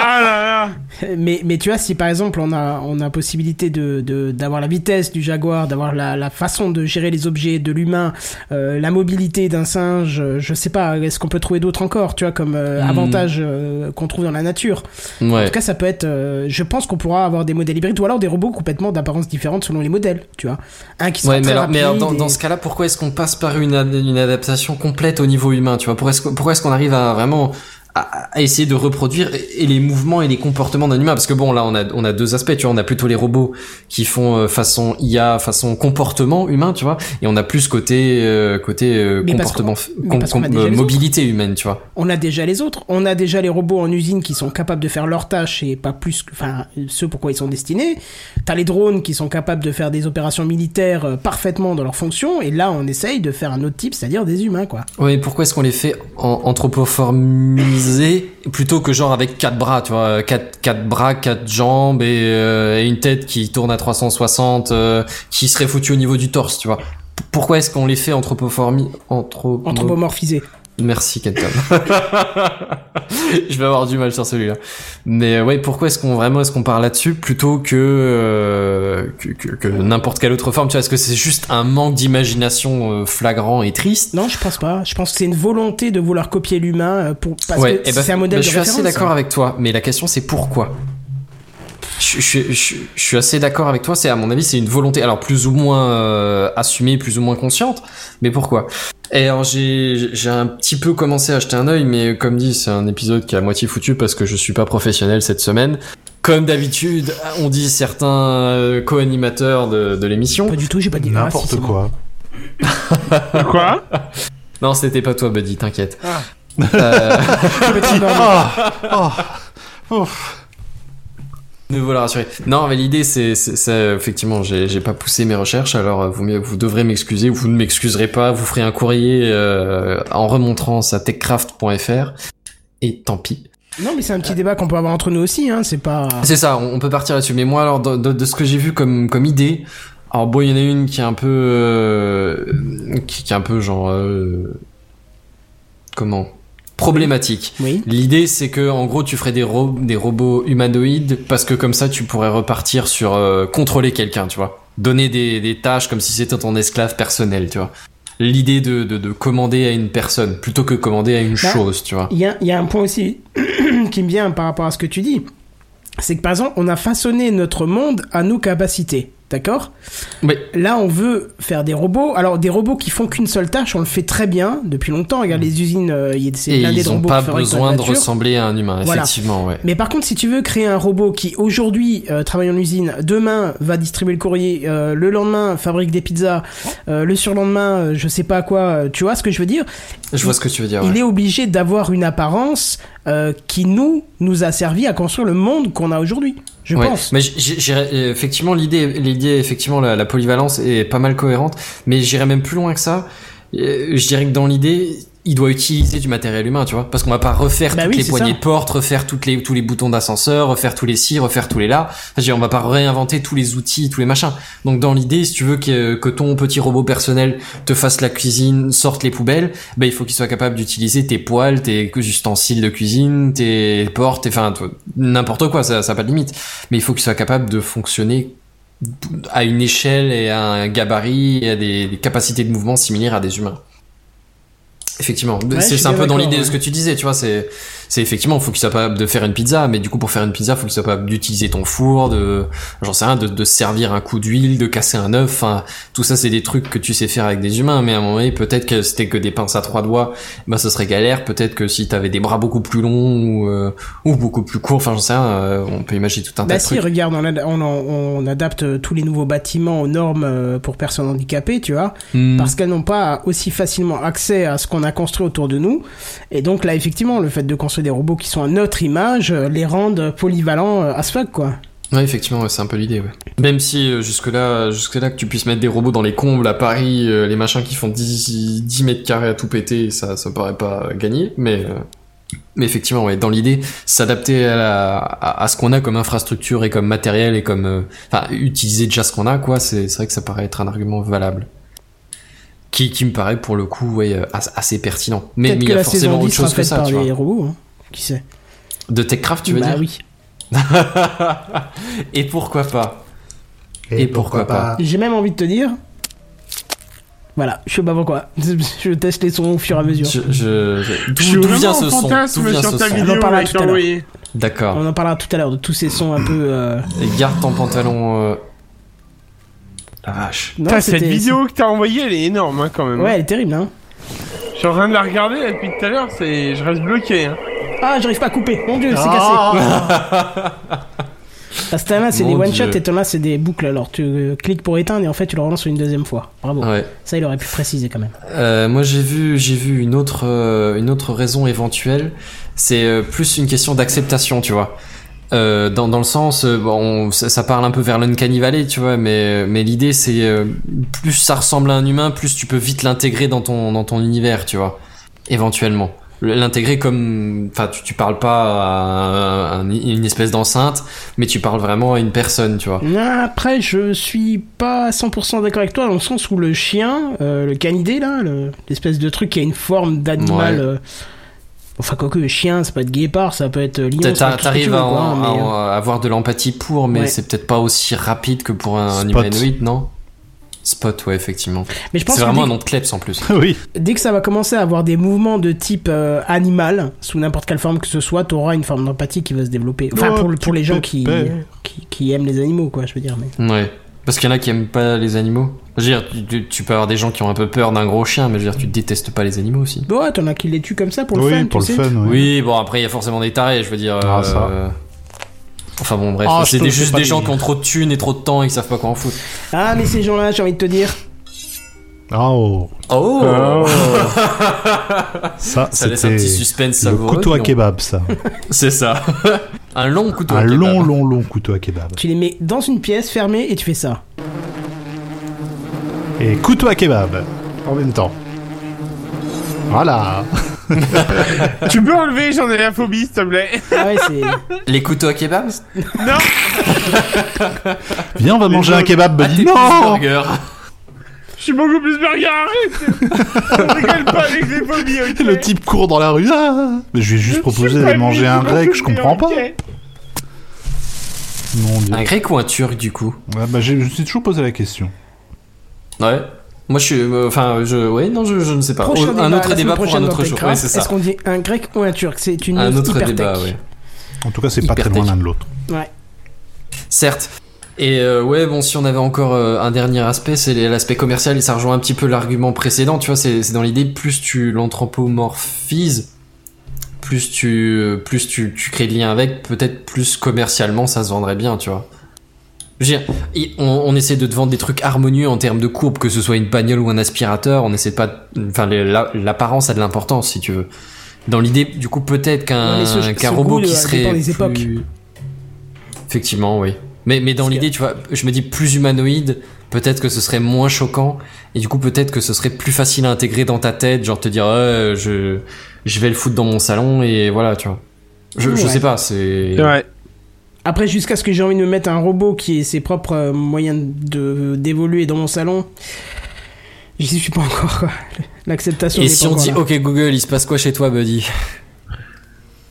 B: Ah là là
A: Mais, mais tu vois, si par exemple on a, on a possibilité de, de- d'avoir la vitesse du jaguar, d'avoir la, la façon de gérer les objets de l'humain, euh, la mobilité d'un singe, euh, je sais pas, est-ce qu'on peut trouver d'autres encore, tu vois, comme euh,
C: Hmm.
A: avantages euh, qu'on trouve dans la nature. En
C: Ouais.
A: tout cas, ça peut être. euh, je pense qu'on pourra avoir des modèles hybrides ou alors des robots complètement d'apparence différente selon les modèles, tu vois. Un qui sera
C: Ouais, mais
A: très
C: alors, mais alors,
A: rapide
C: dans,
A: et-
C: dans ce cas-là, pourquoi est-ce qu'on passe par une, ad- une adaptation complète au niveau humain Tu vois, pourquoi est-ce qu'on pourquoi est-ce qu'on arrive à vraiment à, à essayer de reproduire et, et les mouvements et les comportements d'un humain Parce que bon, là, on a on a deux aspects. Tu vois, on a plutôt les robots qui font euh, façon IA, façon comportement humain, tu vois, et on a plus côté euh, côté euh,
A: Mais parce
C: comportement,
A: mais
C: com-
A: parce qu'on a
C: com- euh,
A: déjà les
C: mobilité humaine, tu vois.
A: On a déjà les autres, on a déjà les robots en usine qui sont capables de faire leurs tâches et pas plus que, enfin, ce pourquoi ils sont destinés. T'as les drones qui sont capables de faire des opérations militaires euh, parfaitement dans leurs fonctions, et là, on essaye de faire un autre type, c'est-à-dire des humains, quoi.
C: Oui, pourquoi est-ce qu'on les fait en, anthropoformisés plutôt que genre avec quatre bras, tu vois, quatre, quatre bras, quatre jambes et, euh, et une tête qui tourne à 360, euh, qui serait foutue au niveau du torse, tu vois. P- Pourquoi est-ce qu'on les fait anthropoformis, anthro...
A: Anthropomorphisés.
C: Merci Kenton. Je vais avoir du mal sur celui-là. Mais euh, ouais, pourquoi est-ce qu'on vraiment est-ce qu'on parle là-dessus plutôt que euh, que, que- que n'importe quelle autre forme, tu vois, est-ce que c'est juste un manque d'imagination euh, flagrant et triste
A: Non, je pense pas. Je pense que c'est une volonté de vouloir copier l'humain euh, pour, parce
C: Ouais,
A: que
C: eh ben,
A: c'est un modèle
C: ben,
A: de
C: Je suis assez
A: référence.
C: d'accord avec toi, mais la question c'est pourquoi. Je, je- je- je suis assez d'accord avec toi. C'est à mon avis, c'est une volonté, alors plus ou moins euh, assumée, plus ou moins consciente, mais pourquoi Et alors j'ai j'ai un petit peu commencé à jeter un œil, mais comme dit, c'est un épisode qui est à moitié foutu parce que je suis pas professionnel cette semaine. Comme d'habitude, on dit certains euh, co-animateurs de, de l'émission.
A: Pas du tout, j'ai pas dit ah, si,
D: N'importe
A: c'est bon.
D: quoi.
B: Quoi
C: Non, c'était pas toi, Buddy, t'inquiète.
B: Ah.
C: Euh,
D: Ah, ah, ouf.
C: Ne vous la rassurer. Non, mais l'idée, c'est, c'est, c'est- effectivement, j'ai, j'ai pas poussé mes recherches, alors euh, vous, me- vous devrez m'excuser, ou vous ne m'excuserez pas, vous ferez un courrier euh, en remontrance à techcraft.fr, et tant pis.
A: Non, mais c'est un petit débat qu'on peut avoir entre nous aussi, hein. C'est pas.
C: C'est ça, on, on peut partir là-dessus. Mais moi, alors, de, de- de ce que j'ai vu comme, comme idée, alors bon, il y en a une qui est un peu, euh, qui, qui est un peu genre, euh, comment, problématique.
A: Oui.
C: L'idée, c'est que en gros, tu ferais des, ro- des robots humanoïdes parce que comme ça, tu pourrais repartir sur euh, contrôler quelqu'un, tu vois. Donner des, des tâches comme si c'était ton esclave personnel, tu vois. L'idée de, de, de commander à une personne plutôt que commander à une
A: Bah,
C: chose, tu vois.
A: Il y a, il y a un point aussi qui me vient par rapport à ce que tu dis. C'est que par exemple, on a façonné notre monde à nos capacités. D'accord
C: Oui.
A: Là, on veut faire des robots. Alors, des robots qui font qu'une seule tâche, on le fait très bien depuis longtemps. Regarde les usines, euh, il y a- c'est
C: Et
A: blindé de
C: ils n'ont
A: robots
C: pas
A: qui fabriquent dans la
C: besoin de
A: nature.
C: ressembler à un humain,
A: Voilà.
C: effectivement, ouais.
A: Mais par contre, si tu veux créer un robot qui aujourd'hui euh, travaille en usine, demain va distribuer le courrier, euh, le lendemain fabrique des pizzas, euh, le surlendemain, euh, je sais pas quoi, euh, tu vois ce que je veux dire
C: Je vois ce que tu veux dire. ouais.
A: il est obligé d'avoir une apparence euh, qui nous nous a servi à construire le monde qu'on a aujourd'hui. Je
C: Ouais,
A: pense.
C: Mais j- j- j'irais- euh, effectivement, l'idée, l'idée, effectivement, la, la polyvalence est pas mal cohérente, mais j'irais même plus loin que ça. Euh, Je dirais que dans l'idée, il doit utiliser du matériel humain, tu vois, parce qu'on va pas refaire
A: Bah
C: toutes
A: oui,
C: les
A: c'est
C: poignées
A: ça.
C: de porte, refaire toutes les tous les boutons d'ascenseur, refaire tous les ci, refaire tous les là. Enfin, je veux dire, on va pas réinventer tous les outils, tous les machins. Donc dans l'idée, si tu veux que, que ton petit robot personnel te fasse la cuisine, sorte les poubelles, ben il faut qu'il soit capable d'utiliser tes poils, tes ustensiles de cuisine, tes portes, tes- enfin toi, n'importe quoi, ça, ça a pas de limite. Mais il faut qu'il soit capable de fonctionner à une échelle et à un gabarit et à des, des capacités de mouvement similaires à des humains. Effectivement,
A: je
C: c'est
A: suis
C: c'est un peu dans
A: d'accord,
C: l'idée de
A: ouais.
C: ce que tu disais, tu vois, c'est c'est effectivement, il faut qu'il soit capable de faire une pizza, mais du coup pour faire une pizza, il faut qu'il soit capable d'utiliser ton four, de j'en sais rien, de, de servir un coup d'huile, de casser un œuf, enfin, tout ça c'est des trucs que tu sais faire avec des humains, mais à un moment donné, peut-être que c'était que des pinces à trois doigts, bah ce serait galère, peut-être que si t'avais des bras beaucoup plus longs ou, euh, ou beaucoup plus courts, enfin j'en sais rien, euh, on peut imaginer tout un tas
A: Bah
C: de
A: si,
C: trucs.
A: regarde, on, ad- on en- on adapte euh, tous les nouveaux bâtiments aux normes euh, pour personnes handicapées, tu vois,
C: Hmm.
A: parce qu'elles n'ont pas aussi facilement accès à ce qu'on a construit autour de nous. Et donc là, effectivement, le fait de construire des robots qui sont à notre image euh, les rendent polyvalents euh, as fuck, quoi.
C: Ouais, effectivement, ouais, c'est un peu l'idée, ouais. Même si euh, jusque-là, jusque-là, que tu puisses mettre des robots dans les combles à Paris, euh, les machins qui font 10, 10 mètres carrés à tout péter, ça, ça me paraît pas gagné, mais, euh, mais effectivement, ouais, dans l'idée, s'adapter à, la- à, à ce qu'on a comme infrastructure et comme matériel et comme, euh, enfin, utiliser déjà ce qu'on a, quoi, c'est, c'est vrai que ça paraît être un argument valable. Qui, qui me paraît pour le coup, ouais, euh, as- assez pertinent. Mais mais
A: Peut-être
C: il
A: que
C: y a
A: la saison
C: forcément
A: 10
C: autre
A: sera
C: chose que
A: faite
C: ça,
A: par
C: tu vois.
A: des robots, hein. qui sait.
C: De Techcraft, tu veux
A: bah
C: dire?
A: oui.
C: Et pourquoi pas Et pourquoi
D: Ah.
C: pas.
A: J'ai même envie de te dire. Voilà, je sais pas pourquoi. Je teste les sons au fur et à mesure.
C: Je, je- je-
B: Je suis
C: D'où d'où
B: vraiment
C: vient
B: en
C: ce son D'où
B: fantasme
C: vient
B: sur
C: ce
B: ta
C: son
A: On en
B: vidéo
A: parlera
B: là,
A: tout
B: que t'as
A: à l'heure.
B: envoyée.
C: D'accord.
A: On en parlera tout à l'heure de tous ces sons un peu. euh,
C: Et garde ton pantalon. euh, La vache.
A: non,
B: Putain, cette
A: c'était-
B: vidéo que t'as envoyée, elle est énorme hein, quand même.
A: Ouais, elle est terrible, hein.
B: Je suis en train de la regarder là, depuis tout à l'heure, c'est... je reste bloqué. Hein.
A: Ah, j'arrive pas à couper. Mon dieu, c'est
G: Ah.
A: cassé. Parce que là, c'est des
C: Mon
A: one shot
C: Dieu.
A: et t'en là, c'est des boucles. Alors tu euh, cliques pour éteindre et en fait, tu le relances une deuxième fois. Bravo.
C: Ah Ouais.
A: Ça, il aurait pu préciser quand même.
C: Euh, moi j'ai vu j'ai vu une autre euh, une autre raison éventuelle c'est euh, plus une question d'acceptation tu vois Euh, dans, dans le sens euh, bon on- ça, ça parle un peu vers l'uncanny valley tu vois mais mais l'idée c'est euh, plus ça ressemble à un humain plus tu peux vite l'intégrer dans ton dans ton univers tu vois éventuellement l'intégrer comme enfin tu, tu parles pas à un- une espèce d'enceinte mais tu parles vraiment à une personne tu vois
A: Ah, Après, je suis pas à 100% d'accord avec toi dans le sens où le chien, euh, le canidé là, le- l'espèce de truc qui a une forme d'animal.
C: Ouais.
A: euh, Enfin, quoique, chien, ça peut être guépard, ça peut être euh, lion.
C: Peut-être
A: ça peut être tout ce que tu
C: t'arrives
A: veux,
C: à,
A: quoi,
C: en-
A: hein, mais,
C: à
A: euh,
C: en- à avoir de l'empathie pour, mais
A: Ouais.
C: c'est peut-être pas aussi rapide que pour un
D: Spot.
C: humanoïde, non Spot, ouais, effectivement.
A: Mais je pense
C: C'est
A: que
C: vraiment
A: dès-
C: un nom de kleps en plus.
D: oui.
A: dès que ça va commencer à avoir des mouvements de type euh, animal, sous n'importe quelle forme que ce soit, tu auras une forme d'empathie qui va se développer. Enfin,
D: Oh,
A: pour, le- pour les
D: petit
A: gens qui,
D: pépère.
A: qui, qui aiment les animaux, quoi, je veux dire. Mais...
C: Ouais. Parce qu'il y en a qui aiment pas les animaux. Je veux dire, tu, tu- tu peux avoir des gens qui ont un peu peur d'un gros chien, mais je veux dire, tu détestes pas les animaux aussi.
A: Bon, ouais, t'en as qui les tuent comme ça pour le
D: oui,
A: fun,
D: pour
A: tu
D: le
A: sais.
D: fun. Oui.
C: Oui, bon, après, il y a forcément des tarés, je veux dire.
D: Ah, ça.
C: euh, Enfin bon, bref,
D: Ah, je
C: c'est
D: peux-
C: des-
D: je
C: juste
D: sais pas
C: des gens
D: les-
C: qui ont trop de thunes et trop de temps et qui savent pas quoi en foutre.
A: Ah, mais ces gens-là, j'ai envie de te dire.
D: Oh,
C: Oh,
D: ça,
C: Ça laisse un petit
D: c'était
C: suspense
D: le
C: savoureux.
D: couteau à
C: dis donc.
D: kebab, ça.
C: C'est ça. un long couteau à
D: un
C: kebab.
D: long, long, long couteau à kebab.
A: Tu les mets dans une pièce fermée et tu fais ça.
D: Et couteau à kebab en même temps. Voilà.
B: tu peux enlever, j'en ai la phobie s'il te plaît.
A: Ah ouais, c'est.
C: Les couteaux à kebab
D: Viens, on va manger un kebab,
C: Ah, t'es
D: Buddy.
C: plus
D: Non
C: burger.
B: Je suis beaucoup plus burger, arrête On rigole pas avec les phobies, ok
D: Le type court dans la rue. Ah Mais je lui ai juste proposé de manger un grec, je comprends pas. Mon dieu.
C: Un grec ou un turc du coup
D: Ouais, bah, j'ai- je me suis toujours posé la question.
C: Ouais. Moi je suis. euh, Enfin, je. Ouais, non, je, je ne sais pas.
A: Prochain
C: un
A: débat, la
C: autre
A: semaine
C: débat pour
A: prochaine
C: un
A: dans
C: autre jour.
A: Techcraft.
C: Ouais, c'est ça.
A: Est-ce qu'on dit un grec ou un turc C'est une
C: Un
A: news
C: autre
A: hyper
C: débat,
A: tech.
C: ouais.
D: En tout cas, c'est pas très loin
C: Hypertech.
D: l'un de l'autre.
A: Ouais.
C: Certes. Et euh, ouais, bon, si on avait encore euh, un dernier aspect, c'est l'aspect commercial, et ça rejoint un petit peu l'argument précédent, tu vois, c'est c'est dans l'idée, plus tu l'anthropomorphises, plus tu euh, plus tu, tu crées de liens avec, peut-être plus commercialement ça se vendrait bien, tu vois. Je veux dire, et on, on essaie de te vendre des trucs harmonieux en termes de courbes, que ce soit une bagnole ou un aspirateur, on essaie de pas... Enfin, les- la- l'apparence a de l'importance, si tu veux. Dans l'idée, du coup, peut-être qu'un
A: Ouais, mais ce-
C: qu'un
A: ce
C: robot
A: goût,
C: qui
A: euh,
C: serait
A: dépend des
C: plus-
A: époques.
C: Effectivement, oui. Mais, mais dans
A: Parce que-
C: l'idée, tu vois, je me dis plus humanoïde, peut-être que ce serait moins choquant, et du coup, peut-être que ce serait plus facile à intégrer dans ta tête, genre te dire, Ouais, je, je vais le foutre dans mon salon, et voilà, tu vois. Je, je
A: Ouais.
C: sais pas, c'est.
B: Ouais.
A: Après, jusqu'à ce que j'ai envie de me mettre un robot qui ait ses propres euh, moyens de d'évoluer dans mon salon, j'y suis pas encore. quoi. L'acceptation.
C: Et
A: n'est
C: si
A: pas
C: on
A: encore
C: dit,
A: là.
C: ok Google, il se passe quoi chez toi, buddy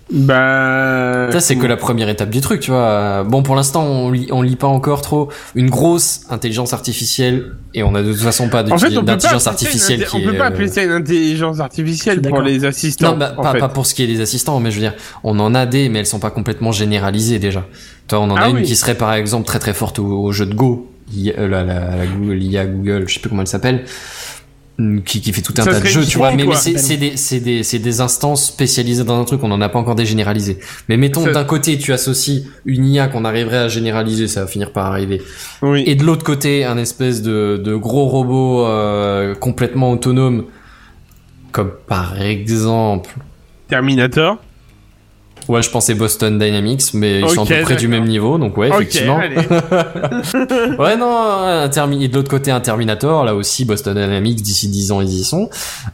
B: Bah.
C: Ça, c'est que la première étape du truc, tu vois. Bon, pour l'instant, on lit, on lit pas encore trop une grosse intelligence artificielle, et on a de toute façon pas
B: En fait,
C: d'uti-
B: on peut pas
C: d'intelligence
B: appeler ça
C: artificielle
B: une,
C: qui
B: on peut
C: est,
B: pas
C: euh,
B: appeler ça une intelligence
A: Je
B: artificielle
A: suis
B: pour
A: d'accord.
B: les
C: Non,
B: assistants.
C: bah,
B: en
C: pas,
B: fait.
C: pas pour ce qui est des assistants, mais je veux dire, on en a des, mais elles sont pas complètement généralisées déjà. Toi, on en
B: Ah
C: a une
B: oui.
C: qui serait par exemple très très forte au, au jeu de Go, I- euh, la, la, la Google, l'IA Google, je sais plus comment elle s'appelle, mm, qui, qui fait tout un
B: Ça
C: tas de
B: serait
C: jeux,
B: une
C: tu vois.
B: IA,
C: Mais, mais
B: quoi.
C: c'est c'est des, c'est des, c'est des instances spécialisées dans un truc, on en a pas encore des généralisées. Mais mettons,
B: Ça-
C: d'un côté, tu associes une IA qu'on arriverait à généraliser, ça va finir par arriver.
B: Oui.
C: Et de l'autre côté, un espèce de, de gros robot euh, complètement autonome, comme par exemple.
B: Terminator.
C: Ouais, je pensais Boston Dynamics, mais ils sont à
B: Ok,
C: peu près du
B: d'accord.
C: même niveau, donc ouais, effectivement.
B: Ok, allez.
C: ouais, non, un Termi- et de l'autre côté, un Terminator, là aussi, Boston Dynamics, d'ici 10 ans, ils y sont.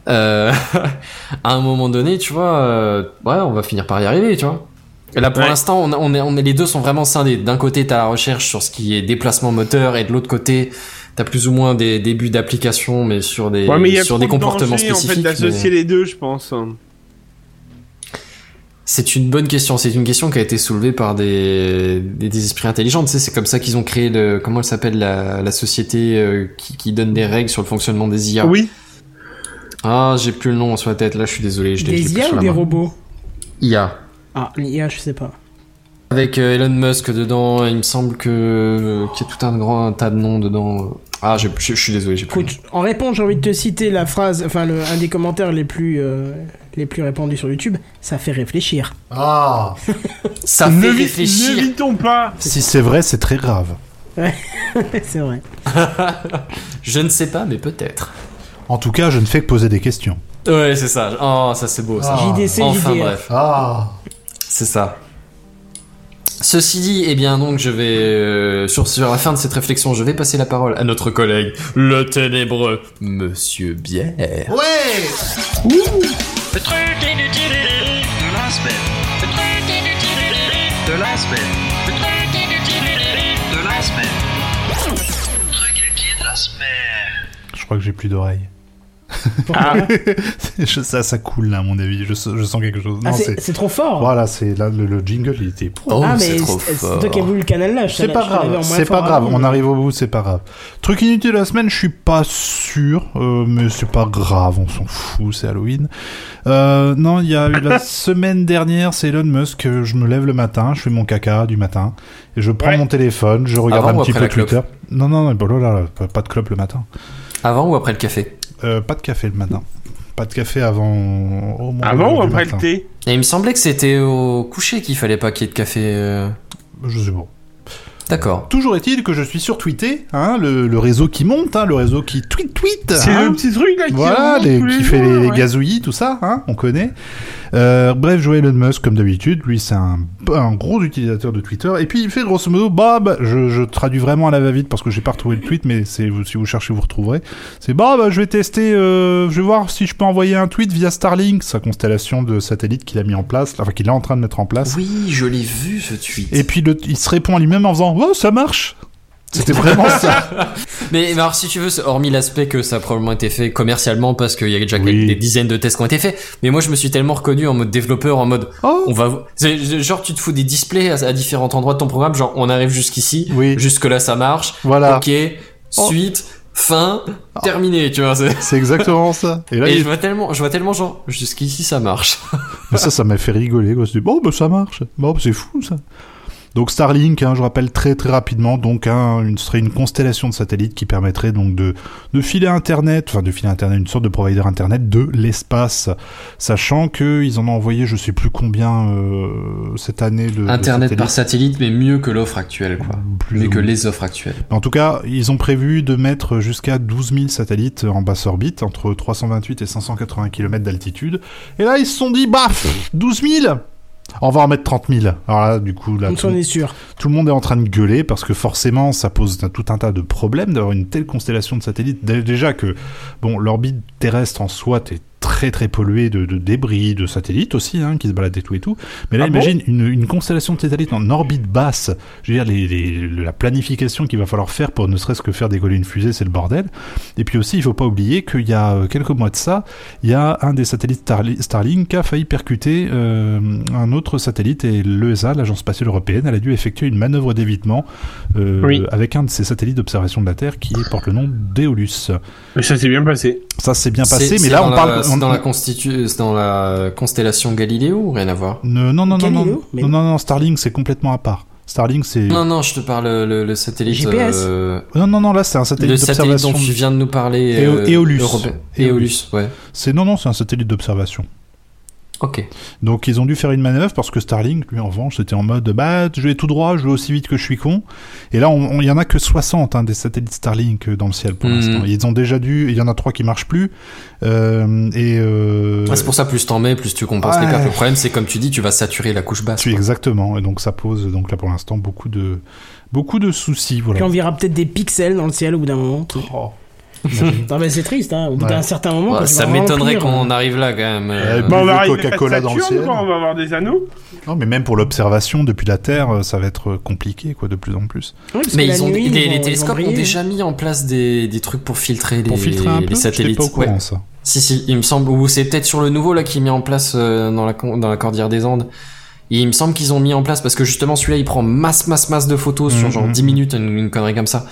C: Euh, à un moment donné, tu vois, euh, ouais, on va finir par y arriver, tu vois. Et Là, pour
B: Ouais.
C: l'instant, on, a- on est, on est, les deux sont vraiment scindés. D'un côté, t'as la recherche sur ce qui est déplacement moteur, et de l'autre côté, t'as plus ou moins des débuts d'application, mais sur des,
B: Ouais, mais il y a
C: sur
B: trop
C: des
B: de
C: comportements
B: danger, en fait,
C: spécifiques. mais-
B: d'associer les deux, je pense.
C: C'est une bonne question. C'est une question qui a été soulevée par des, des, des esprits intelligents. Tu sais, c'est comme ça qu'ils ont créé le, comment elle s'appelle la, la société euh, qui, qui donne des règles sur le fonctionnement des IA.
B: Oui.
C: Ah, j'ai plus le nom sur la tête. Là, je suis désolé. Je l'ai- je
A: Des
C: l'ai plus
A: IA
C: sur
A: ou
C: la
A: des
C: main.
A: robots
C: IA.
A: Ah, l'IA, je sais pas.
C: Avec euh, Elon Musk dedans. Il me semble que euh, qu'il y a tout un grand tas de noms dedans. Ah, j'ai- je je suis désolé. J'ai plus. le nom.
A: Écoute, en réponse, j'ai envie de te citer la phrase, enfin, le- un des commentaires les plus, euh, les plus répandus sur YouTube. Ça fait réfléchir.
G: Ah
C: Ça
B: ne
C: fait
B: vi-
C: réfléchir.
B: N'évitons pas.
D: Si c'est vrai, c'est très grave.
A: c'est vrai.
C: Je ne sais pas, mais peut-être.
D: En tout cas, je ne fais que poser des questions.
C: Ouais, c'est ça. Oh, ça c'est beau. Ça.
G: Ah.
A: JDC,
C: Enfin
A: JDR.
C: bref,
G: Ah
C: c'est ça. Ceci dit, eh bien donc je vais euh, sur, sur la fin de cette réflexion, je vais passer la parole à notre collègue, le ténébreux Monsieur Bière.
G: Ouais
I: Le truc inutile de la semaine. Le truc inutile de la semaine. Le truc inutile de la semaine. Le truc inutile de la semaine.
D: Je crois que j'ai plus d'oreilles. Ah, Je- ça, ça coule là, à mon avis. Je, sens- je sens quelque chose.
A: Ah,
D: Non,
A: c'est
D: c'est.
A: c'est trop fort.
D: Voilà, c'est là le, le jingle, il était.
C: Oh,
A: ah, mais
C: c'est trop
A: c'est
C: fort.
A: c'est toi qui as voulu le canal là. je
D: C'est
A: t'en-
D: pas
A: je t'en avais en
D: grave,
A: moins
D: c'est
A: fort hein.
D: pas grave,
A: avant.
D: on arrive au bout, c'est pas grave. Truc inutile de la semaine, je suis pas sûr, euh, mais c'est pas grave, on s'en fout, c'est Halloween. Euh, non, il y a eu la semaine dernière, c'est Elon Musk, euh, je me lève le matin, je fais mon caca du matin, et je prends
B: Ouais.
D: mon téléphone, je regarde
C: Avant ou
D: un petit
C: après
D: peu
C: la clope
D: Twitter. Non, non, non, bah, là, là, pas- pas de clope le matin.
C: Avant ou après le café
D: Euh, pas de café le matin. Pas de café avant... au moins
B: Avant ou
D: du
B: après le
D: matin.
B: thé
C: Et il me semblait que c'était au coucher qu'il fallait pas qu'il y ait de café. euh.
D: Je sais pas.
C: D'accord.
D: Toujours est-il que je suis sur Twitter, hein, le, le réseau qui monte, hein, le réseau qui tweet tweet.
B: C'est
D: hein.
B: le petit truc là qui
D: Voilà,
B: remonte
D: les-
B: tous
D: qui
B: les
D: fait
B: jours,
D: les, les
B: ouais.
D: gazouillis, tout ça, hein, on connaît. Euh, bref, Joe Elon Musk, comme d'habitude, lui, c'est un, un gros utilisateur de Twitter. Et puis, il fait grosso modo, Bob, je, je traduis vraiment à la va-vite parce que j'ai pas retrouvé le tweet, mais c'est, si vous cherchez, vous retrouverez. C'est Bob, je vais tester, euh, je vais voir si je peux envoyer un tweet via Starlink, sa constellation de satellites qu'il a mis en place, enfin, qu'il est en train de mettre en place.
C: Oui, je l'ai vu ce tweet.
D: Et puis, le- il se répond à lui-même en faisant, oh, ça marche! C'était vraiment ça.
C: Mais mais alors si tu veux, c'est- hormis l'aspect que ça a probablement été fait commercialement parce qu'il y a déjà
D: Oui.
C: des dizaines de tests qui ont été faits, mais moi je me suis tellement reconnu en mode développeur, en mode
D: Oh.
C: on va... vo- c'est- c'est- Genre tu te fous des displays à, à différents endroits de ton programme, genre on arrive jusqu'ici,
D: Oui.
C: jusque là ça marche,
D: Voilà. Oh.
C: ok, suite, fin, terminé, tu vois. c'est-
D: C'est exactement ça. là,
C: Et
D: il-
C: je vois tellement, je vois tellement genre jusqu'ici ça marche.
D: Mais ça, ça m'a fait rigoler. Quoi. Je me suis dit, bon, bah, ça marche. Bon, bah, c'est fou, ça. Donc Starlink, hein, je rappelle très très rapidement, donc hein, une, ce serait une constellation de satellites qui permettrait donc de, de filer Internet, enfin de filer Internet, une sorte de provider Internet de l'espace, sachant que ils en ont envoyé je sais plus combien euh, cette année de de
C: Internet par
D: satellites.
C: satellite, mais mieux que l'offre actuelle, quoi.
D: Plus
C: Mieux
D: ou
C: que
D: moins.
C: les offres actuelles.
D: En tout cas, ils ont prévu de mettre jusqu'à 12 000 satellites en basse orbite, entre 328 et 580 km d'altitude. Et là, ils se sont dit, baf, 12 000 on va en mettre 30 000. Alors là, du coup, là,
A: On
D: tout,
A: s'en est sûr.
D: tout le monde est en train de gueuler parce que forcément, ça pose un- tout un tas de problèmes d'avoir une telle constellation de satellites. Dé- Déjà que, bon, l'orbite terrestre en soi est très très polluée de, de débris, de satellites aussi, hein, qui se baladent et tout et tout. Mais là,
B: Ah bon
D: imagine une, une constellation de satellites en orbite basse. Je veux dire, les- les- la planification qu'il va falloir faire pour ne serait-ce que faire décoller une fusée, c'est le bordel. Et puis aussi, il faut pas oublier qu'il y a euh, quelques mois de ça, il y a un des satellites Starli- Starlink qui a failli percuter euh, un autre satellite et l'ESA, l'agence spatiale européenne, elle a dû effectuer une manœuvre d'évitement euh,
B: Oui.
D: avec un de ses satellites d'observation de la Terre qui porte le nom d'Eolus.
B: Mais ça s'est bien passé.
D: Ça s'est bien
C: C'est-
D: passé, mais
C: c'est
D: là
C: dans
D: on
C: la-
D: parle.
C: c'est
D: on-
C: dans la constitu- c'est dans la constellation Galiléo ou rien à voir
D: Ne- non, non, non, non,
A: Galileo, mais-
D: non, non, non, Starlink c'est complètement à part. Starlink c'est.
C: Non, non, je te parle euh, le, le satellite.
A: GPS.
C: euh,
D: Non, non, non, là c'est un
C: le
D: satellite
C: satellite
D: d'observation.
C: dont tu viens de nous parler. euh,
D: Éo- Éolus.
C: européen.
D: Éolus.
C: Éolus, ouais.
D: C'est non, non, c'est un satellite d'observation.
C: Ok.
D: Donc ils ont dû faire une manœuvre parce que Starlink, lui en revanche, c'était en mode bah je vais tout droit, je vais aussi vite que je suis con. Et là, on- on- il y en a que 60 hein, des satellites Starlink euh, dans le ciel pour
C: Mhm.
D: l'instant. Ils ont déjà dû, il y en a trois qui marchent plus. Euh, et euh,
C: Ah, c'est pour ça, plus t'en mets, plus tu compenses les
D: Ouais.
C: pertes. Le problème, c'est comme tu dis, tu vas saturer la couche basse.
D: tu- exactement. Et donc ça pose donc là pour l'instant beaucoup de beaucoup de soucis.
A: Puis
D: Voilà.
A: on verra peut-être des pixels dans le ciel au bout d'un moment.
D: Oh.
A: Non, mais c'est triste, hein. Au bout
D: Ouais.
A: d'un certain moment.
C: Ouais,
A: quand tu
C: ça
A: vas vraiment
C: m'étonnerait
A: pire,
C: qu'on
D: hein.
C: en arrive là quand même. euh,
D: Ouais, bah-
B: on
D: Le
B: va arriver
D: Coca-Cola
B: à
D: dans le
B: Saturne,
D: ciel.
B: quoi, on va avoir des anneaux.
D: Non, mais même pour l'observation depuis la Terre, euh, ça va être compliqué, quoi, de plus en plus.
A: Oui, parce
C: Mais
A: que la
C: ils ont,
A: nuit,
C: les,
A: ils
C: les
A: vont- ils vont
C: télescopes ont
A: briller.
C: déjà mis en place des, des trucs pour filtrer les,
D: Pour filtrer un
C: les
D: peu, j'étais
C: satellites.
D: pas au courant,
C: Ouais.
D: ça.
C: Si, si, il me semble. Ou c'est peut-être sur le nouveau là qui est mis en place euh, dans, la, con- dans la Cordillère des Andes. Et il me semble qu'ils ont mis en place parce que justement celui-là il prend masse, masse, masse de photos sur
D: Mhm.
C: genre 10 minutes, une, une connerie comme ça.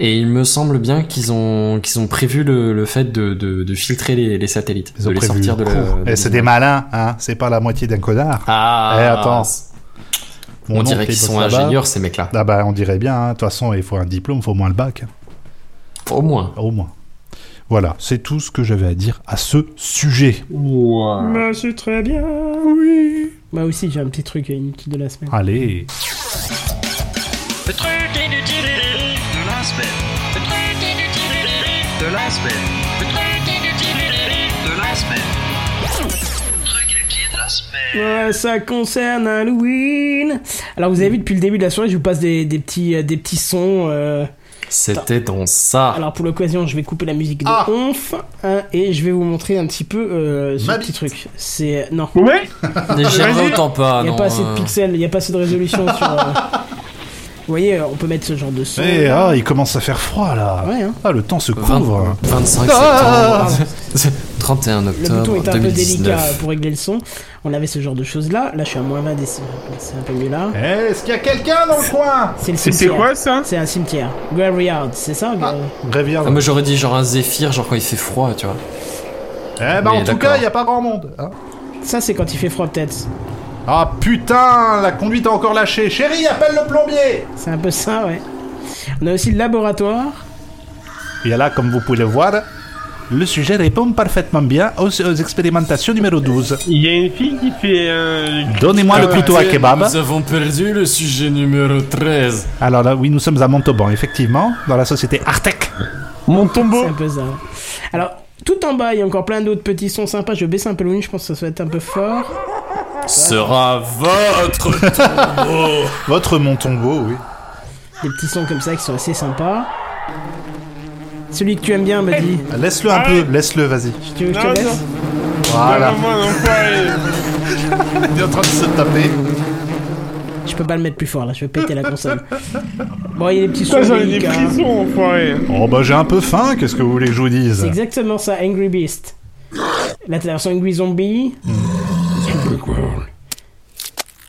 C: Et il me semble bien qu'ils ont, qu'ils ont prévu le, le fait de, de, de filtrer les, les satellites,
D: Ils
C: de
D: ont
C: les
D: prévu.
C: sortir de la.
D: Pouh.
C: de
D: Eh, c'est
C: l'image.
D: des malins, hein. C'est pas la moitié d'un connard.
C: Ah,
D: Eh, attends. Mon
C: On
D: oncle,
C: dirait
D: il
C: qu'ils
D: bosse
C: sont
D: là-bas.
C: ingénieurs ces mecs-là.
D: Ah bah on dirait bien, hein. de toute façon il faut un diplôme, il faut au moins le bac, hein.
C: Au moins.
D: au moins. Voilà, c'est tout ce que j'avais à dire à ce sujet.
A: Bah, c'est très bien, oui. Moi Bah aussi, j'ai un petit truc inutile de la
D: Ah.
A: semaine.
D: Allez,
I: Le truc inutile de la semaine. Le truc inutile de la semaine. Le truc inutile de la semaine. Le truc inutile de la semaine.
A: Ouais, ça concerne Halloween. Alors, vous avez vu, depuis le début de la soirée, je vous passe des, des petits, euh, des petits sons. euh,
C: C'était dans ça.
A: Alors, pour l'occasion, je vais couper la musique de
G: Ah.
A: Onf hein, et je vais vous montrer un petit peu euh, ce
G: Ma
A: petit truc. C'est. Non.
B: Ouais,
C: Légèrement
B: Vas-y.
C: autant pas.
A: Il n'y a
C: non,
A: pas assez de
C: euh.
A: pixels, il n'y a pas assez de résolution sur. euh, Vous voyez, euh, on peut mettre ce genre de son.
D: Eh, ah, il commence à faire froid là.
A: Ouais, hein.
D: Ah, le temps se
C: 20
D: couvre.
C: 25 septembre, 31
A: Ah Le bouton
C: octobre
A: était un peu délicat euh,
C: 2019.
A: pour régler le son. On avait ce genre de choses là. Là, je suis à moins 20 décibels. C'est un peu mieux là.
D: Eh, Est-ce qu'il y a quelqu'un dans le coin
A: C'est le
B: et c'est
A: cimetière.
B: quoi ça
A: C'est un cimetière. Graveyard, c'est ça euh,
D: Grévière.
C: Ah, moi j'aurais dit genre un zéphyr, genre quand il fait froid, tu vois.
D: eh bah
C: Mais
D: en tout
C: d'accord.
D: cas, il n'y a pas grand monde. hein.
A: Ça, c'est quand il fait froid, peut-être.
D: Ah putain, la conduite a encore lâché. Chérie, appelle le plombier
A: C'est un peu ça, ouais. On a aussi le laboratoire.
D: Et là, comme vous pouvez le voir, le sujet répond parfaitement bien aux, aux expérimentations numéro 12.
B: Il y a une fille qui fait euh, un.
D: Donnez-moi
C: Ah,
D: le couteau à kebab.
C: avons perdu le sujet numéro 13.
D: Alors là, oui, nous sommes à Montauban, effectivement, dans la société Artec.
B: Mon tombeau.
A: C'est un peu ça. ouais. Alors, tout en bas, il y a encore plein d'autres petits sons sympas. Je vais baisser un peu le volume, je pense que ça va être un peu fort.
C: Sera votre.
D: Votre Montombeau, oui.
A: Des petits sons comme ça qui sont assez sympas. Celui que tu aimes bien, Buddy.
D: Laisse-le
G: Ah
D: un peu, laisse-le, vas-y.
A: Tu veux que je
B: Non,
A: te
B: non.
A: laisse
D: Voilà.
B: Non, non, non, ouais.
D: Il est en train de se taper.
A: Je peux pas le mettre plus fort là, je vais péter la console. Bon, il y a des petits sons.
B: Putain, Ah, j'en ai des
A: délicats, hein.
B: frissons, enfoiré.
D: Oh bah j'ai un peu faim, qu'est-ce que vous voulez que je vous dise
A: C'est exactement ça, Angry Beast. Là, t'as la version Angry Zombie.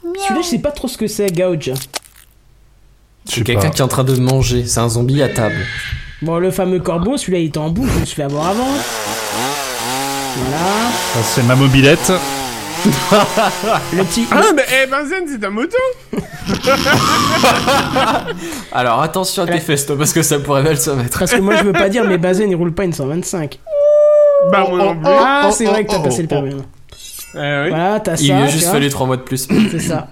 A: Celui-là, je sais pas trop ce que c'est, Gouge.
D: Je sais
C: Quelqu'un
D: pas.
C: qui est en train de manger, c'est un zombie à table.
A: Bon, le fameux corbeau, celui-là, il était en bout, je me suis fait avoir avant. Voilà.
D: Ça, C'est ma mobilette.
A: Le petit.
B: Ah, mais eh, Benzen, c'est un moto
C: Alors attention à tes festos parce que ça pourrait mal se mettre.
A: Parce que moi, je veux pas dire, mais Bazen, il roule pas une 125.
B: Bah, moi non plus.
A: Ah,
D: oh,
A: c'est vrai que t'as
D: oh,
A: passé
D: oh,
A: le permis. hein.
B: Eh, oui.
A: Voilà, t'as ça.
C: Il lui a
A: tu
C: juste
A: vois,
C: fallu 3 mois de plus.
A: C'est ça.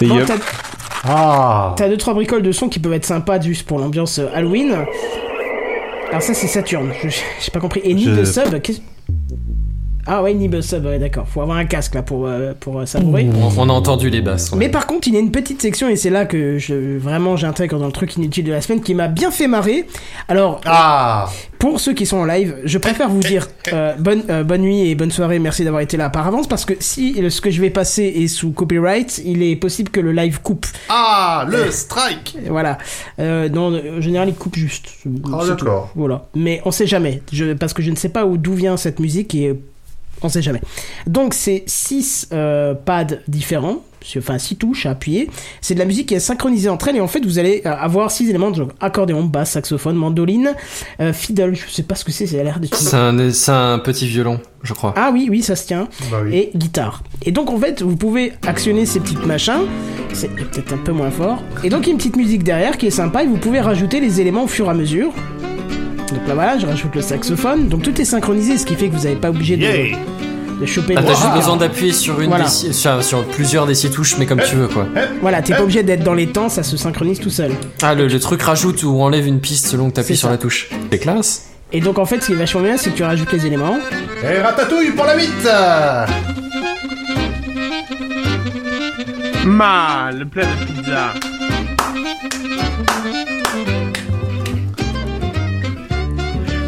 B: Bon,
A: Bon, t'as-
D: Ah
A: T'as deux trois bricoles de son qui peuvent être sympas juste pour l'ambiance euh, Halloween. Alors ça c'est Saturne, Je- j'ai pas compris. Et Need
D: Je-
A: the Sub, qu'est-ce- Ah ouais, Need the Sub, ouais, d'accord. Faut avoir un casque là pour, euh, pour euh, savourer.
C: On, on a entendu les basses. ouais.
A: Mais par contre, il y a une petite section et c'est là que je vraiment j'intègre dans le truc inutile de la semaine qui m'a bien fait marrer. Alors
D: Ah
A: pour ceux qui sont en live, je préfère vous dire euh, bonne, euh, bonne nuit et bonne soirée. Merci d'avoir été là par avance parce que si le- ce que je vais passer est sous copyright, il est possible que le live coupe.
G: Ah, le strike
A: Et Voilà. Euh, non, en général, il coupe juste. C'est-
G: Ah,
A: c'est
G: d'accord.
A: tout. Voilà. Mais on sait jamais. Je, parce que je ne sais pas où d'où vient cette musique et euh, on sait jamais. Donc, c'est 6 pads différents. sur- Enfin, 6 touches à appuyer. C'est de la musique qui est synchronisée entre elles. Et en fait, vous allez euh, avoir 6 éléments genre accordéon, basse, saxophone, mandoline, euh, fiddle. Je sais pas ce que c'est. Ça a l'air de.
C: C'est un, c'est un petit violon, je crois.
A: Ah oui, oui, ça se tient
G: Bah oui.
A: et guitare. Et donc en fait, vous pouvez actionner ces petites machins. C'est peut-être un peu moins fort. Et donc il y a une petite musique derrière qui est sympa et vous pouvez rajouter les éléments au fur et à mesure. Donc là voilà, je rajoute le saxophone. Donc tout est synchronisé, ce qui fait que vous n'êtes pas obligé de-
D: Yeah
A: de, choper
C: Ah,
A: le
C: t'as juste
A: truc.
C: besoin d'appuyer sur une
A: Voilà.
C: des six- sur, sur plusieurs des six touches, mais comme tu veux quoi.
A: Voilà, t'es pas obligé d'être dans les temps, ça se synchronise tout seul.
C: Ah, le, le truc rajoute ou enlève une piste selon que t'appuies
A: C'est
C: sur
A: ça.
C: la touche. C'est classe.
A: Et donc en fait, ce qui est vachement bien, c'est que tu rajoutes les éléments.
G: Et ratatouille pour la 8
B: Ma, le plat de pizza.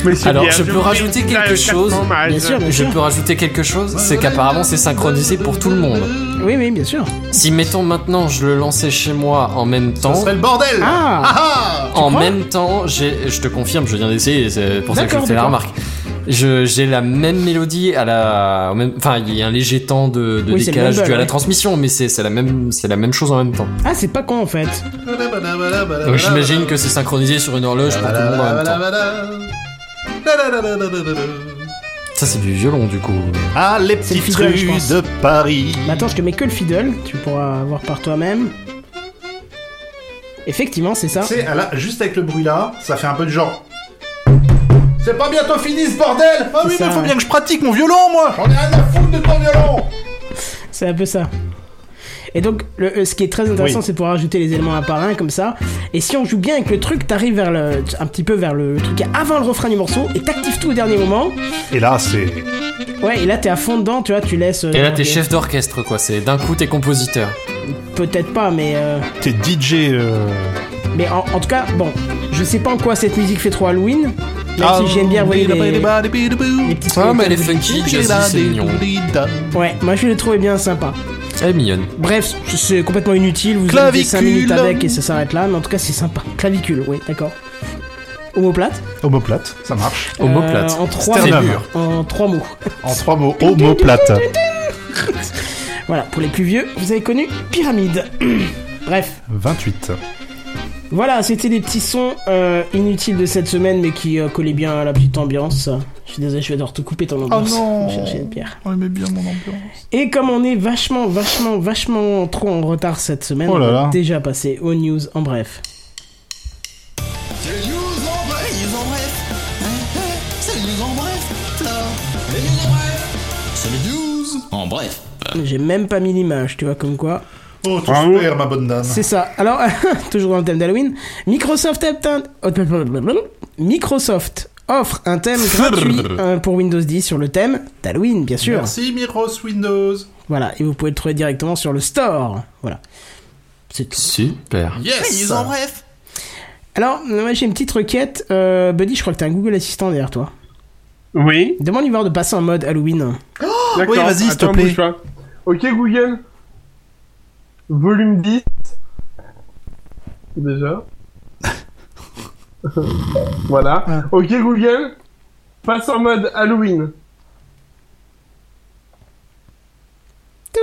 B: Mais c'est
C: Alors,
B: bien,
C: je peux
B: vous
C: rajouter
B: fais une
C: quelque
B: blague
C: chose.
B: quatre fromages.
A: Bien sûr, bien
C: Je
A: sûr.
C: peux rajouter quelque chose, c'est qu'apparemment c'est synchronisé pour tout le monde.
A: Oui, oui, bien sûr.
C: Si mettons maintenant je le lançais chez moi en même
G: Ce
C: temps,
G: serait le bordel
A: Ah,
G: Ah
C: en
A: crois
C: même temps, j'ai- je te confirme, je viens d'essayer, c'est pour ça que je
A: D'accord,
C: te fais la
A: d'accord.
C: remarque. Je- J'ai la même mélodie à la, au même- enfin il y a un léger temps de, de
A: Oui, c'est le
C: décalage
A: bundle,
C: dû à la
A: ouais.
C: transmission, mais c'est c'est la même, c'est la même chose en même temps.
A: ah c'est pas con en fait.
C: Donc j'imagine que c'est synchronisé sur une horloge pour tout le monde en même temps. Ça c'est du violon du coup.
J: Ah, les
A: C'est le
J: petites
A: fidèle, je
J: rues
A: pense.
J: de Paris.
A: Mais attends, je te mets que le fiddle, tu pourras voir par toi-même. Effectivement, c'est ça.
G: Tu sais, elle a- juste avec le bruit là, ça fait un peu de genre. C'est pas bientôt fini ce bordel Ah
A: C'est
G: oui,
A: ça,
G: mais faut
A: ouais.
G: bien que je pratique mon violon, moi J'en ai rien à foutre de ton violon
A: C'est un peu ça. Et donc, le, euh, ce qui est très intéressant, c'est de pouvoir ajouter les éléments un par un comme ça. Et si on joue bien avec le truc, t'arrives vers le, un petit peu vers le, le truc avant le refrain du morceau et t'actives tout au dernier moment.
D: Et là, c'est.
A: Ouais, et là t'es à fond dedans, tu vois, tu laisses. euh,
C: Et là t'es
A: les-
C: chef d'orchestre quoi, c'est d'un coup t'es compositeur.
A: Peut-être pas, mais euh,
D: T'es DJ. euh,
A: mais en, en tout cas, bon, je sais pas en quoi cette musique fait trop Halloween. Même
J: Ah,
A: si j'aime bien voyez les, les petits.
C: Ah mais elle est funky, jazzy, c'est mignon.
A: Ouais, moi je l'ai trouvé bien sympa.
C: Elle est mignonne.
A: Bref, c'est complètement inutile, vous avez 5 minutes avec et ça s'arrête là, mais en tout cas c'est sympa. Clavicule, oui, d'accord. Homoplate
D: Homoplate, ça marche.
C: Homoplate.
A: Euh, en, trois,
D: Sternum.
A: en trois mots.
D: En trois mots, homoplate.
A: Voilà, pour les plus vieux, vous avez connu Pyramide. Bref,
D: 28.
A: voilà, c'était des petits sons euh, inutiles de cette semaine, mais qui euh, collaient bien à la petite ambiance. Je suis désolé, je vais devoir te couper ton ambiance.
D: Oh non.
A: Je vais chercher une pierre.
D: On aimait bien mon ambiance.
A: Et comme on est vachement, vachement, vachement trop en retard cette semaine,
D: Oh là
A: on va
D: là.
A: déjà passer aux news en bref.
I: En bref.
A: J'ai même pas mis l'image, tu vois, comme quoi.
G: Oh, tout
B: Bravo.
G: super, ma bonne dame
A: C'est ça. Alors, toujours dans le thème d'Halloween, Microsoft, obtint- Microsoft offre un thème gratuit euh, pour Windows 10 sur le thème d'Halloween, bien sûr.
G: Merci, Miros Windows
A: Voilà, et vous pouvez le trouver directement sur le store. Voilà. C'est tout.
C: Super.
G: Yes
A: Alors, moi j'ai une petite requête. Euh, Buddy, je crois que t'as un Google Assistant derrière toi.
B: Oui,
A: Demande-lui voir de passer en mode Halloween.
B: d'accord.
D: oui, vas-y, s'il te
B: Attends,
D: plaît.
B: bouge pas. Ok, Google. Volume 10. Déjà. voilà.
D: Ah.
B: Ok, Google. Passe en mode Halloween. Ça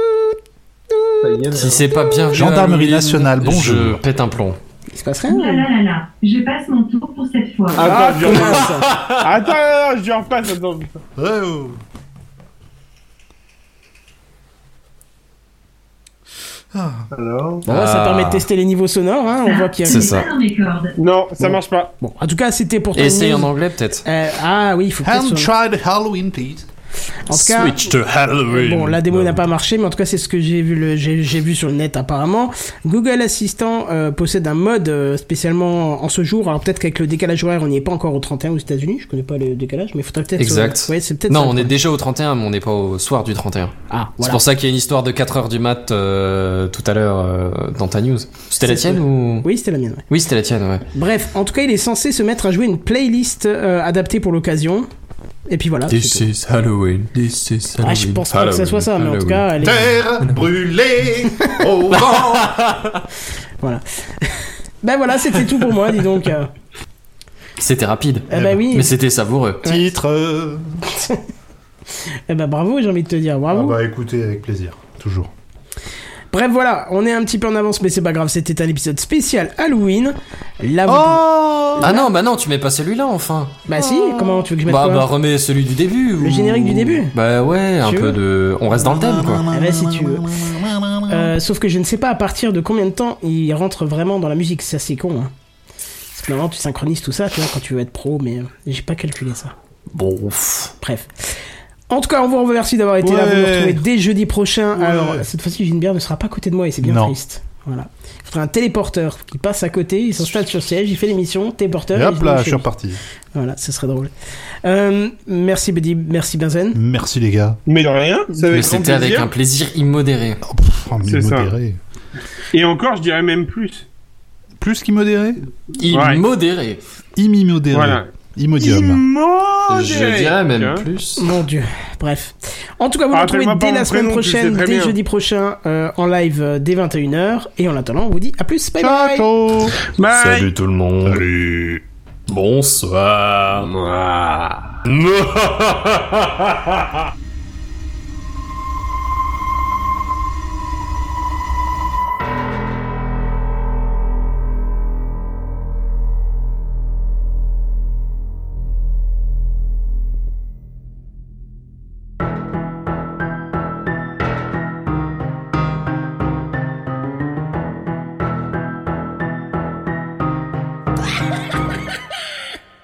B: y est,
C: Si c'est pas bien vu,
D: Gendarmerie
C: Halloween,
D: nationale,
C: Je
D: bonjour.
C: pète un plomb.
A: Il se passe rien.
K: Ah
A: Ah,
K: là là, je passe mon tour pour cette fois.
B: Ah, Attends, je
D: Ah,
B: lui
A: Comment
B: repasse.
A: ça
B: Attends, attends, attends, je lui repasse, attends.
G: Oh.
B: Alors
A: Bon, ça
C: Ah.
A: permet de tester les niveaux sonores, hein, on voit qu'il y a...
C: C'est ça.
K: Pas dans mes cordes.
B: Non, ça marche pas.
A: Bon, en tout cas, c'était pour ton
C: Essaye
A: news.
C: en anglais peut-être.
A: Euh, ah oui, il faut peut-être...
J: And
A: sur-
J: try the Halloween, please.
A: En tout cas,
J: to Halloween.
A: Bon, la
C: bah
A: démo n'a pas marché, mais en tout cas, c'est ce que j'ai vu, le- j'ai j'ai vu sur le net apparemment. Google Assistant euh, possède un mode euh, spécialement en ce jour. Alors peut-être qu'avec le décalage horaire, on n'y est pas encore au 31 aux États-Unis. Je connais pas le décalage, mais il faudrait peut-être. euh,
C: Exact.
A: ouais, c'est peut-être.
C: Non,
A: ça.
C: on est déjà au 31, mais on n'est pas au soir du 31.
A: Ah,
C: C'est
A: voilà.
C: pour ça qu'il y a une histoire de 4 heures du mat euh, tout à l'heure euh, dans ta news. C'était la
A: C'est
C: tienne
A: ça.
C: ou
A: Oui, c'était la mienne. ouais.
C: Oui, c'était la tienne, ouais.
A: Bref, en tout cas, il est censé se mettre à jouer une playlist euh, adaptée pour l'occasion. Et puis voilà. c'est tout.
C: is Halloween. This is
A: Ah, je pense pas que ça soit ça, mais en tout cas, elle est-
G: Terre brûlée au vent
C: Oh
A: voilà. ben voilà, c'était tout pour moi, dis donc. Euh,
C: C'était rapide.
A: Eh ben oui.
C: Mais c'était savoureux.
J: Titre.
A: Eh ben bravo, j'ai envie de te dire,
G: Ah
A: bravo.
G: bah écoutez, avec plaisir, toujours.
A: Bref, voilà, on est un petit peu en avance, mais c'est pas grave, c'était un épisode spécial Halloween. Là, vous-
J: Oh
C: Ah non, bah non, tu mets pas celui-là enfin.
A: Bah si, comment tu veux que je mette
C: Bah
A: quoi
C: bah remets celui du début.
A: Le
C: ou-
A: générique du début
C: Bah ouais, un
A: Tu
C: peu
A: veux
C: de. On reste dans le thème quoi.
A: Eh ben, si tu veux. Euh, sauf que je ne sais pas à partir de combien de temps il rentre vraiment dans la musique, ça c'est con. Hein. Parce que normalement tu synchronises tout ça, tu vois, quand tu veux être pro, mais euh, j'ai pas calculé ça.
C: Bon. pff.
A: Bref. En tout cas, on vous remercie d'avoir été là. Vous nous
D: Ouais.
A: retrouvez dès jeudi prochain. Alors, cette fois-ci, Ginebert ne sera pas à côté de moi et c'est bien
D: Non.
A: triste. Voilà. Il faudra un téléporteur qui passe à côté, il s'installe sur le siège, il fait l'émission, téléporteur.
D: Et
A: et
D: hop
A: il
D: là,
A: vient chez
D: je suis
A: lui.
D: reparti.
A: Voilà, ce serait drôle. Euh, merci Buddy, merci Benzen.
D: Merci les gars.
B: Mais de rien, ça va
C: Mais
B: être
C: c'était avec un plaisir immodéré.
D: Oh, pff, oh, mais
B: C'est ça.
D: modéré.
B: Et encore, je dirais même plus.
D: Plus qu'immodéré
C: Immodéré.
D: Immodéré.
B: Voilà.
D: Imodium.
B: Oh,
A: Je dirais même Tiens.
C: plus.
A: Mon dieu. Bref. En tout cas, vous le
B: Ah,
A: retrouvez
B: appelle-moi
A: dès
B: par
A: la
B: mon
A: semaine
B: prénom, tu le sais
A: prochaine,
B: très
A: dès
B: bien.
A: jeudi prochain, euh, en live euh, dès 21h. Et en attendant, on vous dit à plus. Bye bye.
C: Salut tout le monde. Salut. Bonsoir.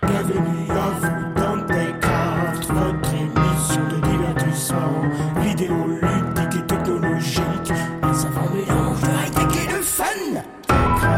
L: Bienvenue à vous dans Techcraft, votre émission de divertissement vidéo ludique et technologique, un savant mélange de high-tech et de fun.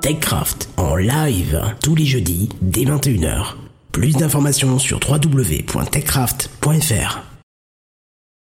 A: TechCraft en live tous les jeudis dès 21h. Plus d'informations sur www.techcraft.fr.